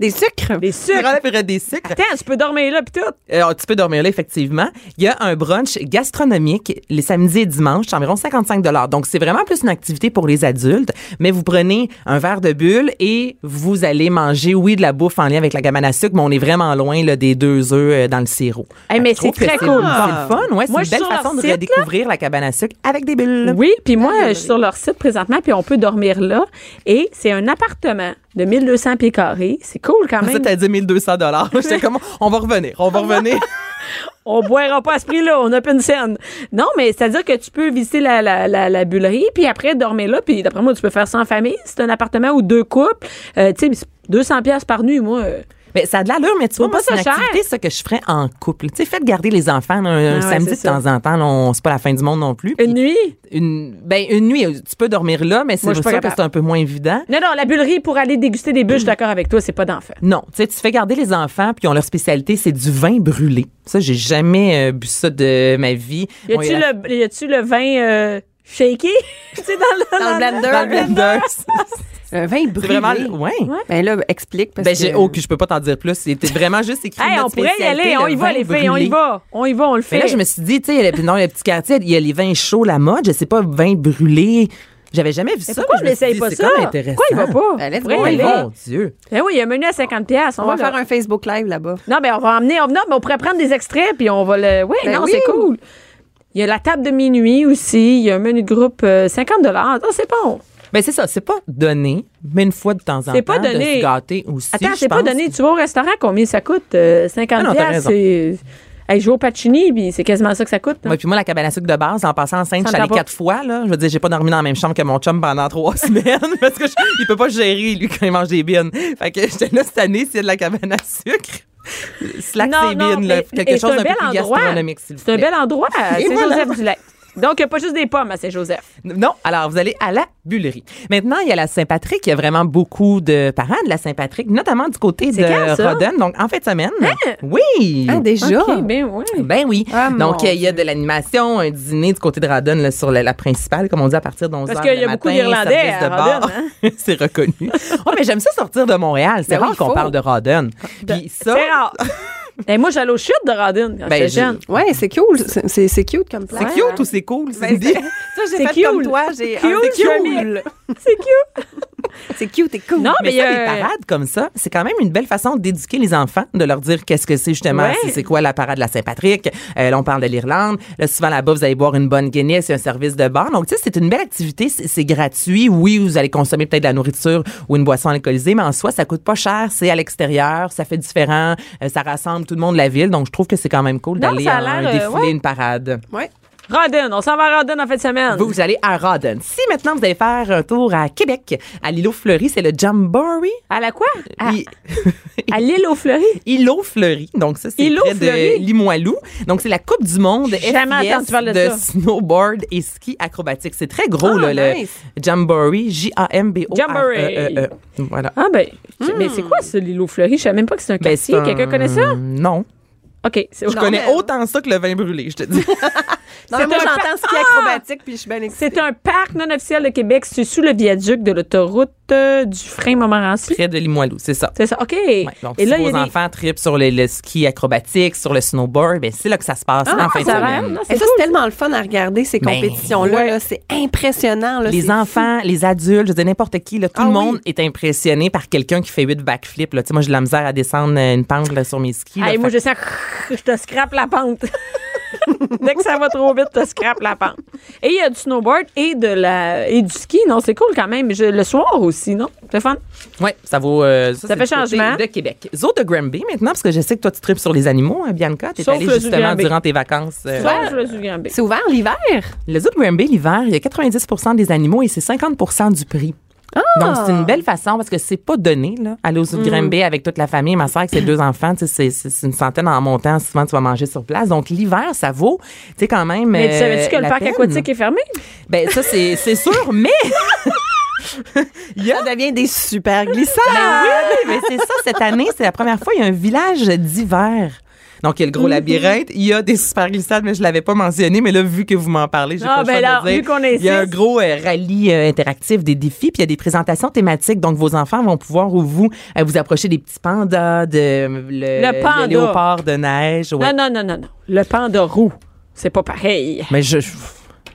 Speaker 5: Des sucres.
Speaker 3: Des sucres.
Speaker 4: durant la période des sucres,
Speaker 3: Attends, tu peux dormir là, puis tout.
Speaker 4: Alors, tu peux dormir là, effectivement. Il y a un brunch gastronomique les samedis et dimanches, c'est environ 55 Donc, c'est vraiment plus une activité pour les adultes, mais vous prenez un verre de bulle et vous allez manger, oui, de la bouffe en lien avec la cabane à sucre, mais on est vraiment loin là, des deux œufs euh, dans le sirop.
Speaker 3: Hey, Eh, mais
Speaker 4: Je trouve
Speaker 3: c'est
Speaker 4: que
Speaker 3: très cool.
Speaker 4: C'est le fun, ouais. C'est
Speaker 3: Moi,
Speaker 4: une
Speaker 3: je suis
Speaker 4: belle
Speaker 3: sur leur
Speaker 4: façon de
Speaker 3: site, là.
Speaker 4: redécouvrir la cabane à sucre avec des bulles.
Speaker 3: Oui, puis moi,
Speaker 4: ben
Speaker 3: je suis sur leur site présentement, puis on peut dormir là. Et c'est un appartement de 1200 pieds carrés. C'est cool quand
Speaker 4: Ah, Ça,
Speaker 3: même.
Speaker 4: t'as dit 1200 J'étais comme, on va revenir, on va revenir.
Speaker 3: on boira pas à ce prix-là, on n'a pas une scène. Non, mais c'est-à-dire que tu peux visiter la, la, la, la bullerie, puis après dormir là, puis d'après moi, tu peux faire ça en famille. C'est un appartement ou deux couples. Euh, tu sais, 200 pièces par nuit, moi. euh,
Speaker 4: Mais ça a de l'allure, mais tu vois,
Speaker 3: Faut pas
Speaker 4: moi, c'est
Speaker 3: ça
Speaker 4: une
Speaker 3: cher.
Speaker 4: activité, ça, que je ferais en couple. Tu sais, faites garder les enfants là, un, un
Speaker 3: Ah ouais,
Speaker 4: samedi de
Speaker 3: c'est ça.
Speaker 4: temps en temps. là, on- c'est pas la fin du monde non plus. Puis
Speaker 3: Une nuit?
Speaker 4: Une, ben, une nuit, euh, tu peux dormir là, mais
Speaker 3: Moi,
Speaker 4: c'est
Speaker 3: je suis
Speaker 4: sûr
Speaker 3: pas
Speaker 4: que
Speaker 3: capable.
Speaker 4: c'est un peu moins évident.
Speaker 3: Non, non, la bullerie pour aller déguster des bûches, je suis d'accord avec toi, c'est pas d'enfant.
Speaker 4: Non, tu sais, tu fais garder les enfants, puis ils ont leur spécialité, c'est du vin brûlé. Ça, j'ai jamais euh, bu ça de ma vie.
Speaker 3: Y
Speaker 4: On est
Speaker 3: a-tu
Speaker 4: à-
Speaker 3: le, y a-tu le vin euh, shaky? tu sais, dans le.
Speaker 5: Dans le
Speaker 4: dans le
Speaker 5: blender.
Speaker 4: blender? C'est
Speaker 5: Un vin brûlé.
Speaker 4: vraiment, ouais.
Speaker 5: Ben là, explique. Parce
Speaker 4: Ben, j'ai,
Speaker 5: que-
Speaker 4: oh, que je peux pas t'en dire plus. C'était vraiment juste écrit.
Speaker 3: Hey,
Speaker 4: notre
Speaker 3: on pourrait y
Speaker 4: spécialité,
Speaker 3: aller, on
Speaker 4: le
Speaker 3: y va,
Speaker 4: vin
Speaker 3: les filles, on y
Speaker 4: brûlé.
Speaker 3: va. On y va, on le fait.
Speaker 4: Mais là, je me suis dit, tu sais, le- dans le petit quartier, il y a les vins chauds, la mode, je sais pas, vins brûlés. J'avais jamais vu
Speaker 3: Mais
Speaker 4: ça.
Speaker 3: pourquoi
Speaker 4: mais
Speaker 3: je
Speaker 4: me suis
Speaker 3: n'essaye
Speaker 4: dit,
Speaker 3: pas
Speaker 4: c'est
Speaker 3: ça?
Speaker 4: quand même intéressant. Oh
Speaker 3: Pourquoi il va pas?
Speaker 5: Ben, let's
Speaker 3: Pourrait
Speaker 5: go,
Speaker 3: y
Speaker 5: il
Speaker 3: aller.
Speaker 5: va.
Speaker 4: mon Dieu.
Speaker 3: Ben oui, il y a un menu à 50$. piastres,
Speaker 5: On va
Speaker 3: là.
Speaker 5: faire un Facebook Live là-bas.
Speaker 3: Non, mais on va emmener. on- Non, mais on pourrait prendre des extraits puis on va le. Oui,
Speaker 5: Ben
Speaker 3: non,
Speaker 5: oui.
Speaker 3: c'est cool. Il y a la table de minuit aussi. Il y a un menu de groupe euh, 50 dollars. c'est bon.
Speaker 4: Ben, c'est ça, c'est pas donné, mais une fois de temps en temps,
Speaker 3: C'est pas
Speaker 4: de
Speaker 3: donné.
Speaker 4: se gâter aussi.
Speaker 3: Attends,
Speaker 4: je
Speaker 3: c'est pas
Speaker 4: pense.
Speaker 3: donné. Tu vas au restaurant, combien ça coûte? Euh, 50
Speaker 4: Ah non, t'as
Speaker 3: piastres,
Speaker 4: raison.
Speaker 3: c'est. Hey, je vais au Pacini, puis c'est quasiment ça que ça coûte. non?
Speaker 4: Ouais, puis moi, la cabane à sucre de base, en passant enceinte, je suis allée
Speaker 3: t'apporte.
Speaker 4: quatre fois, là. Je veux dire, j'ai pas dormi dans la même chambre que mon chum pendant trois semaines, parce que je- il peut pas gérer, lui, quand il mange des bines. Fait que j'étais là cette année, s'il y a de la cabane à sucre. Slack
Speaker 3: Non,
Speaker 4: ses
Speaker 3: non,
Speaker 4: bines, là.
Speaker 3: mais-
Speaker 4: Quelque
Speaker 3: et
Speaker 4: chose
Speaker 3: c'est
Speaker 4: d'un peu
Speaker 3: bel
Speaker 4: plus
Speaker 3: endroit.
Speaker 4: gastronomique, s'il vous
Speaker 3: C'est un
Speaker 4: plaît.
Speaker 3: bel endroit à
Speaker 4: Et
Speaker 3: Saint-Joseph-du-Lac. Donc, il n'y a pas juste des pommes à Saint-Joseph.
Speaker 4: Non, alors vous allez à la Bullerie. Maintenant, il y a la Saint-Patrick. Il y a vraiment beaucoup de parents de la Saint-Patrick, notamment du côté
Speaker 3: C'est quand,
Speaker 4: de
Speaker 3: ça?
Speaker 4: Rodden. Donc, en fin de semaine. Oui!
Speaker 5: Ah, déjà?
Speaker 3: OK, ben oui.
Speaker 4: Ben oui.
Speaker 5: Ah, mon
Speaker 4: Donc, il y a de l'animation, un dîner du côté de Radon là, sur la, la principale, comme on dit, à partir de 11
Speaker 3: Parce
Speaker 4: heures
Speaker 3: qu'il y
Speaker 4: le
Speaker 3: a beaucoup
Speaker 4: matin,
Speaker 3: d'Irlandais
Speaker 4: service de
Speaker 3: à
Speaker 4: bar.
Speaker 3: Radon,
Speaker 4: C'est reconnu. oh, mais j'aime ça sortir de Montréal. C'est
Speaker 5: Ben oui,
Speaker 4: rare
Speaker 5: il
Speaker 4: qu'on
Speaker 5: faut.
Speaker 4: parle de Radon. Puis ça,
Speaker 3: C'est rare. Ben, moi, j'allais aux chutes de Radin quand
Speaker 4: Ben,
Speaker 3: j'étais
Speaker 4: j'ai-
Speaker 3: jeune.
Speaker 5: Ouais, c'est cool. C'est- C'est c'est cute comme
Speaker 4: c'est
Speaker 5: plan.
Speaker 4: cute ou c'est cool?
Speaker 5: Ben,
Speaker 4: Cindy?
Speaker 5: c'est- Ça, j'ai
Speaker 3: C'est
Speaker 5: fait comme
Speaker 3: cute.
Speaker 5: toi. J'ai
Speaker 3: Cute,
Speaker 5: un- c'est
Speaker 3: jamais. C'est cute.
Speaker 5: C'est cute et cool.
Speaker 3: Non, Ah, mais
Speaker 4: mais
Speaker 3: il y
Speaker 4: ça,
Speaker 3: a.
Speaker 4: les parades comme ça, c'est quand même une belle façon d'éduquer les enfants, de leur dire qu'est-ce que c'est justement,
Speaker 3: Ouais.
Speaker 4: si c'est quoi la parade de la Saint-Patrick. Euh, là, on parle de l'Irlande. Là, souvent là-bas, vous allez boire une bonne Guinness et un service de bar. Donc, tu sais, c'est une belle activité, c'est c'est gratuit. Oui, vous allez consommer peut-être de la nourriture ou une boisson alcoolisée, mais en soi, ça coûte pas cher. C'est à l'extérieur, ça fait différent, euh, ça rassemble tout le monde de la ville. Donc, je trouve que c'est quand même cool
Speaker 3: Non,
Speaker 4: d'aller
Speaker 3: ça
Speaker 4: à
Speaker 3: a
Speaker 4: un
Speaker 3: l'air, euh,
Speaker 4: défilé,
Speaker 3: ouais.
Speaker 4: une parade.
Speaker 5: Ouais.
Speaker 3: Rodden, on s'en va à Rodden en fin de semaine.
Speaker 4: Vous, vous allez à Rodden. Si maintenant vous allez faire un tour à Québec, à l'îlot Fleury, c'est le Jamboree.
Speaker 3: À la quoi? À,
Speaker 4: Il-
Speaker 3: à l'île aux fleuries.
Speaker 4: Îlot Fleury. Donc, ça, c'est
Speaker 3: Îlot
Speaker 4: près de
Speaker 3: Fleuri.
Speaker 4: Limoilou. Donc, c'est la Coupe du monde
Speaker 3: J'ai jamais
Speaker 4: FIS
Speaker 3: entendu parler de ça.
Speaker 4: snowboard et ski acrobatique. C'est très gros,
Speaker 5: Ah,
Speaker 4: là,
Speaker 5: nice.
Speaker 4: le Jamboree. J-A-M-B-O.
Speaker 3: Jamboree.
Speaker 4: E Voilà.
Speaker 3: Ah ben, mais c'est quoi ce l'île aux fleuries? Je savais même pas que c'est un
Speaker 4: Ben,
Speaker 3: quartier.
Speaker 4: c'est un-
Speaker 3: Quelqu'un connaît ça?
Speaker 4: Non.
Speaker 3: OK, c'est
Speaker 4: Je connais
Speaker 5: mais-
Speaker 4: autant ça que le vin brûlé, je te dis.
Speaker 5: Non, mais moi,
Speaker 3: un
Speaker 5: j'entends ce qui est
Speaker 3: pa-
Speaker 5: acrobatique, puis je suis bien excitée.
Speaker 3: C'est un parc non officiel de Québec. C'est sous le viaduc de l'autoroute euh, du frein Montmorency.
Speaker 4: près de Limoilou, c'est ça.
Speaker 3: C'est ça. OK.
Speaker 4: Ouais, donc,
Speaker 3: Et là,
Speaker 4: si
Speaker 3: il y
Speaker 4: vos
Speaker 3: a des...
Speaker 4: enfants tripent sur le, le ski acrobatique, sur le snowboard, ben, c'est là que ça se passe en fin de
Speaker 3: Ah, ça va?
Speaker 4: semaine.
Speaker 3: Non,
Speaker 5: Et
Speaker 3: c'est
Speaker 5: ça,
Speaker 3: cool.
Speaker 5: c'est tellement le fun à regarder, ces
Speaker 4: Ben,
Speaker 5: compétitions-là. là. c'est impressionnant. Là,
Speaker 4: Les
Speaker 5: C'est-
Speaker 4: enfants, les adultes, je veux dire, n'importe qui, là, tout
Speaker 5: Ah
Speaker 4: le
Speaker 5: oui.
Speaker 4: monde est impressionné par quelqu'un qui fait huit backflips. Là. Tu sais, Moi, j'ai de la misère à descendre euh, une pente là, sur mes skis. là.
Speaker 3: Hey, moi,
Speaker 4: Fait
Speaker 3: je sens que je te scrape la pente. Dès que ça va trop vite, je te scrape la pente. Et il y a du snowboard et, de la... et du ski. Non, c'est cool quand même. Je- Le soir aussi, non? C'est
Speaker 4: Euh,
Speaker 3: fun.
Speaker 4: que- ouais, ça vaut. euh,
Speaker 3: Ça
Speaker 4: ça c'est
Speaker 3: fait
Speaker 4: du côté
Speaker 3: changement.
Speaker 4: De Québec. Zoo de Granby maintenant, parce que je sais que toi, tu tripes sur les animaux, hein, Bianca. T'es
Speaker 3: Sauf
Speaker 4: allée
Speaker 3: le zoo de
Speaker 4: justement
Speaker 3: Granby.
Speaker 4: durant tes vacances. euh,
Speaker 3: Sauf le zoo Granby.
Speaker 5: C'est ouvert l'hiver?
Speaker 4: Le zoo de Granby, l'hiver, il y a 90 des animaux et c'est 50 du prix.
Speaker 3: Ah!
Speaker 4: Donc, c'est une belle façon parce que c'est pas donné, là, aller au zoo
Speaker 3: Mm-hmm.
Speaker 4: de Granby avec toute la famille, ma soeur avec ses deux enfants, tu sais, c'est- c'est c'est une centaine en montant, souvent tu vas manger sur place. Donc, l'hiver, ça vaut, tu sais, quand même.
Speaker 3: Mais tu
Speaker 4: euh,
Speaker 3: savais-tu que le
Speaker 4: la
Speaker 3: parc
Speaker 4: peine.
Speaker 3: aquatique est fermé?
Speaker 4: Ben, ça, c'est c'est sûr, mais. Il y a
Speaker 5: Ça devient des super glissades.
Speaker 4: Mais Ben oui, mais c'est ça, cette année, c'est la première fois, il y a un village d'hiver. Donc, il y a le
Speaker 3: Mhm.
Speaker 4: gros labyrinthe, il y a des super glissades, mais je l'avais pas mentionné, mais là, vu que vous m'en parlez, j'ai
Speaker 3: Ah,
Speaker 4: pas le choix
Speaker 3: ben
Speaker 4: de
Speaker 3: là,
Speaker 4: le dire.
Speaker 3: vu qu'on
Speaker 4: Il y a un
Speaker 3: insiste.
Speaker 4: gros euh, rallye euh, interactif des défis, puis il y a des présentations thématiques. Donc, vos enfants vont pouvoir, ou vous, euh, vous approcher des petits pandas, de euh, le,
Speaker 3: Le panda.
Speaker 4: léopard de neige. ouais.
Speaker 3: Non, non, non, non, non. Le panda roux, c'est pas pareil.
Speaker 4: Mais je... je-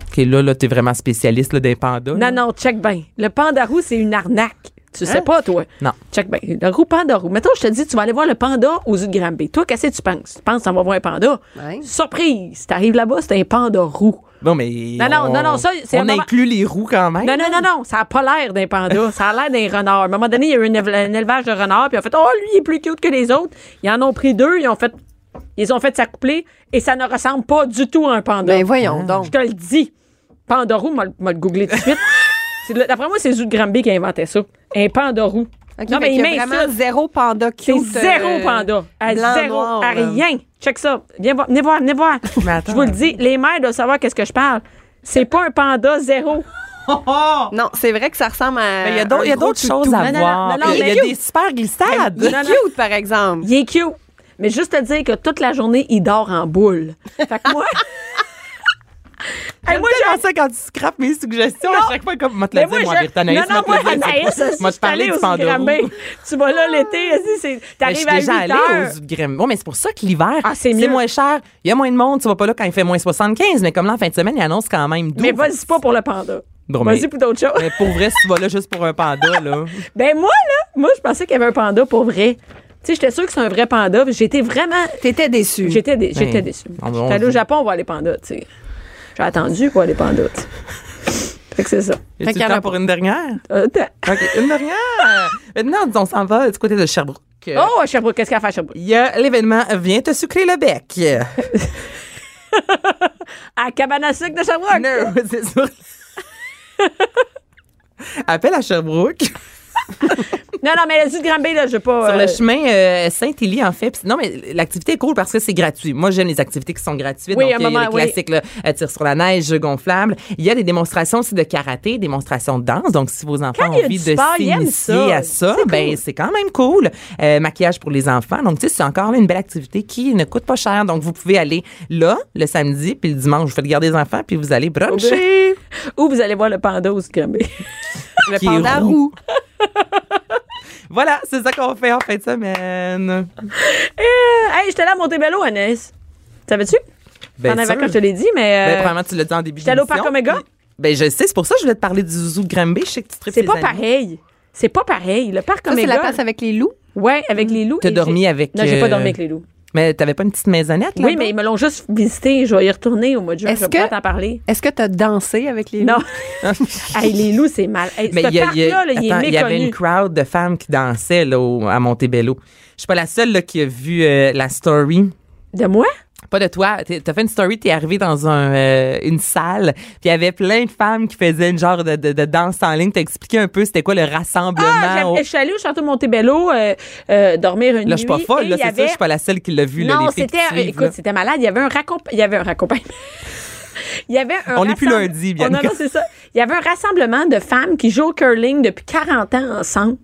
Speaker 4: OK, là, là, t'es vraiment spécialiste là, des pandas. là.
Speaker 3: Non, non, check bien. Le panda roux, c'est une arnaque. Tu sais pas, toi.
Speaker 4: Hein? Non.
Speaker 3: Check bien. Le roux panda roux. Mettons, je te dis, tu vas aller voir le panda aux yeux de Granby. Toi, qu'est-ce que tu penses? Tu penses qu'on va voir un panda?
Speaker 5: Ouais.
Speaker 3: Surprise! T'arrives là-bas, c'est un panda roux.
Speaker 4: Bon, mais...
Speaker 3: Non, non,
Speaker 4: on-
Speaker 3: non, non, ça, c'est un
Speaker 4: On
Speaker 3: moment-
Speaker 4: inclut les roues quand même.
Speaker 3: Non, non, non, non, ça a pas l'air d'un panda, ça a l'air d'un renard. À un moment donné, il y a eu une éve- un élevage de renards, puis on a fait Oh, lui, il est plus cute que les autres. Ils en ont pris deux, ils ont fait ils ont fait s'accoupler, et ça ne ressemble pas du tout à un panda.
Speaker 5: Ben voyons
Speaker 3: Je
Speaker 5: donc.
Speaker 3: te le dis. Pandorou, m'a m'a le googlé tout de suite. C'est le- D'après moi, c'est Zoot Gramby qui a inventé ça. Un pandorou.
Speaker 5: Ok,
Speaker 3: non,
Speaker 5: fait
Speaker 3: mais il
Speaker 5: qu'il y a vraiment
Speaker 3: m'insulte.
Speaker 5: zéro panda cute.
Speaker 3: C'est zéro
Speaker 5: euh,
Speaker 3: panda. À
Speaker 5: blanc,
Speaker 3: zéro.
Speaker 5: noir,
Speaker 3: à
Speaker 5: euh.
Speaker 3: rien. Check ça. Viens voir, venez voir, venez voir.
Speaker 4: Mais attends.
Speaker 3: Je vous le dis, les mères doivent savoir qu'est-ce que je parle. C'est pas un panda zéro.
Speaker 5: Non, c'est vrai que ça ressemble à.
Speaker 3: Euh,
Speaker 4: Mais Ben, Il y a
Speaker 5: un
Speaker 4: d'autres il y a
Speaker 5: gros
Speaker 4: d'autres
Speaker 5: toutou.
Speaker 4: choses à
Speaker 3: Non, non,
Speaker 4: voir.
Speaker 3: non, non,
Speaker 4: Il y a
Speaker 3: mais-
Speaker 4: des super glissades.
Speaker 5: Il est cute, par exemple.
Speaker 3: Il est cute. Mais juste te dire que toute la journée, il dort en boule. Fait que moi. Hey, moi, j'ai
Speaker 4: ça quand tu scrapes mes suggestions à chaque fois comme moi te
Speaker 3: Mais
Speaker 4: le dis
Speaker 3: moi,
Speaker 4: moi
Speaker 3: je-
Speaker 4: Bertanaïs,
Speaker 3: Non, non, moi, Anaïs, si
Speaker 4: moi
Speaker 3: je
Speaker 4: te
Speaker 3: suis allée
Speaker 4: parler
Speaker 3: au
Speaker 4: du pandoro.
Speaker 3: Granby, Tu vas là l'été, si c'est-
Speaker 4: Mais Je suis
Speaker 3: t'arrives à 8
Speaker 4: déjà allée
Speaker 3: heures.
Speaker 4: aux Grim. Bon, mais c'est pour ça que l'hiver,
Speaker 3: Ah, c'est
Speaker 4: c'est
Speaker 3: mieux.
Speaker 4: moins cher. Il y a moins de monde. Tu vas pas là quand il fait moins 75, mais comme là, en fin de semaine, il annonce quand même 12.
Speaker 3: Mais vas-y pas pour le panda.
Speaker 4: Bon, mais-
Speaker 3: vas-y pour d'autres choses.
Speaker 4: Mais pour vrai, si tu vas là juste pour un panda, là.
Speaker 3: Ben moi, là, moi, je pensais qu'il y avait un panda pour vrai. Tu sais, j'étais sûre que c'est un vrai panda. puis J'étais vraiment...
Speaker 5: T'étais déçu.
Speaker 3: J'étais dé- j'étais
Speaker 4: Ben,
Speaker 3: déçue.
Speaker 4: on-
Speaker 3: J'étais allée
Speaker 4: on-
Speaker 3: au Japon voir les pandas, tu sais. J'ai attendu pour voir les pandas, tu sais. Fait que c'est ça. Euh,
Speaker 4: Et tu
Speaker 5: Fait qu'il y en
Speaker 4: le
Speaker 5: a
Speaker 4: temps pour une dernière?
Speaker 3: Attends.
Speaker 4: OK, une dernière. Maintenant, on s'en va du côté de Sherbrooke.
Speaker 3: Oh, à Sherbrooke, qu'est-ce qu'il y a à faire à Sherbrooke?
Speaker 4: Il y a l'événement Viens te sucrer le bec.
Speaker 3: À cabane à sucre de Sherbrooke!
Speaker 4: Non, c'est sûr. Appel à Sherbrooke.
Speaker 3: Non, non, mais la de Granby, là, je veux pas...
Speaker 4: Sur
Speaker 3: euh,
Speaker 4: le chemin euh, Saint-Élie, en fait. Puis Non, mais l'activité est cool parce que c'est gratuit. Moi, j'aime les activités qui sont gratuites.
Speaker 3: Oui,
Speaker 4: donc,
Speaker 3: à un
Speaker 4: il y a
Speaker 3: moment,
Speaker 4: les
Speaker 3: oui.
Speaker 4: classiques, là, euh, tir sur la neige, jeux gonflables. Il y a des démonstrations aussi de karaté, démonstrations de danse. Donc, si vos enfants
Speaker 3: Quand il y
Speaker 4: ont
Speaker 3: a
Speaker 4: envie
Speaker 3: du
Speaker 4: de
Speaker 3: sport, ils aiment
Speaker 4: s'initier
Speaker 3: ça.
Speaker 4: à ça,
Speaker 3: C'est
Speaker 4: ben
Speaker 3: cool.
Speaker 4: c'est quand même cool. Euh, maquillage pour les enfants. Donc, tu sais, c'est encore là, une belle activité qui ne coûte pas cher. Donc, vous pouvez aller là, le samedi, puis le dimanche, vous faites garder les enfants, puis vous allez bruncher.
Speaker 3: Ou vous allez voir le panda au Granby.
Speaker 5: le
Speaker 4: qui est
Speaker 5: panda
Speaker 4: roux.
Speaker 5: roux.
Speaker 4: Voilà, c'est ça qu'on fait en fin de semaine.
Speaker 3: Euh, hey, j'étais là à Montebello, Anaïs. Savais-tu?
Speaker 4: Ben,
Speaker 3: T'en avais
Speaker 4: sûr.
Speaker 3: quand je te l'ai dit, mais.
Speaker 4: Ben,
Speaker 3: euh,
Speaker 4: probablement, tu l'as dit en début
Speaker 3: j'étais allée au
Speaker 4: d'émission.
Speaker 3: Parc Omega.
Speaker 4: Ben, je sais, c'est pour ça que je voulais te parler du Zouzou Granby. Je sais que tu tripes
Speaker 3: c'est
Speaker 4: tes
Speaker 3: pas
Speaker 4: amis.
Speaker 3: pareil. C'est pas pareil. Le parc
Speaker 5: Ça, c'est
Speaker 3: Omega.
Speaker 5: la place avec les loups.
Speaker 3: Ouais, avec les loups.
Speaker 4: T'as
Speaker 3: et
Speaker 4: dormi
Speaker 3: j'ai-
Speaker 4: avec,
Speaker 3: Non, j'ai pas
Speaker 4: euh,
Speaker 3: dormi avec les loups.
Speaker 4: Mais t'avais pas une petite maisonnette, là?
Speaker 3: Oui, mais ils me l'ont juste visité. Je vais y retourner au mois de juin. Je
Speaker 5: Est-ce
Speaker 3: vais
Speaker 5: que-
Speaker 3: pas t'en parler.
Speaker 5: Est-ce que t'as dansé avec les loups?
Speaker 3: Non. hey, les loups, c'est mal. Hey,
Speaker 4: Hein? Mais
Speaker 3: ce
Speaker 4: Ben, il y, a- il y a-
Speaker 3: parc-là, là, il
Speaker 4: attends,
Speaker 3: est
Speaker 4: il y avait une
Speaker 3: méconnu.
Speaker 4: crowd de femmes qui dansaient là, au- à Montebello. Je suis pas la seule là, qui a vu euh, la story.
Speaker 3: De moi?
Speaker 4: Pas de toi. T'es- T'as fait une story, t'es arrivée dans un, euh, une salle, puis il y avait plein de femmes qui faisaient une genre de, de- de danse en ligne. T'as expliqué un peu c'était quoi le rassemblement.
Speaker 3: Ah, j'avais-
Speaker 4: au-
Speaker 3: je suis allée au château de Montebello euh, euh, dormir une nuit.
Speaker 4: Là, je suis pas folle,
Speaker 3: et
Speaker 4: là,
Speaker 3: il y
Speaker 4: c'est ça,
Speaker 3: avait-
Speaker 4: je suis pas la seule qui l'a vu, là,
Speaker 3: Non,
Speaker 4: les filles qui
Speaker 3: c'était.
Speaker 4: suivent, là.
Speaker 3: Écoute, c'était malade. Il y avait un raccomp- Il y avait un raccompagnement. Il y avait un
Speaker 4: On n'est plus
Speaker 3: rassemble-
Speaker 4: lundi,
Speaker 3: Oh, non,
Speaker 4: Bianca.
Speaker 3: non, c'est ça. Il y avait un rassemblement de femmes qui jouent au curling depuis 40 ans ensemble.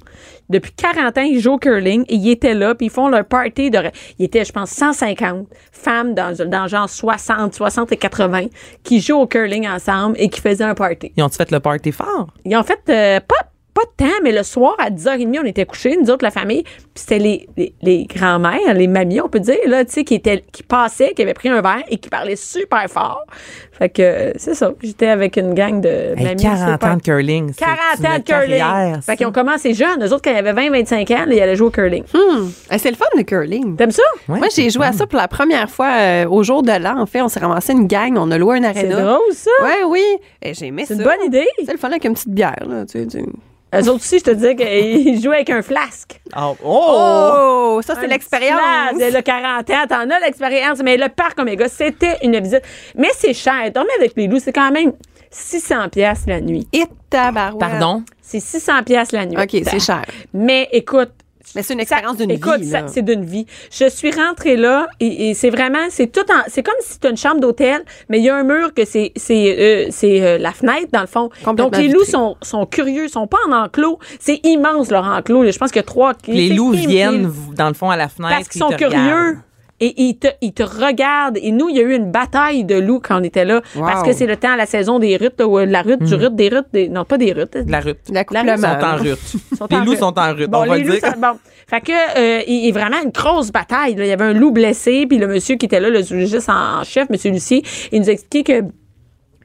Speaker 3: Depuis 40 ans, ils jouent au curling et ils étaient là, puis ils font leur party de. Ils étaient, je pense, 150 femmes dans, dans genre 60, 60 et 80 qui jouent au curling ensemble et qui faisaient un party.
Speaker 4: Ils ont-tu fait le party fort?
Speaker 3: Ils ont fait euh, pas, pas de temps, mais le soir, à 10h30, on était couchés, nous autres, la famille, puis c'était les, les, les grands-mères, les mamies, on peut dire, là, tu sais, qui, étaient- qui passaient, qui avaient pris un verre et qui parlaient super fort. Fait que euh, c'est ça. J'étais avec une gang Ben, de
Speaker 4: Hey,
Speaker 3: mamies.
Speaker 4: 40
Speaker 3: super-
Speaker 4: ans de curling. c'est
Speaker 3: 40 ans
Speaker 4: une
Speaker 3: de curling.
Speaker 4: carrière, ça.
Speaker 3: fait qu'ils ont commencé jeunes. Eux autres, quand ils avaient 20-25 ans, là, ils allaient jouer au curling.
Speaker 5: Hmm. Ah, C'est le fun, le curling.
Speaker 3: T'aimes ça?
Speaker 4: Hum. Ouais,
Speaker 5: Moi, j'ai joué à ça pour la première fois euh, au jour de l'an. En fait, on s'est ramassé une gang, on a loué un
Speaker 3: C'est
Speaker 5: aréna.
Speaker 3: drôle, ça.
Speaker 5: Ouais, oui. Et J'ai aimé
Speaker 3: C'est une
Speaker 5: ça.
Speaker 3: bonne idée.
Speaker 5: C'est le fun avec une petite bière, là. Tu sais, tu-
Speaker 3: Eux autres aussi, je te disais qu'ils jouaient avec un flasque.
Speaker 4: Oh!
Speaker 5: Oh! Ça, c'est
Speaker 3: Un
Speaker 5: l'expérience.
Speaker 3: petit blase, Le 40 ans, t'en as l'expérience, mais le parc Omega, c'était une visite. Mais c'est cher. Dormir avec les loups, c'est quand même 600 pièces la nuit.
Speaker 5: Et tabarouette.
Speaker 4: Pardon?
Speaker 3: C'est 600 pièces la nuit. Ben,
Speaker 5: OK, c'est cher.
Speaker 3: Mais écoute,
Speaker 5: Mais c'est une expérience d'une vie.
Speaker 3: Écoute, ça,
Speaker 5: là.
Speaker 3: c'est d'une vie. Je suis rentrée là et, et c'est vraiment, c'est tout en, c'est comme si c'était une chambre d'hôtel, mais il y a un mur que c'est, c'est, euh, c'est euh, la fenêtre dans le fond.
Speaker 5: Complètement
Speaker 3: Donc les
Speaker 5: vitré.
Speaker 3: loups sont, sont curieux, sont pas en enclos. C'est immense leur enclos. Je pense qu'il y a trois.
Speaker 4: Les
Speaker 3: c'est
Speaker 4: loups
Speaker 3: im-
Speaker 4: viennent, v- dans le fond, à la fenêtre.
Speaker 3: parce qu'ils
Speaker 4: ils
Speaker 3: sont
Speaker 4: te
Speaker 3: curieux.
Speaker 4: regardent.
Speaker 3: Et ils te, ils te regardent. Et nous, il y a eu une bataille de loups quand on était là.
Speaker 5: Wow.
Speaker 3: Parce que c'est le temps, la saison des rutes, là, où, euh, de la rute, du rute, des rutes, des- non, pas des rutes.
Speaker 4: De Hmm. la rute.
Speaker 5: La coupe
Speaker 4: Ils sont en rute.
Speaker 3: sont
Speaker 4: les
Speaker 3: en
Speaker 4: loups
Speaker 3: rute.
Speaker 4: sont en rute,
Speaker 3: Bon,
Speaker 4: on va
Speaker 3: les
Speaker 4: le
Speaker 3: loups,
Speaker 4: dire.
Speaker 3: ça- bon. Fait que, euh, il, il- vraiment une grosse bataille. là. Il y avait un loup blessé, puis le monsieur qui était là, le zoologiste en, en chef, monsieur Lucier, il nous expliquait que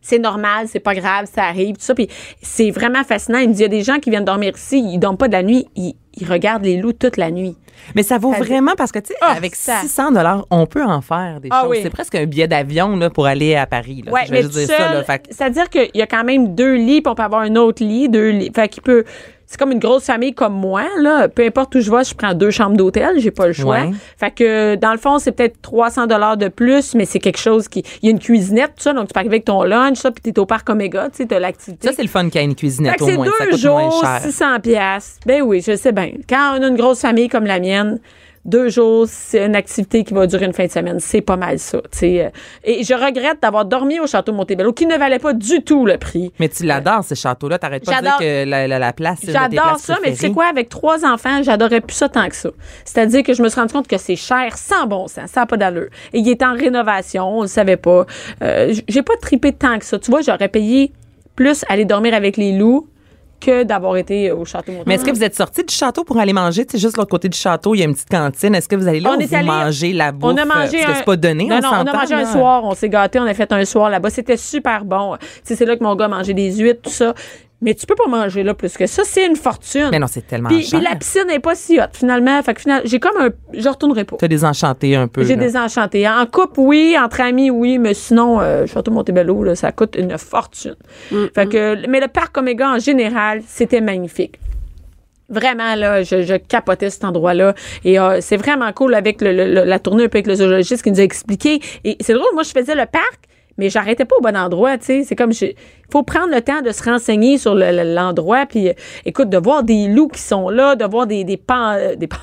Speaker 3: c'est normal, c'est pas grave, ça arrive, tout ça. Puis c'est vraiment fascinant. Il me dit, il y a des gens qui viennent dormir ici, ils dorment pas de la nuit, ils, ils regardent les loups toute la nuit.
Speaker 4: Mais ça vaut
Speaker 3: Ça-
Speaker 4: vraiment parce que, tu sais,
Speaker 3: Ah,
Speaker 4: avec
Speaker 3: ça-
Speaker 4: 600 dollars, on peut en faire des
Speaker 3: Ah
Speaker 4: choses.
Speaker 3: oui.
Speaker 4: C'est presque un billet d'avion là, pour aller à Paris. Là.
Speaker 3: Ouais,
Speaker 4: Je vais
Speaker 3: mais
Speaker 4: juste
Speaker 3: tout
Speaker 4: dire ça.
Speaker 3: seul,
Speaker 4: là. Fait que-
Speaker 3: C'est-à-dire qu'il y a quand même deux lits, puis on peut avoir un autre lit, deux lits. Fait qu'il peut. C'est comme une grosse famille comme moi, là. Peu importe où je vais, je prends deux chambres d'hôtel, j'ai pas le choix.
Speaker 4: Ouais.
Speaker 3: Fait que, dans le fond, c'est peut-être 300 dollars de plus, mais c'est quelque chose qui. Il y a une cuisinette, tout ça, donc tu peux arriver avec ton lunch, ça, puis t'es au parc Omega, tu sais, t'as l'activité.
Speaker 4: ça, c'est le fun qu'il y ait une
Speaker 3: Fait
Speaker 4: cuisinette
Speaker 3: que
Speaker 4: au
Speaker 3: c'est
Speaker 4: moins. Ça
Speaker 3: deux
Speaker 4: coûte moins
Speaker 3: jours,
Speaker 4: cher.
Speaker 3: 600 pièces. Ben oui, je sais bien. Quand on a une grosse famille comme la mienne, deux jours, c'est une activité qui va durer une fin de semaine. C'est pas mal ça. tu sais. Euh, Et je regrette d'avoir dormi au château Montebello, qui ne valait pas du tout le prix.
Speaker 4: Mais tu l'adores, ce château-là. T'arrêtes pas de dire
Speaker 3: J'adore.
Speaker 4: que la, la- la place, c'est une de tes
Speaker 3: J'adore
Speaker 4: places
Speaker 3: ça, mais tu sais
Speaker 4: préférées.
Speaker 3: quoi, avec trois enfants, j'adorais plus ça tant que ça. C'est-à-dire que je me suis rendu compte que c'est cher, sans bon sens, ça n'a pas d'allure. Et il est en rénovation, on ne le savait pas. Euh, j- J'ai pas tripé tant que ça. Tu vois, j'aurais payé plus aller dormir avec les loups que d'avoir été au château Montebello.
Speaker 4: Mais est-ce que vous êtes sorti du château pour aller manger? Tu sais, juste l'autre côté du château, il y a une petite cantine. Est-ce que vous allez là ou vous
Speaker 3: allé-
Speaker 4: mangez la bouffe?
Speaker 3: On
Speaker 4: euh,
Speaker 3: a mangé
Speaker 4: Parce que
Speaker 3: un-
Speaker 4: c'est pas donné,
Speaker 3: Non,
Speaker 4: on
Speaker 3: non, on a
Speaker 4: s'entend,
Speaker 3: mangé un
Speaker 4: là.
Speaker 3: soir, on s'est gâté, on a fait un soir là-bas. C'était super bon. Tu sais, c'est là que mon gars mangeait des huîtres, tout ça. Mais tu peux pas manger là plus que ça. C'est une fortune.
Speaker 4: Mais non, c'est tellement
Speaker 3: puis,
Speaker 4: cher.
Speaker 3: puis la piscine n'est pas si haute, finalement. Fait que finalement, j'ai comme un. Je retournerai pas.
Speaker 4: T'as désenchanté un peu.
Speaker 3: J'ai
Speaker 4: là.
Speaker 3: désenchanté. En couple, oui. Entre amis, oui. Mais sinon, euh, Château Montebello, là, ça coûte une fortune. fait que, mais le parc Oméga, en général, c'était magnifique. Vraiment, là, je, je capotais cet endroit-là. Et euh, c'est vraiment cool avec le- le- le- la tournée un peu avec le zoologiste qui nous a expliqué. Et c'est drôle, moi, je faisais le parc, mais j'arrêtais pas au bon endroit, tu sais. C'est comme, il faut prendre le temps de se renseigner sur le- le- l'endroit. Puis, euh, écoute, de voir des loups qui sont là, de voir des, des pan- euh, des pan-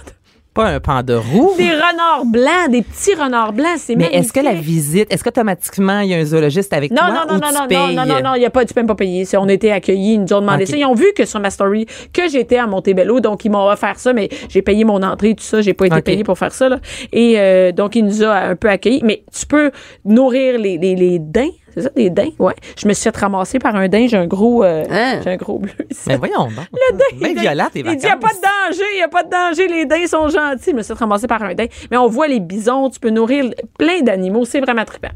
Speaker 4: Pas un panda roux.
Speaker 3: des renards blancs, des petits renards blancs, c'est
Speaker 4: Mais est-ce
Speaker 3: magnifique.
Speaker 4: que la visite, est-ce qu'automatiquement, il y a un zoologiste avec
Speaker 3: non,
Speaker 4: toi
Speaker 3: non, non,
Speaker 4: ou
Speaker 3: non,
Speaker 4: tu
Speaker 3: non, non,
Speaker 4: payes?
Speaker 3: non, non, non, il y a pas, tu peux même pas payer. C'est- On était accueillis, ils nous ont demandé
Speaker 4: Ok.
Speaker 3: ça. Ils ont vu que sur ma story que j'étais à Montebello, donc ils m'ont offert ça, mais j'ai payé mon entrée, tout ça, j'ai pas été
Speaker 4: Ok.
Speaker 3: payé pour faire ça. Là. Et euh, donc ils nous ont un peu accueillis. Mais tu peux nourrir les, les, les daims, c'est ça, des daims, ouais. Je me suis fait ramasser par un daim, j'ai un gros, euh,
Speaker 5: Hein?
Speaker 3: j'ai un gros bleu. ici.
Speaker 4: Mais voyons donc.
Speaker 3: Il
Speaker 4: Bien
Speaker 3: dit-
Speaker 4: violent, tes
Speaker 3: Il
Speaker 4: vacances.
Speaker 3: dit, il n'y a pas de danger, il n'y a pas de danger, les daims sont gentils. Je me suis fait ramasser par un daim. Mais on voit les bisons, tu peux nourrir plein d'animaux, c'est vraiment trippant.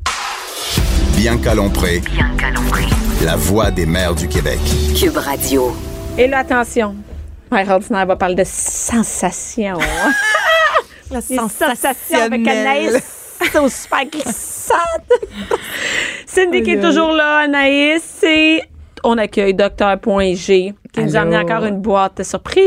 Speaker 2: Bianca Lompré,
Speaker 1: Bien calompré.
Speaker 2: la voix des mères du Québec.
Speaker 1: Cube Radio.
Speaker 3: Et là, attention, Mère Ordinaire va parler de sensations.
Speaker 4: La
Speaker 3: Les sensations avec Anaïs. C'est au super glissante. Cindy qui est toujours là, Anaïs, et on accueille Docteur.g qui nous a
Speaker 4: Allô.
Speaker 3: amené encore une boîte de surprise.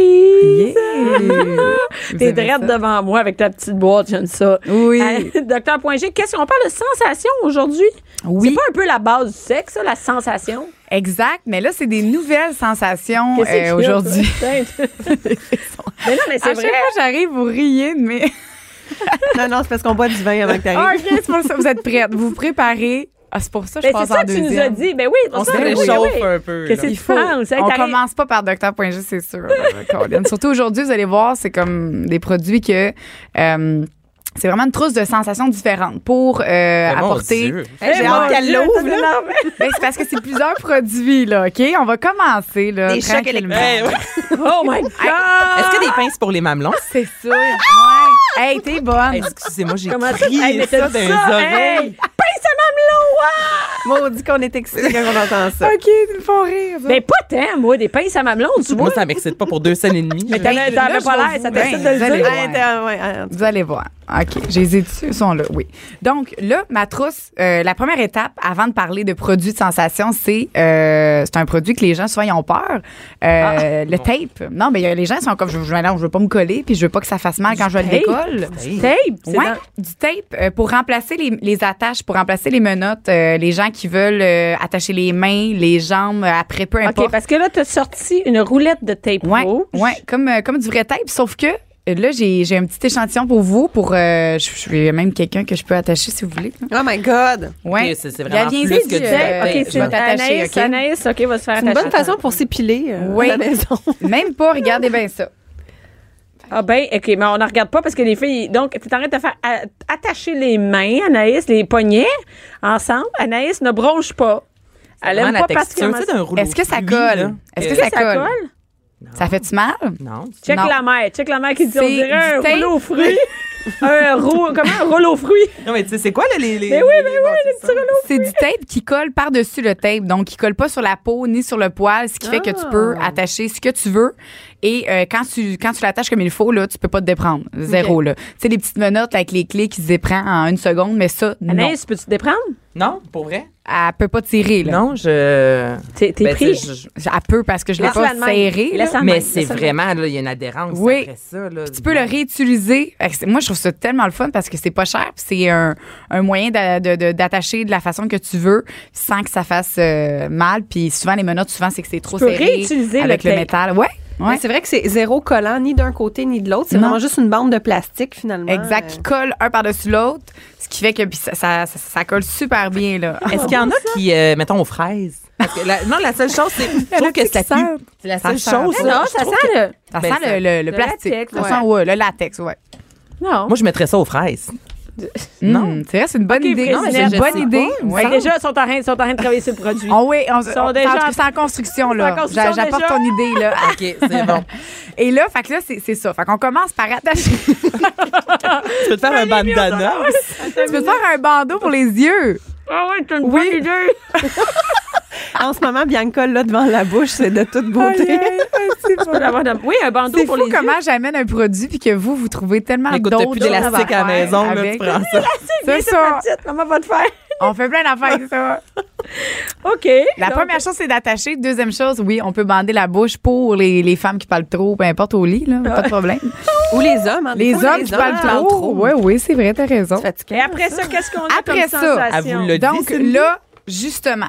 Speaker 3: T'es
Speaker 4: aimez
Speaker 3: drette devant moi avec ta petite boîte, j'aime ça. Euh,
Speaker 4: Oui.
Speaker 3: Docteur G, qu'est-ce qu'on parle de sensation aujourd'hui?
Speaker 6: Oui.
Speaker 3: C'est pas un peu la base du sexe, ça, la sensation?
Speaker 6: Exact, mais là, c'est des nouvelles sensations
Speaker 3: Qu'est-ce qu'il y a,
Speaker 6: euh, aujourd'hui.
Speaker 3: toi? mais non, mais
Speaker 6: À
Speaker 3: c'est
Speaker 6: chaque
Speaker 3: vrai.
Speaker 6: fois, j'arrive, vous riez, mais.
Speaker 5: Non, non, c'est parce qu'on boit du vin avant que t'arrives.
Speaker 6: Ah, OK, c'est pour ça. Vous êtes prêtes. Vous vous préparez. Ah, c'est pour ça, je
Speaker 3: Ben,
Speaker 6: pense
Speaker 3: c'est ça
Speaker 6: en
Speaker 3: que tu
Speaker 6: deuxième.
Speaker 3: nous as dit. Ben oui,
Speaker 4: On se
Speaker 3: ça, oui,
Speaker 4: réchauffe
Speaker 3: oui.
Speaker 4: un peu.
Speaker 3: Qu'est-ce
Speaker 4: là.
Speaker 3: que
Speaker 6: Il
Speaker 3: tu
Speaker 6: faut.
Speaker 3: penses? Hey,
Speaker 6: on
Speaker 3: t'arrives-
Speaker 6: commence pas par Docteur.g, c'est sûr. euh, Colin. Surtout aujourd'hui, vous allez voir, c'est comme des produits que. euh, c'est vraiment une trousse de sensations différentes pour euh,
Speaker 4: Mais Ah, mon
Speaker 6: apporter.
Speaker 4: Dieu.
Speaker 6: Hey, j'ai
Speaker 3: Mon
Speaker 6: hâte qu'elle
Speaker 3: Dieu,
Speaker 6: l'ouvre,
Speaker 3: t'as dit
Speaker 6: là.
Speaker 3: non, mais-
Speaker 6: Ben, c'est parce que c'est plusieurs produits, là, OK? On va commencer, là,
Speaker 5: Des chocs
Speaker 6: tranquillement.
Speaker 4: Hey, ouais.
Speaker 3: Oh my God!
Speaker 4: Est-ce qu'il y a des pinces pour les mamelons?
Speaker 6: C'est ça. Ouais. Hey, t'es bonne.
Speaker 4: Excusez-moi, j'ai
Speaker 3: Comment ça? Hey,
Speaker 4: crié
Speaker 3: mais t'as
Speaker 4: ça
Speaker 3: dit
Speaker 4: d'un
Speaker 3: ça?
Speaker 4: oreille.
Speaker 3: Hey! Pince à
Speaker 5: Maudit qu'on est excité quand on entend ça.
Speaker 6: OK, ils me font rire.
Speaker 3: mamelon! Ben pas tant, moi, des pinces à mamelon, tu vois.
Speaker 4: Moi, ça m'excite pas pour deux scènes et demie.
Speaker 3: Mais
Speaker 4: Je-
Speaker 3: t'en
Speaker 6: Ben,
Speaker 3: as- t'en
Speaker 6: là,
Speaker 3: as
Speaker 6: je
Speaker 3: pas
Speaker 6: vais
Speaker 3: l'air, ça
Speaker 6: vous-
Speaker 3: t'excite de
Speaker 6: Ben,
Speaker 3: le
Speaker 6: vous
Speaker 3: dire.
Speaker 6: allez
Speaker 5: Ah, attends, ouais, ah,
Speaker 6: Vous allez voir. OK. Je les ai dessus, ils sont là. Oui. Donc, là, ma trousse, euh, la première étape avant de parler de produits de sensation, c'est euh, c'est un produit que les gens, souvent, ils ont peur. Euh, le tape. Non, mais il y a- les gens sont comme, je, je, non, je veux pas me coller, puis je veux pas que ça fasse mal quand je le
Speaker 3: tape?
Speaker 6: décolle.
Speaker 3: Tape, c'est
Speaker 6: Ouais,
Speaker 3: dans-
Speaker 6: du tape euh, pour remplacer les, les attaches, pour remplacer les menottes, euh, les gens qui veulent euh, attacher les mains, les jambes, euh, après, peu importe.
Speaker 3: OK, parce que là, t'as sorti une roulette de tape
Speaker 6: Ouais,
Speaker 3: rouge.
Speaker 6: ouais, comme, euh, comme du vrai tape, sauf que euh, là, j'ai j'ai un petit échantillon pour vous. Pour, euh, je je vais même quelqu'un que je peux attacher si vous voulez. là.
Speaker 5: Oh my God!
Speaker 6: Ouais.
Speaker 4: Ok, c'est- c'est vraiment
Speaker 6: Gaviens,
Speaker 4: plus
Speaker 6: dis,
Speaker 4: que du
Speaker 6: euh,
Speaker 4: lapin.
Speaker 6: je vais
Speaker 3: OK, c'est
Speaker 6: t'attacher,
Speaker 3: Anaïs.
Speaker 6: ok?
Speaker 3: Anaïs, OK, va se faire
Speaker 5: C'est une bonne
Speaker 3: attacher.
Speaker 5: façon pour s'épiler euh,
Speaker 6: Oui.
Speaker 5: à la maison.
Speaker 6: Même pas, regardez bien ça.
Speaker 3: Ah ben, OK, mais on ne regarde pas parce que les filles... Donc, tu t'arrêtes de faire a- attacher les mains, Anaïs, les poignets, ensemble. Anaïs ne bronche pas. Elle
Speaker 4: Vraiment,
Speaker 3: aime
Speaker 4: la
Speaker 3: pas
Speaker 4: texture,
Speaker 3: particulièrement...
Speaker 4: tu sais, d'un rouleau.
Speaker 6: Est-ce que ça
Speaker 4: de
Speaker 6: colle?
Speaker 4: fruits, là,
Speaker 6: Est-ce
Speaker 4: que-
Speaker 6: que ça
Speaker 3: Ça colle?
Speaker 6: Ça fait-tu mal?
Speaker 4: Non.
Speaker 3: Check
Speaker 6: Non.
Speaker 3: la mère, check la mère qui dit, on
Speaker 6: C'est
Speaker 3: dirait
Speaker 6: du
Speaker 3: un
Speaker 6: thym.
Speaker 3: rouleau aux fruits. un rouleau, comment un rouleau aux fruits?
Speaker 4: Non, mais tu sais, c'est quoi, là, les. les
Speaker 3: Mais oui, mais oui,
Speaker 4: les
Speaker 3: les petits rouleaux.
Speaker 6: C'est du tape qui colle par-dessus le tape, donc qui colle pas sur la peau ni sur le poil, ce qui fait que tu peux
Speaker 4: Ah.
Speaker 6: attacher ce que tu veux. Et euh, quand tu quand tu l'attaches comme il faut là, tu peux pas te déprendre, zéro là. Tu sais les petites menottes avec les clés qui se déprend en une seconde, mais ça non,
Speaker 3: Anaïs, peux-tu te déprendre?
Speaker 4: Non, pour vrai?
Speaker 6: elle peut pas tirer là.
Speaker 4: Non, je.
Speaker 3: T'es t'es
Speaker 4: Ben,
Speaker 3: pris?
Speaker 4: tu sais, je-
Speaker 6: Elle peut parce que je l'ai
Speaker 3: Ah, Laisse-la
Speaker 6: pas
Speaker 3: de même.
Speaker 6: serré. là.
Speaker 3: Laisse-la de
Speaker 4: Mais
Speaker 3: même,
Speaker 4: c'est
Speaker 3: laisse-la de
Speaker 4: vraiment, là, il y a une adhérence
Speaker 6: Oui.
Speaker 4: après ça. Là,
Speaker 6: Tu peux le réutiliser. Fait que c'est- Moi, je trouve ça tellement le fun parce que c'est pas cher. puis C'est un, un moyen d'a- de- de- d'attacher de, la façon que tu veux sans que ça fasse euh, mal. Puis souvent, les menottes, souvent, c'est que c'est trop
Speaker 3: Tu peux
Speaker 6: serré
Speaker 3: réutiliser le
Speaker 6: avec le,
Speaker 3: tape.
Speaker 6: métal. Ouais, ouais.
Speaker 5: Mais C'est vrai que c'est zéro collant, ni d'un côté ni de l'autre. C'est
Speaker 6: Non.
Speaker 5: vraiment juste une bande de plastique, finalement.
Speaker 6: Exact, qui colle un par-dessus l'autre, ce qui fait que puis ça, ça, ça- ça colle super bien là.
Speaker 4: Est-ce qu'il y en a qui, euh, mettons, aux fraises? Parce que la- non, la seule chose, c'est je trouve que ça pue. C'est la seule
Speaker 6: Ça sent.
Speaker 4: chose.
Speaker 6: Mais
Speaker 4: là,
Speaker 3: non,
Speaker 4: je
Speaker 3: ça
Speaker 4: trouve
Speaker 3: sent
Speaker 4: que-
Speaker 3: le...
Speaker 6: Ça
Speaker 4: Ben,
Speaker 6: sent
Speaker 4: ça-
Speaker 6: le, le- le
Speaker 3: le
Speaker 6: plastique.
Speaker 3: latex,
Speaker 6: ça
Speaker 3: ouais.
Speaker 6: sent ouais, le latex, ouais.
Speaker 3: Non.
Speaker 4: Moi, je mettrais ça aux fraises.
Speaker 6: Non,
Speaker 4: Non.
Speaker 6: Hmm, c'est vrai, c'est une bonne
Speaker 3: Ok,
Speaker 6: idée.
Speaker 3: Frésinette,
Speaker 6: Non, mais c'est
Speaker 3: je
Speaker 6: une bonne
Speaker 3: sais
Speaker 6: idée.
Speaker 3: pas.
Speaker 6: Ouais.
Speaker 3: Fait que Déjà, ils sont en train ils sont en train de travailler sur le produit.
Speaker 6: On, Ah oui, on,
Speaker 3: sont
Speaker 6: on-
Speaker 3: déjà-
Speaker 6: parce que c'est en construction là.
Speaker 3: C'est en construction
Speaker 6: J'a- J'apporte
Speaker 3: déjà.
Speaker 6: ton idée là.
Speaker 4: OK, c'est bon.
Speaker 6: Et là, fait que là, c'est c'est ça. Fait qu'on commence par attacher. tu
Speaker 4: tu peux te faire un bandana.
Speaker 6: peux te faire un bandeau pour les yeux.
Speaker 3: Ah ouais, c'est une
Speaker 6: Oui.
Speaker 3: bonne idée.
Speaker 5: Euh, En ce moment, Bianca, là, devant la bouche, c'est de toute beauté.
Speaker 3: Faut l'avoir dans- Oui, un bandeau
Speaker 6: C'est
Speaker 3: pour
Speaker 6: fou
Speaker 3: les yeux.
Speaker 6: comment j'amène un produit puis que vous, vous trouvez tellement
Speaker 4: Écoute,
Speaker 6: d'autres
Speaker 4: t'as plus d'élastique à la
Speaker 6: affaires
Speaker 4: maison, là, tu
Speaker 6: avec.
Speaker 4: prends ça.
Speaker 6: C'est
Speaker 3: Viens,
Speaker 6: ça.
Speaker 3: c'est petite, Maman va te faire.
Speaker 6: On fait plein d'affaires avec ça.
Speaker 3: OK.
Speaker 6: La
Speaker 3: Donc,
Speaker 6: première chose, c'est d'attacher. Deuxième chose, oui, on peut bander la bouche pour les, les femmes qui parlent trop, peu importe au lit, là, pas de problème.
Speaker 5: Ou les hommes. hein, des
Speaker 6: Les
Speaker 5: fois,
Speaker 6: hommes qui parlent
Speaker 5: parlent
Speaker 6: trop. Oui, oui, c'est vrai, t'as raison.
Speaker 5: C'est fatigant.
Speaker 3: Et après ça, qu'est-ce qu'on a
Speaker 6: Après
Speaker 3: comme
Speaker 6: ça,
Speaker 3: sensation?
Speaker 4: à vous le-
Speaker 6: Donc
Speaker 4: Dis, Cindy.
Speaker 6: là, justement.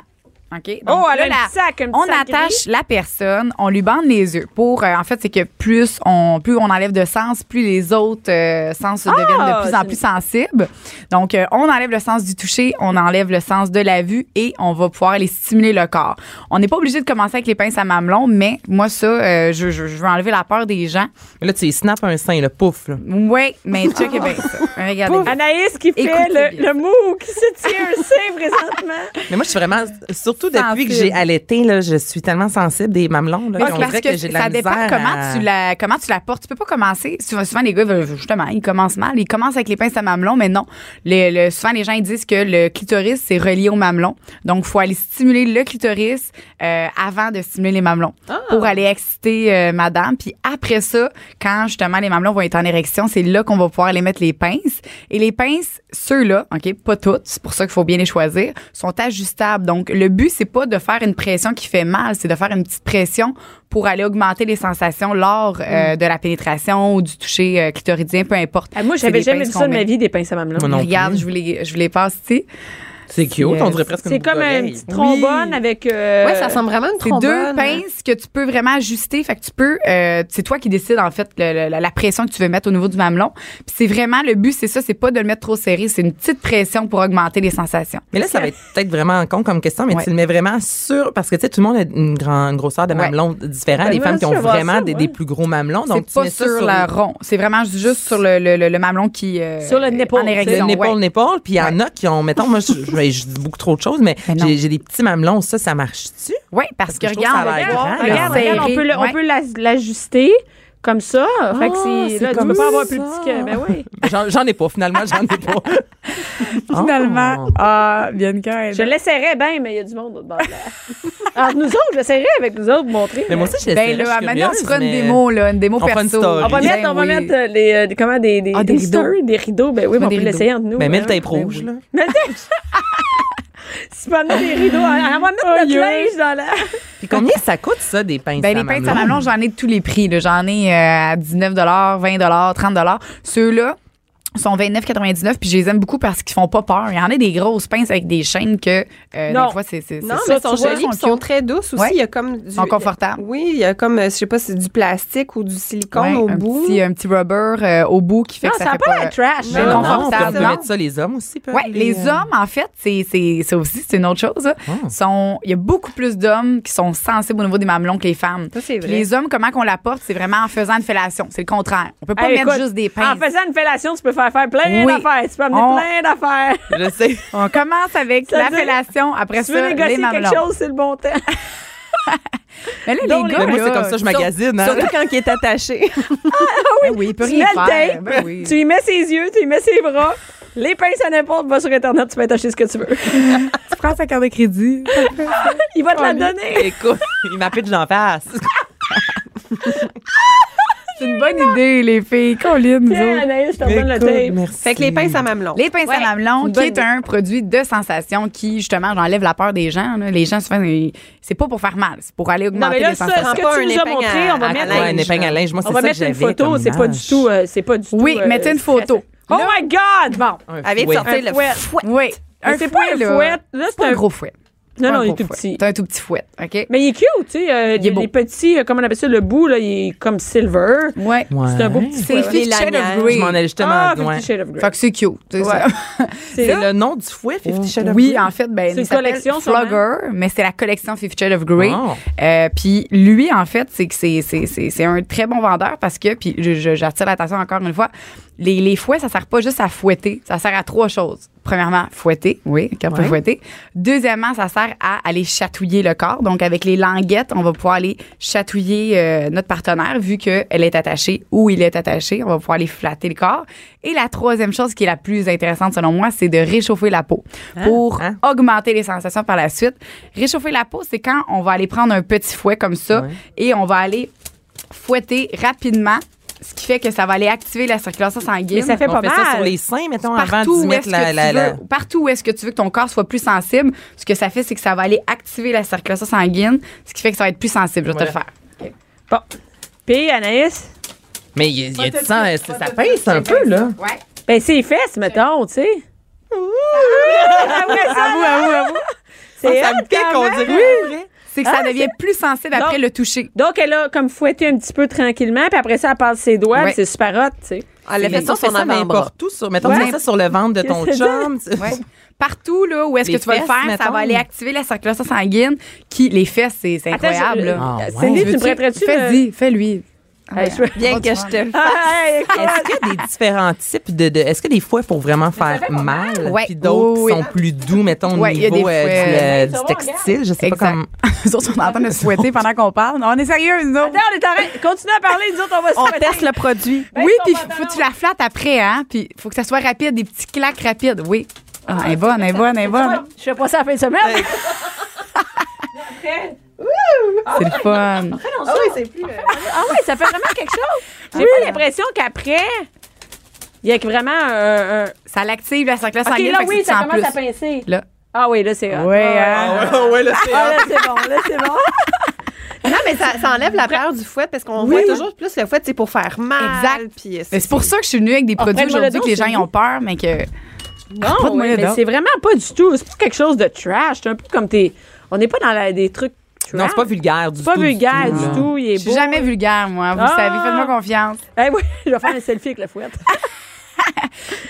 Speaker 6: OK. Donc,
Speaker 3: Oh, elle
Speaker 6: là,
Speaker 3: a un
Speaker 6: la-
Speaker 3: petit sac, un petit
Speaker 6: on
Speaker 3: sac
Speaker 6: attache la personne, on lui bande les yeux. Pour, euh, en fait, c'est que plus on, plus on enlève de sens, plus les autres euh, sens deviennent de plus
Speaker 3: Ah,
Speaker 6: en
Speaker 3: c'est-
Speaker 6: plus sensibles. Donc, euh, on enlève le sens du toucher, on enlève le sens de la vue et on va pouvoir aller stimuler le corps. On n'est pas obligé de commencer avec les pinces à mamelon, mais moi, ça, euh, je, je- je veux enlever la peur des gens.
Speaker 4: Mais Là, tu y snaps un sein, là, pouf. Là.
Speaker 6: Oui, mais check
Speaker 3: Ah.
Speaker 6: bien ça. Regardez.
Speaker 3: Anaïs qui fait
Speaker 6: Écoutez
Speaker 3: le,
Speaker 6: bien.
Speaker 3: le mou, qui se tient un sein présentement.
Speaker 4: Mais moi, je suis vraiment, surtout depuis
Speaker 6: Sensible.
Speaker 4: que j'ai allaité, là, je suis tellement sensible des mamelons. Là,
Speaker 6: Mais
Speaker 4: qu'on
Speaker 6: c'est Ah, parce
Speaker 4: dirait
Speaker 6: que,
Speaker 4: j'ai de la
Speaker 6: ça dépend
Speaker 4: misère
Speaker 6: comment,
Speaker 4: à-
Speaker 6: tu la, comment tu la portes. Tu peux pas commencer. Souvent, souvent, les gars, veulent- justement, ils commencent mal. Ils commencent avec les pinces à mamelon, mais non. Le, le- souvent, les gens, ils disent que le clitoris, c'est relié au mamelon. Donc, faut aller stimuler le clitoris euh, avant de stimuler les mamelons
Speaker 4: Ah.
Speaker 6: pour aller exciter euh, madame. Puis après ça, quand justement les mamelons vont être en érection, c'est là qu'on va pouvoir aller mettre les pinces. Et les pinces, ceux-là, OK, pas toutes, c'est pour ça qu'il faut bien les choisir, sont ajustables. Donc, le but, c'est pas de faire une pression qui fait mal, c'est de faire une petite pression pour aller augmenter les sensations lors euh, de la pénétration ou du toucher euh, clitoridien, peu importe.
Speaker 3: Mm. Ah, moi,
Speaker 6: C'est
Speaker 3: j'avais
Speaker 6: des
Speaker 3: jamais
Speaker 6: pinces
Speaker 3: vu
Speaker 6: qu'on
Speaker 3: ça de ma
Speaker 6: met.
Speaker 3: vie, des pinces à mamelon.
Speaker 4: Moi non plus.
Speaker 6: Regarde, je vous les, je vous les passe ici.
Speaker 4: C'est cute, on dirait presque
Speaker 3: C'est
Speaker 4: une
Speaker 3: comme
Speaker 4: boucle
Speaker 3: un
Speaker 4: d'oreille.
Speaker 3: petit trombone avec. euh,
Speaker 5: Ouais, ça ressemble vraiment à une
Speaker 6: C'est
Speaker 5: trombone.
Speaker 6: deux
Speaker 5: hein.
Speaker 6: pinces que tu peux vraiment ajuster. Fait que tu peux, euh, c'est toi qui décides en fait le- le- la, la pression que tu veux mettre au niveau du mamelon. Puis c'est vraiment le but, c'est ça, c'est pas de le mettre trop serré, c'est une petite pression pour augmenter les sensations.
Speaker 4: Mais là, ça va être peut-être vraiment con comme question, mais
Speaker 6: Ouais.
Speaker 4: tu le mets vraiment sur. Parce que, tu sais, tout le monde a une, grand- une grosseur de
Speaker 6: Ouais.
Speaker 4: mamelon différente.
Speaker 3: Ben,
Speaker 4: Les
Speaker 3: moi,
Speaker 4: femmes qui
Speaker 3: je
Speaker 4: ont
Speaker 3: veux voir
Speaker 4: vraiment
Speaker 3: ça,
Speaker 4: des,
Speaker 3: ouais.
Speaker 4: des plus gros mamelons. Donc,
Speaker 6: c'est
Speaker 4: tu
Speaker 6: pas
Speaker 4: mets
Speaker 6: sur,
Speaker 4: ça sur
Speaker 6: le rond, c'est vraiment juste sur le, le, le- le mamelon qui euh,
Speaker 3: Sur le nipple,
Speaker 6: en érection.
Speaker 4: le
Speaker 6: ouais.
Speaker 4: nipple, nipple, puis il y en a qui ont, mettons, moi, je, je- je dis beaucoup trop de choses, mais,
Speaker 6: Mais non.
Speaker 4: j'ai j'ai des petits mamelons, ça, ça marche-tu?
Speaker 6: Ouais, parce, que,
Speaker 4: que je trouve
Speaker 6: regarde,
Speaker 4: ça a l'air
Speaker 6: regarde,
Speaker 4: grand, là.
Speaker 3: Ah, Regarde, regarde, on peut, le- on
Speaker 6: Ouais. Ah,
Speaker 3: peut l'as- l'ajuster comme ça. fait que c'est.
Speaker 4: c'est
Speaker 3: Là, tu
Speaker 4: comme
Speaker 3: peux pas avoir
Speaker 4: ça.
Speaker 3: plus petit que. Ben oui.
Speaker 4: J'en j'en ai pas, finalement, j'en ai pas.
Speaker 6: Finalement,
Speaker 4: Oh.
Speaker 6: ah, Bianca, elle-
Speaker 3: Je l'essayerais bien, mais il y a du monde au bord de la- Alors, nous autres, je l'essayerais avec nous autres pour montrer.
Speaker 4: Mais moi aussi, je l'ai
Speaker 6: Ben là, maintenant, on se fera une démo, là, une démo
Speaker 4: On fera une
Speaker 6: perso.
Speaker 4: story.
Speaker 3: on va
Speaker 6: Ben
Speaker 3: mettre, on va
Speaker 6: oui.
Speaker 3: mettre euh, les, euh, des- comment, des, des,
Speaker 6: Ah, des rideaux.
Speaker 3: stores, des rideaux. Ben oui, mais on
Speaker 6: des
Speaker 3: peut
Speaker 6: rideaux.
Speaker 3: l'essayer entre nous.
Speaker 4: Ben, mets le
Speaker 3: Ben
Speaker 4: tape rouge, là.
Speaker 3: oui. Si on a des rideaux, on on va
Speaker 6: Oh,
Speaker 3: mettre notre linge dans la.
Speaker 4: Puis combien ça coûte, ça, des pinces
Speaker 6: Ben,
Speaker 4: à
Speaker 6: les pintes à
Speaker 4: mamelon?
Speaker 6: mamelon, j'en ai de tous les prix. là. J'en ai euh, à 19 20 30 Ceux-là, sont 29,99 puis je les aime beaucoup parce qu'ils font pas peur. Il y en a des grosses pinces avec des chaînes que euh,
Speaker 3: Non.
Speaker 6: des fois c'est c'est-
Speaker 5: Non,
Speaker 6: c'est
Speaker 5: mais elles
Speaker 6: ça,
Speaker 5: sont
Speaker 6: tu vois,
Speaker 5: jolies, puis
Speaker 6: elles
Speaker 5: elles sont
Speaker 6: cute.
Speaker 5: très douces aussi.
Speaker 6: Ouais.
Speaker 5: Il y a comme du,
Speaker 6: Sont confortables.
Speaker 5: Oui, il y a comme, euh, je sais pas, si c'est du plastique ou du silicone
Speaker 6: Ouais,
Speaker 5: au
Speaker 6: un
Speaker 5: bout.
Speaker 6: petit un petit rubber euh, au bout qui fait
Speaker 3: Non, Ah,
Speaker 6: que
Speaker 3: ça n'a
Speaker 6: ça, fait
Speaker 3: pas l'air euh, trash.
Speaker 5: Non,
Speaker 4: non,
Speaker 5: non,
Speaker 4: non,
Speaker 5: c'est
Speaker 4: on peut
Speaker 5: ça.
Speaker 4: mettre ça, les euh, hommes aussi peuvent.
Speaker 6: Ouais, les hommes, en fait, c'est, c'est, ça aussi, c'est une autre chose. là.
Speaker 4: Ah.
Speaker 6: Sont- Il y a beaucoup plus d'hommes qui sont sensibles au niveau des mamelons que les femmes.
Speaker 5: Ça, c'est
Speaker 6: Puis
Speaker 5: vrai.
Speaker 6: Les hommes, comment qu'on la porte, c'est vraiment en faisant une fellation. C'est le contraire. On peut pas
Speaker 3: Hey,
Speaker 6: mettre
Speaker 3: écoute,
Speaker 6: juste des pinces.
Speaker 3: En faisant une fellation, tu peux faire faire plein
Speaker 6: Oui.
Speaker 3: d'affaires. Tu peux amener
Speaker 6: On-
Speaker 3: plein d'affaires.
Speaker 4: Je sais.
Speaker 6: On commence avec
Speaker 3: Ça
Speaker 6: la
Speaker 3: veut dire-
Speaker 6: fellation, après
Speaker 3: Tu
Speaker 6: ça,
Speaker 3: veux négocier
Speaker 6: les mamelons.
Speaker 3: quelque chose, c'est le bon temps.
Speaker 6: Mais là, les
Speaker 3: Donc, les-
Speaker 6: gars,
Speaker 4: Mais Ben, moi, c'est
Speaker 6: là,
Speaker 4: comme ça, je magasine. hein.
Speaker 5: Surtout quand il est attaché.
Speaker 6: ben oui, il peut
Speaker 3: Tu
Speaker 6: rien
Speaker 3: mets le
Speaker 6: faire.
Speaker 3: tape,
Speaker 6: Ben oui.
Speaker 3: Tu y mets ses yeux, tu y mets ses bras. Les pinces à n'importe, va sur Internet, tu peux t'acheter ce que tu veux.
Speaker 6: Tu prends sa carte de crédit.
Speaker 3: Il va te la donner.
Speaker 4: Écoute, il m'appelle j'en face.
Speaker 6: C'est une bonne idée, les filles. Colline, nous
Speaker 3: Tiens,
Speaker 6: autres.
Speaker 3: Anaïs, je te redonne le
Speaker 4: Écoute,
Speaker 3: tape.
Speaker 4: merci.
Speaker 5: fait que les pinces à mamelon.
Speaker 6: Les pinces à mamelon, qui est un produit de sensation qui, justement, j'enlève la peur des gens. là. Les gens, souvent, ils- c'est pas pour faire mal, c'est pour aller
Speaker 3: Non, mais
Speaker 6: augmenter
Speaker 3: là,
Speaker 6: les
Speaker 3: ça,
Speaker 6: sensations.
Speaker 3: ce
Speaker 5: Pas
Speaker 3: que tu
Speaker 5: un
Speaker 3: nous as
Speaker 5: épingle
Speaker 3: montré,
Speaker 5: à-
Speaker 3: on va
Speaker 5: à
Speaker 3: mettre,
Speaker 4: Ouais, une épingle à linge. Moi,
Speaker 3: on
Speaker 4: c'est
Speaker 3: va
Speaker 4: ça que
Speaker 3: mettre une
Speaker 4: j'avais
Speaker 3: photo.
Speaker 4: comme
Speaker 3: C'est pas du
Speaker 4: image.
Speaker 3: tout. euh, c'est pas du
Speaker 6: Oui,
Speaker 3: tout, euh,
Speaker 6: mettez une photo.
Speaker 3: Oh
Speaker 6: Là,
Speaker 3: my God! Bon.
Speaker 4: Un
Speaker 5: Avec
Speaker 4: fouet.
Speaker 5: sortir le
Speaker 3: fouet.
Speaker 5: fouet.
Speaker 6: Oui.
Speaker 3: Mais c'est pas un
Speaker 6: là.
Speaker 3: fouet. Là,
Speaker 6: C'est pas un gros fouet. C'est
Speaker 3: Non,
Speaker 6: pas
Speaker 3: non,
Speaker 6: un
Speaker 3: il est
Speaker 6: gros
Speaker 3: tout
Speaker 6: fouet.
Speaker 3: petit.
Speaker 6: C'est un tout petit fouet, OK?
Speaker 3: Mais il est cute, tu sais. euh,
Speaker 6: Il est beau.
Speaker 3: les petits, euh, comment on appelle ça, le bout, là, il est comme silver.
Speaker 6: Ouais.
Speaker 4: Ouais.
Speaker 3: C'est un beau petit
Speaker 6: C'est
Speaker 3: fouet.
Speaker 6: Fifty
Speaker 5: Les
Speaker 6: Shades of
Speaker 5: lanières.
Speaker 4: Je
Speaker 6: Grey.
Speaker 4: m'en allais justement.
Speaker 3: Ah,
Speaker 4: ouais.
Speaker 3: Fifty Shades of Grey.
Speaker 6: Fait que c'est cute. c'est ça.
Speaker 3: C'est
Speaker 4: C'est le nom du fouet, Fifty Shades of
Speaker 6: Oui,
Speaker 4: Grey?
Speaker 6: en fait, ben,
Speaker 3: C'est
Speaker 6: il
Speaker 3: une
Speaker 6: s'appelle
Speaker 3: collection,
Speaker 6: Flogger, mais c'est la collection Fifty Shades of Grey.
Speaker 4: Oh.
Speaker 6: Euh, puis lui, en fait, c'est que c'est c'est- c'est- c'est un très bon vendeur parce que, puis je- je- j'attire l'attention encore une fois, les, les fouets, ça sert pas juste à fouetter, ça sert à trois choses. Premièrement, fouetter, oui, qu'on peut fouetter. Deuxièmement, ça sert à aller chatouiller le corps. Donc, avec les languettes, on va pouvoir aller chatouiller euh, notre partenaire vu qu'elle est attachée ou il est attaché. On va pouvoir aller flatter le corps. Et la troisième chose qui est la plus intéressante selon moi, c'est de réchauffer la peau pour
Speaker 4: hein.
Speaker 6: augmenter les sensations par la suite. Réchauffer la peau, c'est quand on va aller prendre un petit fouet comme ça
Speaker 4: Ouais.
Speaker 6: et on va aller fouetter rapidement, ce qui fait que ça va aller activer la circulation sanguine.
Speaker 3: Mais ça fait
Speaker 4: On
Speaker 3: pas
Speaker 4: fait
Speaker 3: mal.
Speaker 4: ça sur les seins, mettons, avant
Speaker 6: Partout
Speaker 4: d'y
Speaker 6: où,
Speaker 4: mettre
Speaker 6: est-ce
Speaker 4: la.
Speaker 6: que
Speaker 4: la,
Speaker 6: tu
Speaker 4: la-
Speaker 6: veux, partout où est-ce que tu veux que ton corps soit plus sensible, ce que ça fait, c'est que ça va aller activer la circulation sanguine, ce qui fait que ça va être plus sensible. Je vais te le
Speaker 4: Voilà.
Speaker 6: faire.
Speaker 3: Bon. Puis, Anaïs,
Speaker 4: Mais il y a- il y a du sang, euh, ça pince un peu, là.
Speaker 6: Ouais.
Speaker 3: ben, ses fesses, mettons, tu sais. Avoue, avoue, avoue. C'est
Speaker 4: Ça me
Speaker 3: hot,
Speaker 4: pique,
Speaker 3: quand
Speaker 4: on
Speaker 3: même.
Speaker 4: dirait.
Speaker 6: C'est que
Speaker 4: Hein?
Speaker 6: ça devient plus sensible après
Speaker 3: Non.
Speaker 6: le toucher.
Speaker 3: Donc, elle a comme fouetté un petit peu tranquillement, puis après ça, elle passe ses doigts,
Speaker 6: Ouais.
Speaker 3: puis c'est super hot, tu sais.
Speaker 5: Elle a fait
Speaker 4: Mais
Speaker 5: ça
Speaker 4: on
Speaker 5: sur son
Speaker 4: ça
Speaker 5: avant-bras.
Speaker 4: n'importe où. Sur, mettons,
Speaker 3: Ouais.
Speaker 4: tu mets ça sur le ventre de ton
Speaker 3: Qu'est-ce que
Speaker 4: chum. tu-
Speaker 6: Ouais. Partout là où est-ce
Speaker 4: Les
Speaker 6: que tu vas le
Speaker 4: fesses,
Speaker 6: faire, ça
Speaker 4: mettons.
Speaker 6: va aller activer la circulation sanguine qui les fesses c'est c'est
Speaker 3: Attends,
Speaker 6: incroyable.
Speaker 3: je-
Speaker 6: là.
Speaker 4: Ah, ouais.
Speaker 3: Cindy, tu me
Speaker 6: Veux-tu-
Speaker 3: prêterais-tu
Speaker 6: Fais-y, fais-lui. Ah,
Speaker 3: le- Hey, je-
Speaker 5: Bien que je te
Speaker 3: Ah, hey, écoute.
Speaker 4: Est-ce qu'il y a des différents types de. de- Est-ce que des fouets pour vraiment faire mal?
Speaker 6: Ouais.
Speaker 4: Puis d'autres
Speaker 6: Oui, oui.
Speaker 4: qui sont plus doux, mettons, au
Speaker 6: Ouais, il y a des
Speaker 4: niveau euh,
Speaker 6: fouets.
Speaker 4: du, euh, du
Speaker 3: Ça va,
Speaker 4: textile. Je sais
Speaker 6: Exact.
Speaker 4: pas comment.
Speaker 6: Nous autres, on est en train de se fouetter pendant qu'on parle. Non, on est sérieux, nous autres.
Speaker 3: Attends, on est en train- Continue à parler, nous autres, on va se
Speaker 5: On
Speaker 3: fouetter.
Speaker 5: teste le produit.
Speaker 3: Ben,
Speaker 6: oui,
Speaker 3: ton
Speaker 6: puis
Speaker 3: pantalon.
Speaker 6: faut que tu la flattes après, hein. Puis faut que ça soit rapide, des petits claques rapides. Oui. Ah, elle est bonne, elle est bonne, elle est bonne.
Speaker 3: Je fais pas ça la fin de semaine.
Speaker 6: C'est le fun.
Speaker 3: Ah oui, ça fait vraiment quelque chose. J'ai pas l'impression qu'après, il y a vraiment un. un-
Speaker 6: Ça l'active la circulation
Speaker 3: OK,
Speaker 6: sanguine.
Speaker 3: là,
Speaker 6: fait que
Speaker 3: oui,
Speaker 6: tu
Speaker 3: ça
Speaker 6: sens
Speaker 3: commence à
Speaker 6: plus.
Speaker 3: pincer.
Speaker 6: Là.
Speaker 3: Ah oui, là, c'est hot.
Speaker 6: Ouais,
Speaker 3: Ah,
Speaker 6: hein.
Speaker 3: Ah, là, c'est bon, là, c'est bon.
Speaker 5: Non, mais ça, ça enlève la peur du fouet parce qu'on voit toujours plus le fouet, c'est pour faire mal.
Speaker 6: Exact.
Speaker 5: Puis, euh, c'est-
Speaker 6: Mais c'est pour ça que je suis venue avec des produits
Speaker 3: prête-moi le
Speaker 6: aujourd'hui que les
Speaker 3: Ah, dos,
Speaker 6: gens
Speaker 3: c'est
Speaker 6: ils ont peur, mais que.
Speaker 3: Non,
Speaker 6: Pas de moyen
Speaker 3: mais
Speaker 6: d'or.
Speaker 3: c'est vraiment pas du tout. C'est pas quelque chose de trash. C'est un peu comme t'es. On n'est pas dans la- des trucs. Trash.
Speaker 4: Non, c'est pas vulgaire du
Speaker 3: C'est
Speaker 4: tout.
Speaker 3: pas vulgaire
Speaker 4: là.
Speaker 3: du tout. Il
Speaker 6: Je
Speaker 3: est
Speaker 6: suis
Speaker 3: beau.
Speaker 6: jamais vulgaire, moi. Vous le
Speaker 3: Ah!
Speaker 6: savez, faites-moi confiance.
Speaker 3: Eh oui, je vais faire un selfie avec la fouette.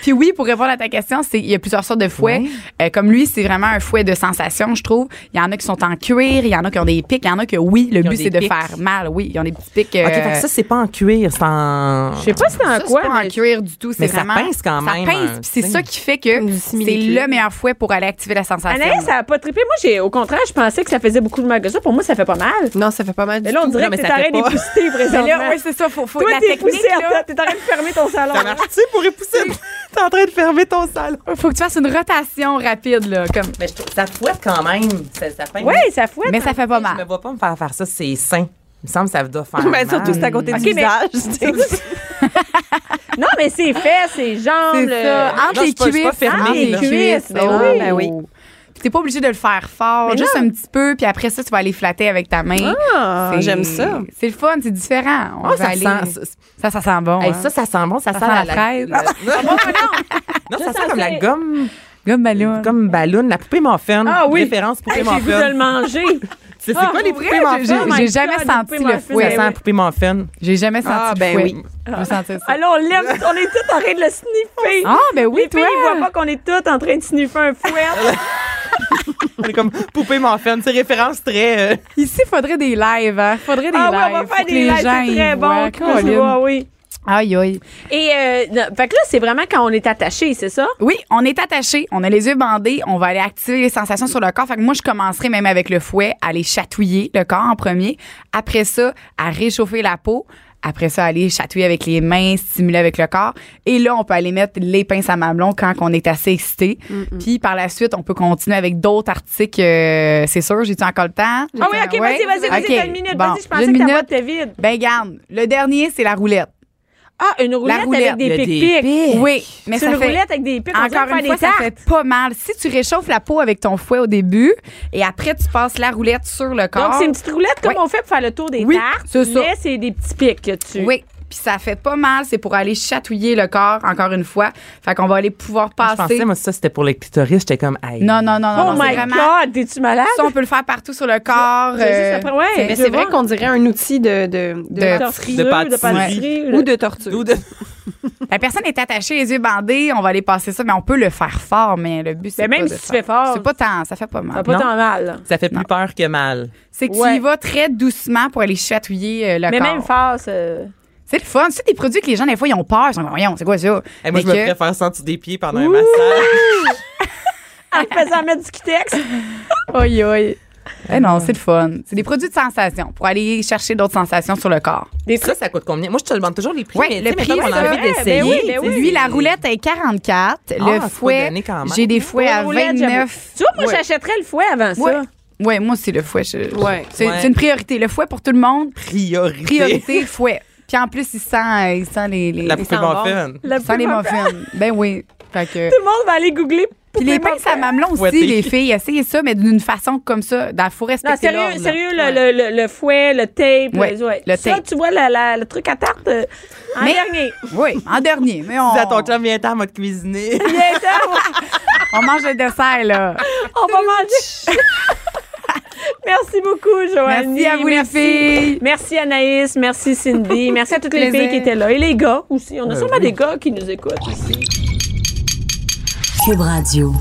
Speaker 6: Puis oui, pour répondre à ta question, c'est il y a plusieurs sortes de fouets. Euh, comme lui, c'est vraiment un fouet de sensation, je trouve. Il y en a qui sont en cuir, il y en a qui ont des pics, il y en a que oui, le
Speaker 4: Qui ont
Speaker 6: but
Speaker 4: des
Speaker 6: c'est de
Speaker 4: pics.
Speaker 6: faire mal. Oui, ils ont des petits pics. euh,
Speaker 4: OK, fait que ça, c'est pas en cuir, c'est en.
Speaker 3: Je sais pas si c'est en
Speaker 6: ça, c'est
Speaker 3: quoi.
Speaker 6: pas en
Speaker 3: mais-
Speaker 6: cuir du tout, c'est
Speaker 4: Mais ça
Speaker 6: vraiment
Speaker 4: pince quand même,
Speaker 6: Ça pince,
Speaker 4: hein,
Speaker 6: puis c'est
Speaker 4: tu sais.
Speaker 6: ça qui fait que c'est
Speaker 5: similitude.
Speaker 6: le meilleur fouet pour aller activer la sensation.
Speaker 3: Anaïs, ça a pas trippé. Moi, j'ai, au contraire, je pensais que ça faisait beaucoup de mal que ça. Pour moi, ça fait pas mal.
Speaker 5: Non, ça fait pas mal du
Speaker 3: Mais là, on
Speaker 5: tout.
Speaker 3: dirait
Speaker 4: Non, mais
Speaker 3: que t'es
Speaker 4: ça
Speaker 3: en
Speaker 4: fait
Speaker 3: train
Speaker 4: pas.
Speaker 3: d'épousseter
Speaker 6: Mais
Speaker 3: présentement.
Speaker 6: là, ouais, c'est ça, faut, faut
Speaker 3: Toi,
Speaker 6: la
Speaker 3: t'es
Speaker 6: technique
Speaker 3: poussée à
Speaker 6: là.
Speaker 3: terre. T'es en train de fermer ton salon. là.
Speaker 4: Tu sais, pour épousser, t'es en train de fermer ton salon.
Speaker 6: Faut que tu fasses une rotation rapide là, comme
Speaker 4: Mais je trouve ça fouette quand même. Ça, ça pince.
Speaker 3: Oui, ça fouette.
Speaker 6: mais ça fait pas
Speaker 4: Je me
Speaker 6: mal.
Speaker 4: vois pas me faire faire ça, c'est sain. Il me semble que ça doit faire.
Speaker 5: Mais Ben, surtout,
Speaker 4: mal.
Speaker 5: c'est à côté
Speaker 3: Ok,
Speaker 5: du
Speaker 3: mais-
Speaker 5: visage. C'est
Speaker 3: Non, mais c'est fait, c'est jambes. euh,
Speaker 6: C'est
Speaker 3: le-
Speaker 6: ça, Ah,
Speaker 4: Non,
Speaker 6: entre les
Speaker 4: c'est pas- c'est pas
Speaker 6: cuisses,
Speaker 4: fermé,
Speaker 6: entre les
Speaker 3: là.
Speaker 6: cuisses.
Speaker 3: Ben oui.
Speaker 5: Ben oui.
Speaker 6: Puis t'es pas obligé de le faire fort,
Speaker 5: Mais
Speaker 6: juste un petit peu, puis après ça, tu vas aller flatter avec ta main.
Speaker 5: Ah,
Speaker 6: C'est-
Speaker 5: j'aime ça.
Speaker 6: C'est le fun, c'est différent. On
Speaker 4: Ah,
Speaker 6: va
Speaker 4: ça
Speaker 6: aller-
Speaker 4: sent-
Speaker 6: ça, ça sent bon.
Speaker 4: Hey,
Speaker 6: hein.
Speaker 4: ça, ça sent bon, ça,
Speaker 6: Ça
Speaker 4: sent,
Speaker 6: sent la
Speaker 4: la-
Speaker 6: fraise.
Speaker 4: la-
Speaker 3: oh,
Speaker 4: non, ça sent comme la gomme,
Speaker 6: Gomme ballon.
Speaker 4: comme ballon, la poupée morphine.
Speaker 3: Ah oui.
Speaker 4: Référence poupée
Speaker 3: Hey, J'ai vu de le
Speaker 4: morphine.
Speaker 3: manger.
Speaker 4: Tu sais, C'est
Speaker 3: Ah,
Speaker 4: quoi les
Speaker 3: pour
Speaker 4: poupées
Speaker 3: vrai,
Speaker 6: J'ai-
Speaker 4: morphines?
Speaker 6: J'ai
Speaker 3: my
Speaker 6: jamais
Speaker 3: God,
Speaker 6: senti
Speaker 3: une
Speaker 6: le
Speaker 3: poupée morphine,
Speaker 6: fouet.
Speaker 4: Ça sent
Speaker 3: oui.
Speaker 4: la poupée morphine.
Speaker 6: J'ai jamais senti
Speaker 5: Ah,
Speaker 6: le
Speaker 5: ben
Speaker 6: fouet.
Speaker 5: oui.
Speaker 6: J'ai senti ça.
Speaker 3: Alors, on l'aime, on est tous en train de le sniffer.
Speaker 6: Ah, ben oui,
Speaker 3: Les filles,
Speaker 6: toi.
Speaker 3: ils voient pas qu'on est tous en train de sniffer un fouet. Ah,
Speaker 4: On est comme poupée morphine. C'est référence très. euh,
Speaker 6: Ici, faudrait des lives. Hein. Faudrait des
Speaker 3: ah
Speaker 6: lives.
Speaker 3: ouais, on va
Speaker 6: Faut
Speaker 3: faire
Speaker 6: que
Speaker 3: des
Speaker 6: les
Speaker 3: lives,
Speaker 6: gens
Speaker 3: c'est
Speaker 6: y
Speaker 3: très bon.
Speaker 6: voient.
Speaker 3: Chris,
Speaker 6: Colin.
Speaker 3: ouais, oui.
Speaker 6: Aïe, aïe.
Speaker 3: Et, euh, non, fait que là, c'est vraiment quand on est attaché, c'est ça?
Speaker 6: Oui, on est attaché, on a les yeux bandés, on va aller activer les sensations sur le corps. Fait que moi, je commencerai même avec le fouet, à aller chatouiller le corps en premier. Après ça, à réchauffer la peau. Après ça, aller chatouiller avec les mains, stimuler avec le corps. Et là, on peut aller mettre les pinces à mamelon quand on est assez excité. Puis par la suite, on peut continuer avec d'autres articles. euh, c'est sûr, j'ai-tu encore le temps?
Speaker 3: Ah oui, OK, vas-y, vas-y, vas-y,
Speaker 6: Ok,
Speaker 3: t'as une minute.
Speaker 6: bon,
Speaker 3: Vas-y, je pensais
Speaker 6: une
Speaker 3: que ta
Speaker 6: minute.
Speaker 3: boîte était vide.
Speaker 6: Ben garde, le dernier, c'est la roulette.
Speaker 3: Ah, une roulette,
Speaker 6: roulette,
Speaker 3: avec
Speaker 4: il y a
Speaker 3: des
Speaker 4: des
Speaker 3: pics-pics.
Speaker 6: Oui, mais
Speaker 3: c'est
Speaker 6: ça
Speaker 3: une
Speaker 6: fait...
Speaker 3: roulette avec des pics. on dirait
Speaker 6: Encore
Speaker 3: faire
Speaker 6: une fois,
Speaker 3: des
Speaker 6: ça
Speaker 3: tartes.
Speaker 6: fait pas mal. Si tu réchauffes la peau avec ton fouet au début et après tu passes la roulette sur le corps.
Speaker 3: Donc, c'est une petite roulette comme
Speaker 6: Oui.
Speaker 3: on fait pour faire le tour des
Speaker 6: Oui,
Speaker 3: tartes.
Speaker 6: c'est ça.
Speaker 3: Mais c'est des petits pics que tu.
Speaker 6: Oui, puis ça fait pas mal. C'est pour aller chatouiller le corps encore une fois. Fait qu'on va aller pouvoir
Speaker 4: Je
Speaker 6: passer.
Speaker 4: pensais, moi, ça, c'était pour les clitoris. J'étais comme, hey.
Speaker 6: non, non, non, non,
Speaker 3: Oh
Speaker 6: non, c'est
Speaker 3: my
Speaker 6: vraiment.
Speaker 3: God, t'es-tu malade?
Speaker 6: Ça, on peut le faire partout sur le corps.
Speaker 3: C'est
Speaker 6: euh,
Speaker 3: juste après, ouais.
Speaker 5: Mais
Speaker 3: je
Speaker 5: c'est vrai
Speaker 3: vois.
Speaker 5: qu'on dirait un outil de, de, de-
Speaker 6: De-
Speaker 3: Tortureux,
Speaker 4: de
Speaker 3: de
Speaker 4: pâtisserie.
Speaker 3: pâtisserie,
Speaker 5: ou
Speaker 3: là.
Speaker 5: de torture.
Speaker 4: Ou de-
Speaker 6: La personne est attachée, les yeux bandés. On va aller passer ça, mais on peut le faire fort. Mais le but, c'est
Speaker 3: Mais
Speaker 6: pas
Speaker 3: même
Speaker 6: de
Speaker 3: si tu
Speaker 6: faire-
Speaker 3: fais fort,
Speaker 6: c'est pas tant, ça fait pas mal.
Speaker 3: T'as Ah, pas
Speaker 4: Non.
Speaker 3: tant mal. là.
Speaker 4: Ça fait plus
Speaker 6: Non.
Speaker 4: peur que mal.
Speaker 6: C'est que
Speaker 3: Ouais.
Speaker 6: tu y vas très doucement pour aller chatouiller euh, le
Speaker 3: Mais
Speaker 6: corps.
Speaker 3: même face. euh,
Speaker 6: C'est le fun. C'est des produits que les gens, des fois, ils ont peur. Ils sont comme, voyons, c'est quoi ça?
Speaker 4: Hey, moi,
Speaker 6: Mais
Speaker 4: je me
Speaker 6: que-
Speaker 4: ferais faire sentir des pieds pendant un massage.
Speaker 3: En faisant mettre du Kitex.
Speaker 6: Aïe, aïe. Eh non, c'est le fun. C'est des produits de sensation pour aller chercher d'autres sensations sur le corps.
Speaker 3: Des
Speaker 4: Ça, ça coûte combien? Moi, je te demande toujours les prix.
Speaker 6: Ouais,
Speaker 4: mais,
Speaker 6: le prix,
Speaker 4: on
Speaker 6: ça, eh,
Speaker 4: a envie
Speaker 3: ouais,
Speaker 4: d'essayer.
Speaker 3: ben oui, ben
Speaker 4: tu sais.
Speaker 3: oui.
Speaker 6: Lui, la roulette est 44.
Speaker 4: Ah, c'est
Speaker 6: le
Speaker 4: pas
Speaker 6: fouet,
Speaker 4: donné quand même.
Speaker 6: j'ai des fouets à
Speaker 3: Pour la roulette,
Speaker 6: 29.
Speaker 3: j'avoue. Tu vois, moi,
Speaker 6: Ouais.
Speaker 3: j'achèterais le fouet avant ça.
Speaker 6: Ouais. Ouais, moi, c'est le fouet. je-
Speaker 5: Ouais.
Speaker 6: C'est
Speaker 4: Ouais.
Speaker 6: c'est une priorité. Le fouet pour tout le monde,
Speaker 4: Priorité.
Speaker 6: priorité, fouet. Puis en plus, il sent, euh, il sent les, les,
Speaker 4: La
Speaker 6: il
Speaker 4: poupée
Speaker 5: sent bon.
Speaker 4: morphine.
Speaker 3: La
Speaker 6: sent les
Speaker 3: poupée morphine.
Speaker 6: muffins. ben oui. Fait que...
Speaker 3: Tout le monde va aller googler.
Speaker 6: Puis les
Speaker 3: poupée
Speaker 6: pinces à
Speaker 3: morphine.
Speaker 6: mamelon aussi,
Speaker 4: Fouetter.
Speaker 6: les filles, essayez ça, mais d'une façon comme ça. Il faut respecter
Speaker 3: Non, sérieux,
Speaker 6: l'ordre.
Speaker 3: sérieux le, le- le- le fouet, le tape.
Speaker 6: Ouais,
Speaker 3: les- ouais.
Speaker 6: le
Speaker 3: ça,
Speaker 6: tape.
Speaker 3: tu vois, la- la- le truc à tarte euh, en
Speaker 6: Mais-
Speaker 3: dernier.
Speaker 6: Oui, en dernier. Mais on,
Speaker 4: Dis à ton chum, viens t'en, on va te cuisiner.
Speaker 3: Bientôt,
Speaker 6: on mange le dessert, là.
Speaker 3: on va manger. Merci beaucoup, Joanie.
Speaker 6: Merci à vous, les
Speaker 3: Merci.
Speaker 6: filles.
Speaker 3: Merci Anaïs, merci Cindy, merci à toutes les
Speaker 6: Plaisir.
Speaker 3: filles qui étaient là et les gars aussi. On a sûrement des gars qui nous écoutent aussi.
Speaker 1: Cube Radio.